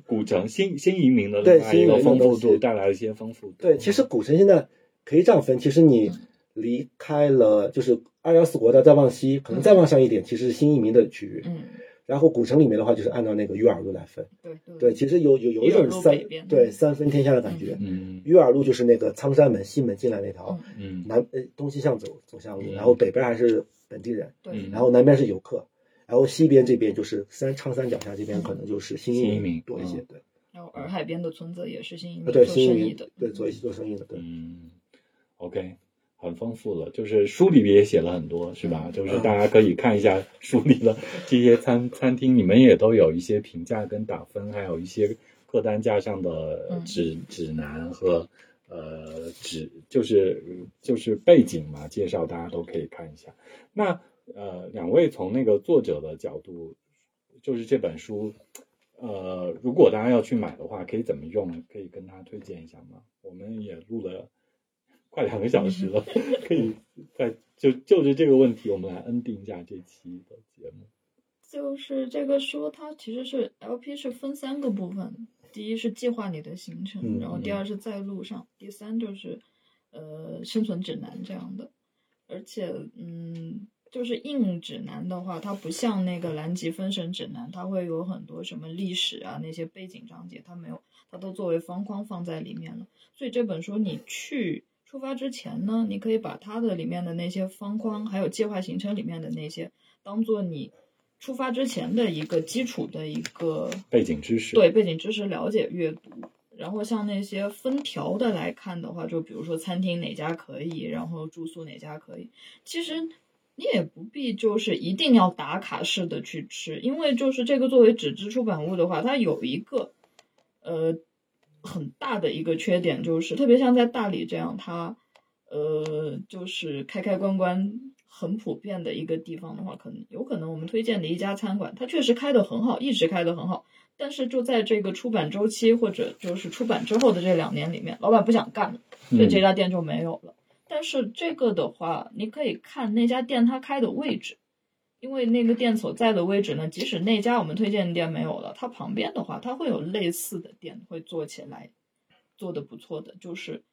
古城新新移民的对另外一个新移民的丰富东度西带来一些丰富度。对，其实古城现在可以这样分，其实你离开了就是二幺四国道再往西，可能再往上一点，其实是新移民的区域。嗯，然后古城里面的话，就是按照那个悦耳路来分。对对，，其实有有有一悦耳种路三北边对三分天下的感觉。嗯悦耳路就是那个苍山门西门进来那条嗯嗯南呃东西向走走向路，嗯然后北边还是本地人，对，然后南边是游客，然后西边这边就是三长三角下这边可能就是新移新移民多一些嗯。对，呃然后洱海边的村子也是新移民啊对，做新生移意民的，对做做生意的，对。嗯，OK，很丰富了。就是书里也写了很多，是吧？嗯就是大家可以看一下书里的这些餐餐厅，你们也都有一些评价跟打分，还有一些客单价上的嗯指指南和呃指，就是就是背景嘛，介绍大家都可以看一下。那呃，两位从那个作者的角度，就是这本书，呃，如果大家要去买的话，可以怎么用？可以跟他推荐一下吗？我们也录了快两个小时了，嗯可以再就就是这个问题，我们来 N 定一下这期的节目。就是这个书，它其实是 LP 是分三个部分，第一是计划你的行程，嗯然后第嗯二是在路上，第三就是呃生存指南这样的。而且，嗯，就是硬指南的话，它不像那个兰吉分神指南，它会有很多什么历史啊那些背景章节，它没有，它都作为方框放在里面了。所以这本书你去出发之前呢，你可以把它的里面的那些方框，还有计划行程里面的那些，当做你出发之前的一个基础的一个背景知识，对背景知识了解阅读。然后像那些分条的来看的话，就比如说餐厅哪家可以，然后住宿哪家可以，其实你也不必就是一定要打卡式的去吃，因为就是这个作为纸质出版物的话，它有一个呃很大的一个缺点，就是特别像在大理这样，它呃就是开开关关很普遍的一个地方的话，可能有可能我们推荐的一家餐馆，它确实开得很好，一直开得很好。但是就在这个出版周期或者就是出版之后的这两年里面，老板不想干了，所以嗯这家店就没有了。但是这个的话，你可以看那家店它开的位置，因为那个店所在的位置呢，即使那家我们推荐的店没有了，它旁边的话，它会有类似的店会做起来，做的不错的，就是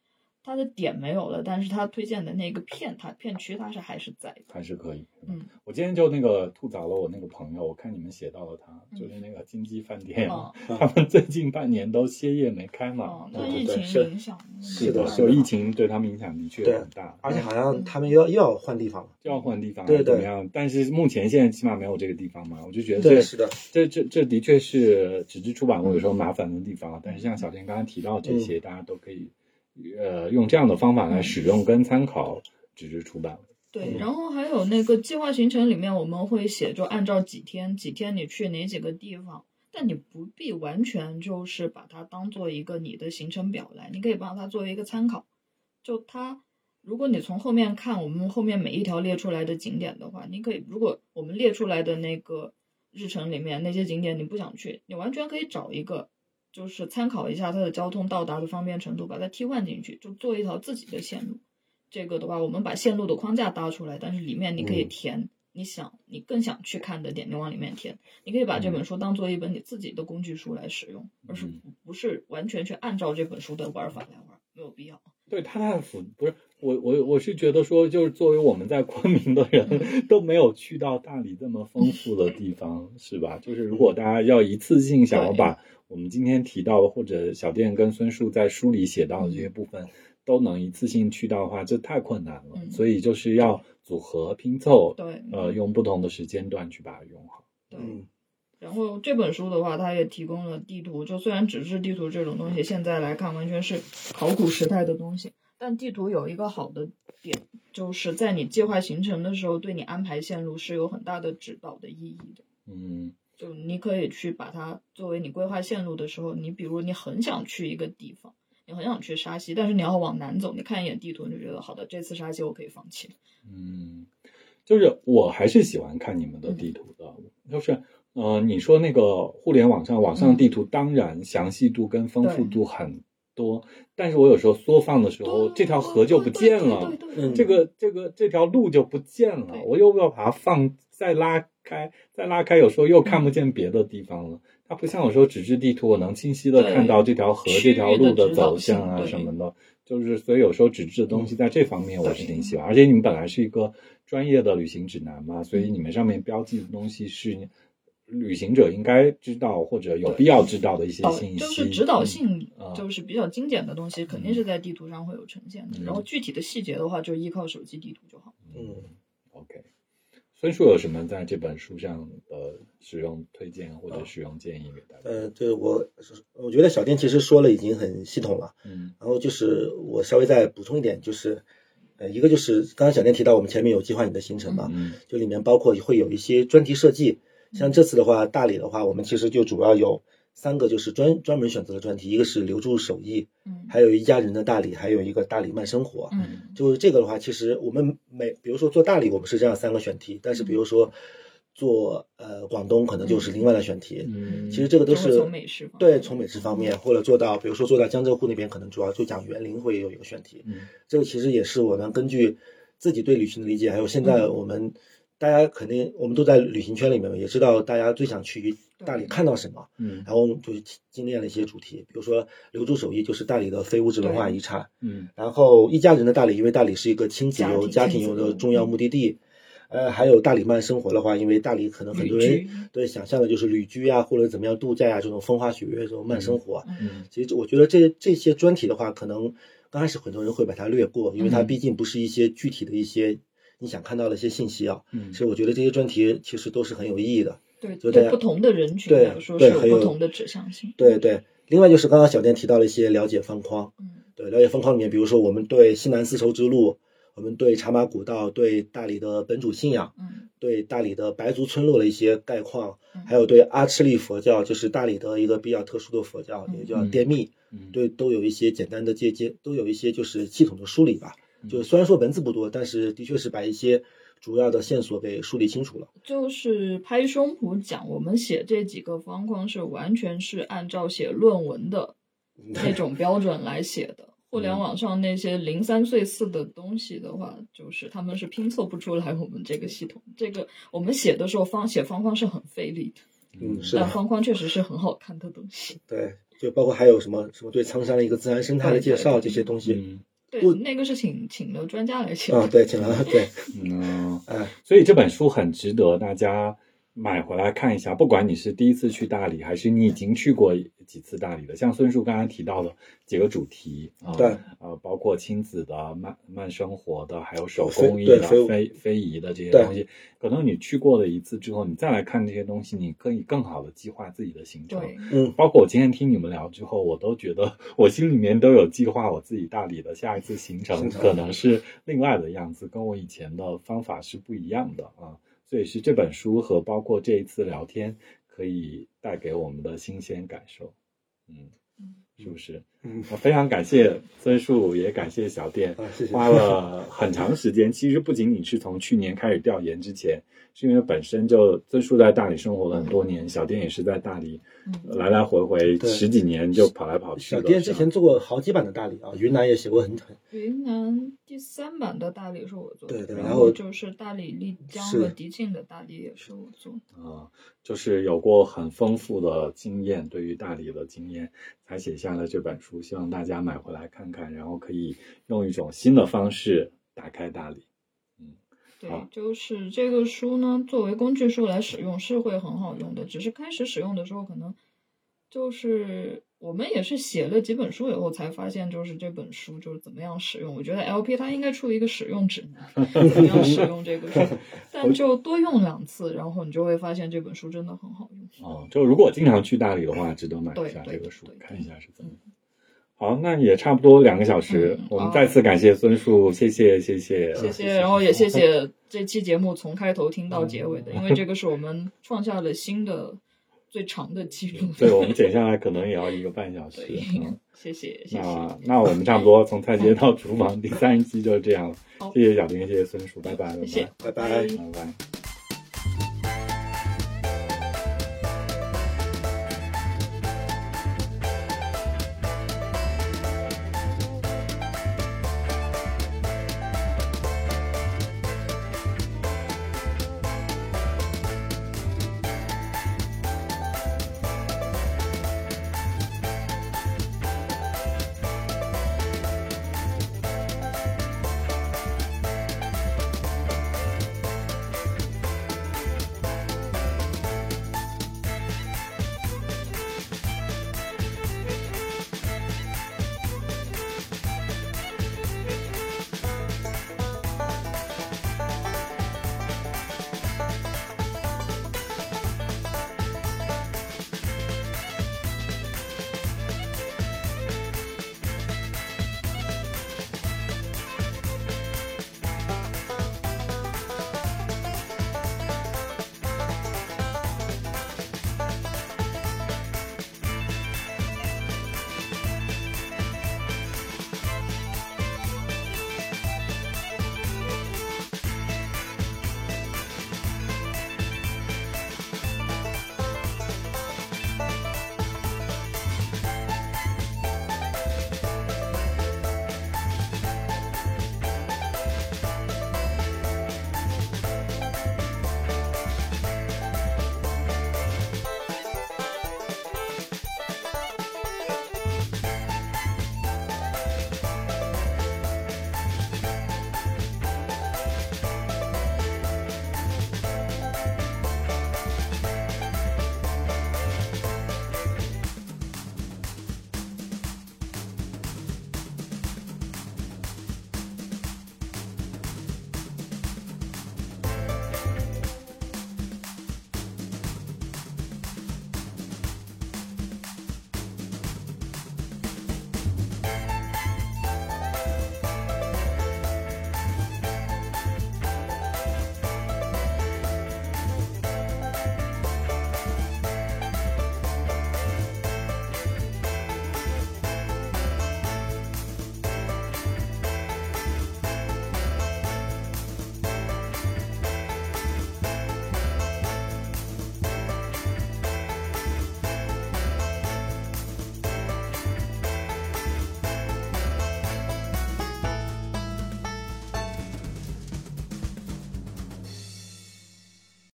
它的点没有了，但是它推荐的那个片，它片区它是还是在的。还是可以。嗯，我今天就那个吐槽了我那个朋友，我看你们写到了他，嗯就是那个金鸡饭店，哦他们最近半年都歇业没开嘛哦，，对那不疫对情是影响嗯那是是的的，是就的疫情对他们影响的确对很大，而且好像他们又要又要换地方了，就要换地方啊对对怎么样？但是目前现在起码没有这个地方嘛，我就觉得对，这是的，这这这的确是纸质出版物有时候麻烦的地方，但是像小天刚刚提到嗯这些，大家都可以呃用这样的方法来使用跟参考纸质出版物。对，嗯然后还有那个计划行程里面，我们会写就按照几天几天你去哪几个地方，但你不必完全就是把它当做一个你的行程表来，你可以把它作为一个参考。就它，如果你从后面看我们后面每一条列出来的景点的话，你可以如果我们列出来的那个日程里面那些景点你不想去，你完全可以找一个。就是参考一下它的交通到达的方便程度，把它替换进去，就做一条自己的线路。这个的话，我们把线路的框架搭出来，但是里面你可以嗯填你想、你更想去看的点，你往里面填。你可以把这本书当做一本你自己的工具书来使用，而是嗯不不是完全去按照这本书的玩法来玩，没有必要。对他太复不是我我我是觉得说，就是作为我们在昆明的嗯人 都没有去到大理这么丰富的地方，是吧？就是如果大家要一次性想要把我们今天提到的或者小店跟孙树在书里写到的这嗯些部分都能一次性去到的话，这太困难了。嗯所以就是要组合拼凑，对，呃，用不同的时间段去把它用好。对。嗯，然后这本书的话，它也提供了地图，就虽然纸质地图这种东西现在来看完全是考古时代的东西，但地图有一个好的点，就是在你计划行程的时候，对你安排线路是有很大的指导的意义的。嗯就你可以去把它作为你规划线路的时候，你比如你很想去一个地方，你很想去沙溪，但是你要往南走，你看一眼地图，你就觉得好的，这次沙溪我可以放弃。嗯，就是我还是喜欢看你们嗯的地图的，就是呃，你说那个互联网上网嗯上地图，当然详细度跟丰富度很多，但是我有时候缩放的时候，这条河就不见了对，对对嗯这个这个这条路就不见了对，我又要把它放再拉开，再拉开，有时候又看不见别的地方了。它不像有时候纸质地图，我能清晰的对看到这条河、区这域条路的的指走导性向啊对嗯什么的，就是所以有时候纸质的东西在这方面我是挺喜欢，而且你们本来是一个专业的旅行指南嘛，所以嗯你们上面标记的东西是旅行者应该知道或者有必要知道的一些导信息，就是指导性嗯啊，就是比较经典的东西，肯定是在地图上会有呈现的。嗯然后具体的细节的话，就依靠手机地图就好。嗯嗯，OK，孙叔有什么在这本书上的使用推荐或者使用建议给大家？呃，对我，我觉得小店其实说了已经很系统了，嗯然后就是我稍微再补充一点，就是呃，一个就是刚刚小店提到我们前面有计划你的行程嘛，嗯就里面包括会有一些专题设计，像这次的话，大理的话，我们其实就主要有三个就是专专门选择的专题，一个是留住手艺，嗯还有一家人的大理，还有一个大理慢生活。嗯就是这个的话，其实我们每比如说做大理，我们是这样三个选题，但是比如说做呃广东，可能就是另外的选题。嗯，其实这个都就是从美食方对面从美食方面，或者做到比如说做到江浙沪那边，可能主要就讲园林会有一个选题。嗯这个其实也是我们根据自己对旅行的理解，还有现在嗯我们大家肯定我们都在旅行圈里面嘛，也知道大家最想去大理看到什么，嗯然后我们就精炼了一些主题，比如说留住手艺就是大理的非物质文化遗产。嗯然后一家人的大理，因为大理是一个亲子游、家家庭亲庭游子游嗯的重要目的地。呃，还有大理慢生活的话，因为大理可能很多旅人居对想象的就是旅居啊，或者怎么样度假呀、这种风花雪月这种慢生活。嗯其实我觉得这这些专题的话，可能刚开始很多人会把它略过，因为它嗯毕竟不是一些具体的一些你想看到的一些信息啊。嗯其实我觉得这些专题其实都是很有意义的。对就大对家不同的人群对来说是对有很不有同的指向性。对对，另外就是刚刚小店提到了一些了解方框，嗯对，了解方框里面，比如说我们对西南丝绸之路，我们对茶马古道，对大理的本主信仰，嗯对大理的白族村落的一些概况嗯，还有对阿赤利佛教，就是大理的一个比较特殊的佛教，嗯也叫滇密，嗯，对，都有一些简单的借鉴，都有一些就是系统的梳理吧。就是虽然说文字不多，但是的确是把一些主要的线索给梳理清楚了。就是拍胸脯讲，我们写这几个方框是完全是按照写论文 的那种标准来写的。互嗯联网上那些零三碎四的东西的话，就是他们是拼凑不出来我们这个系统。这个我们写的时候方写方框是很费力的，嗯，是但的，方框确实是很好看的东西。对，就包括还有什么什么对苍山的一个自然生态的介对对绍对这些东西。嗯对不，那个是请请了专家来写啊，的。对，请了，对，嗯。 哎，所以这本书很值得大家买回来看一下。不管你是第一次去大理，还是你已经去过几次大理了，像孙叔刚刚提到的几个主题啊，对，呃，包括亲子的、慢慢生活的，还有手非工艺对的、非物非非遗的这些对东西，可能你去过了一次之后，你再来看这些东西，你可以更好的计划自己的行程。对，嗯，包括我今天听你们聊之后，我都觉得 我心里面都有计划，我自己大理的下一次行程行程可能是另外的样子，跟我以前的方法是不一样的啊。所以是这本书和包括这一次聊天可以带给我们的新鲜感受，嗯嗯，是不是？嗯，我非常感谢孙树，也感谢小 店，啊，谢谢。花了很长时间。其实不仅仅是从去年开始调研之前，是因为本身就尊叔在大理生活了很多年，小店也是在大理嗯，来来回回对十几年就跑来跑去小的。店之前做过好几版的大理啊，云南也写过很很云南第三版的大理是我做的，对对然然后后就是大理、丽江是和迪庆的大理也是我做的。啊、就是有过很丰富的经验，对于大理的经验，才写下了这本书。希望大家买回来看看，然后可以用一种新的方式打开大理。对好，就是这个书呢，作为工具书来使用是会很好用的，只是开始使用的时候，可能就是我们也是写了几本书以后才发现，就是这本书就是怎么样使用。我觉得 LP 它应该出一个使用指 南，怎么样使用这个书，但就多用两次，然后你就会发现这本书真的很好用。哦，就如果经常去大理的话，值得买一下这对对个书对，对看一下是怎么样。好，那也差不多两个小时，嗯我们好再次感谢孙树，谢谢谢 谢，啊谢谢谢，谢然后也谢谢这期节目从开头听到结尾的，因为这个是我们创下了新的最长的记录。对我们剪下来可能也要一个半小时。对嗯，谢谢，谢谢那，啊那我们差不多从菜街到厨房第三期就是这样了 好，谢谢小丁，谢谢孙叔，拜拜，拜谢谢拜，，拜拜拜拜。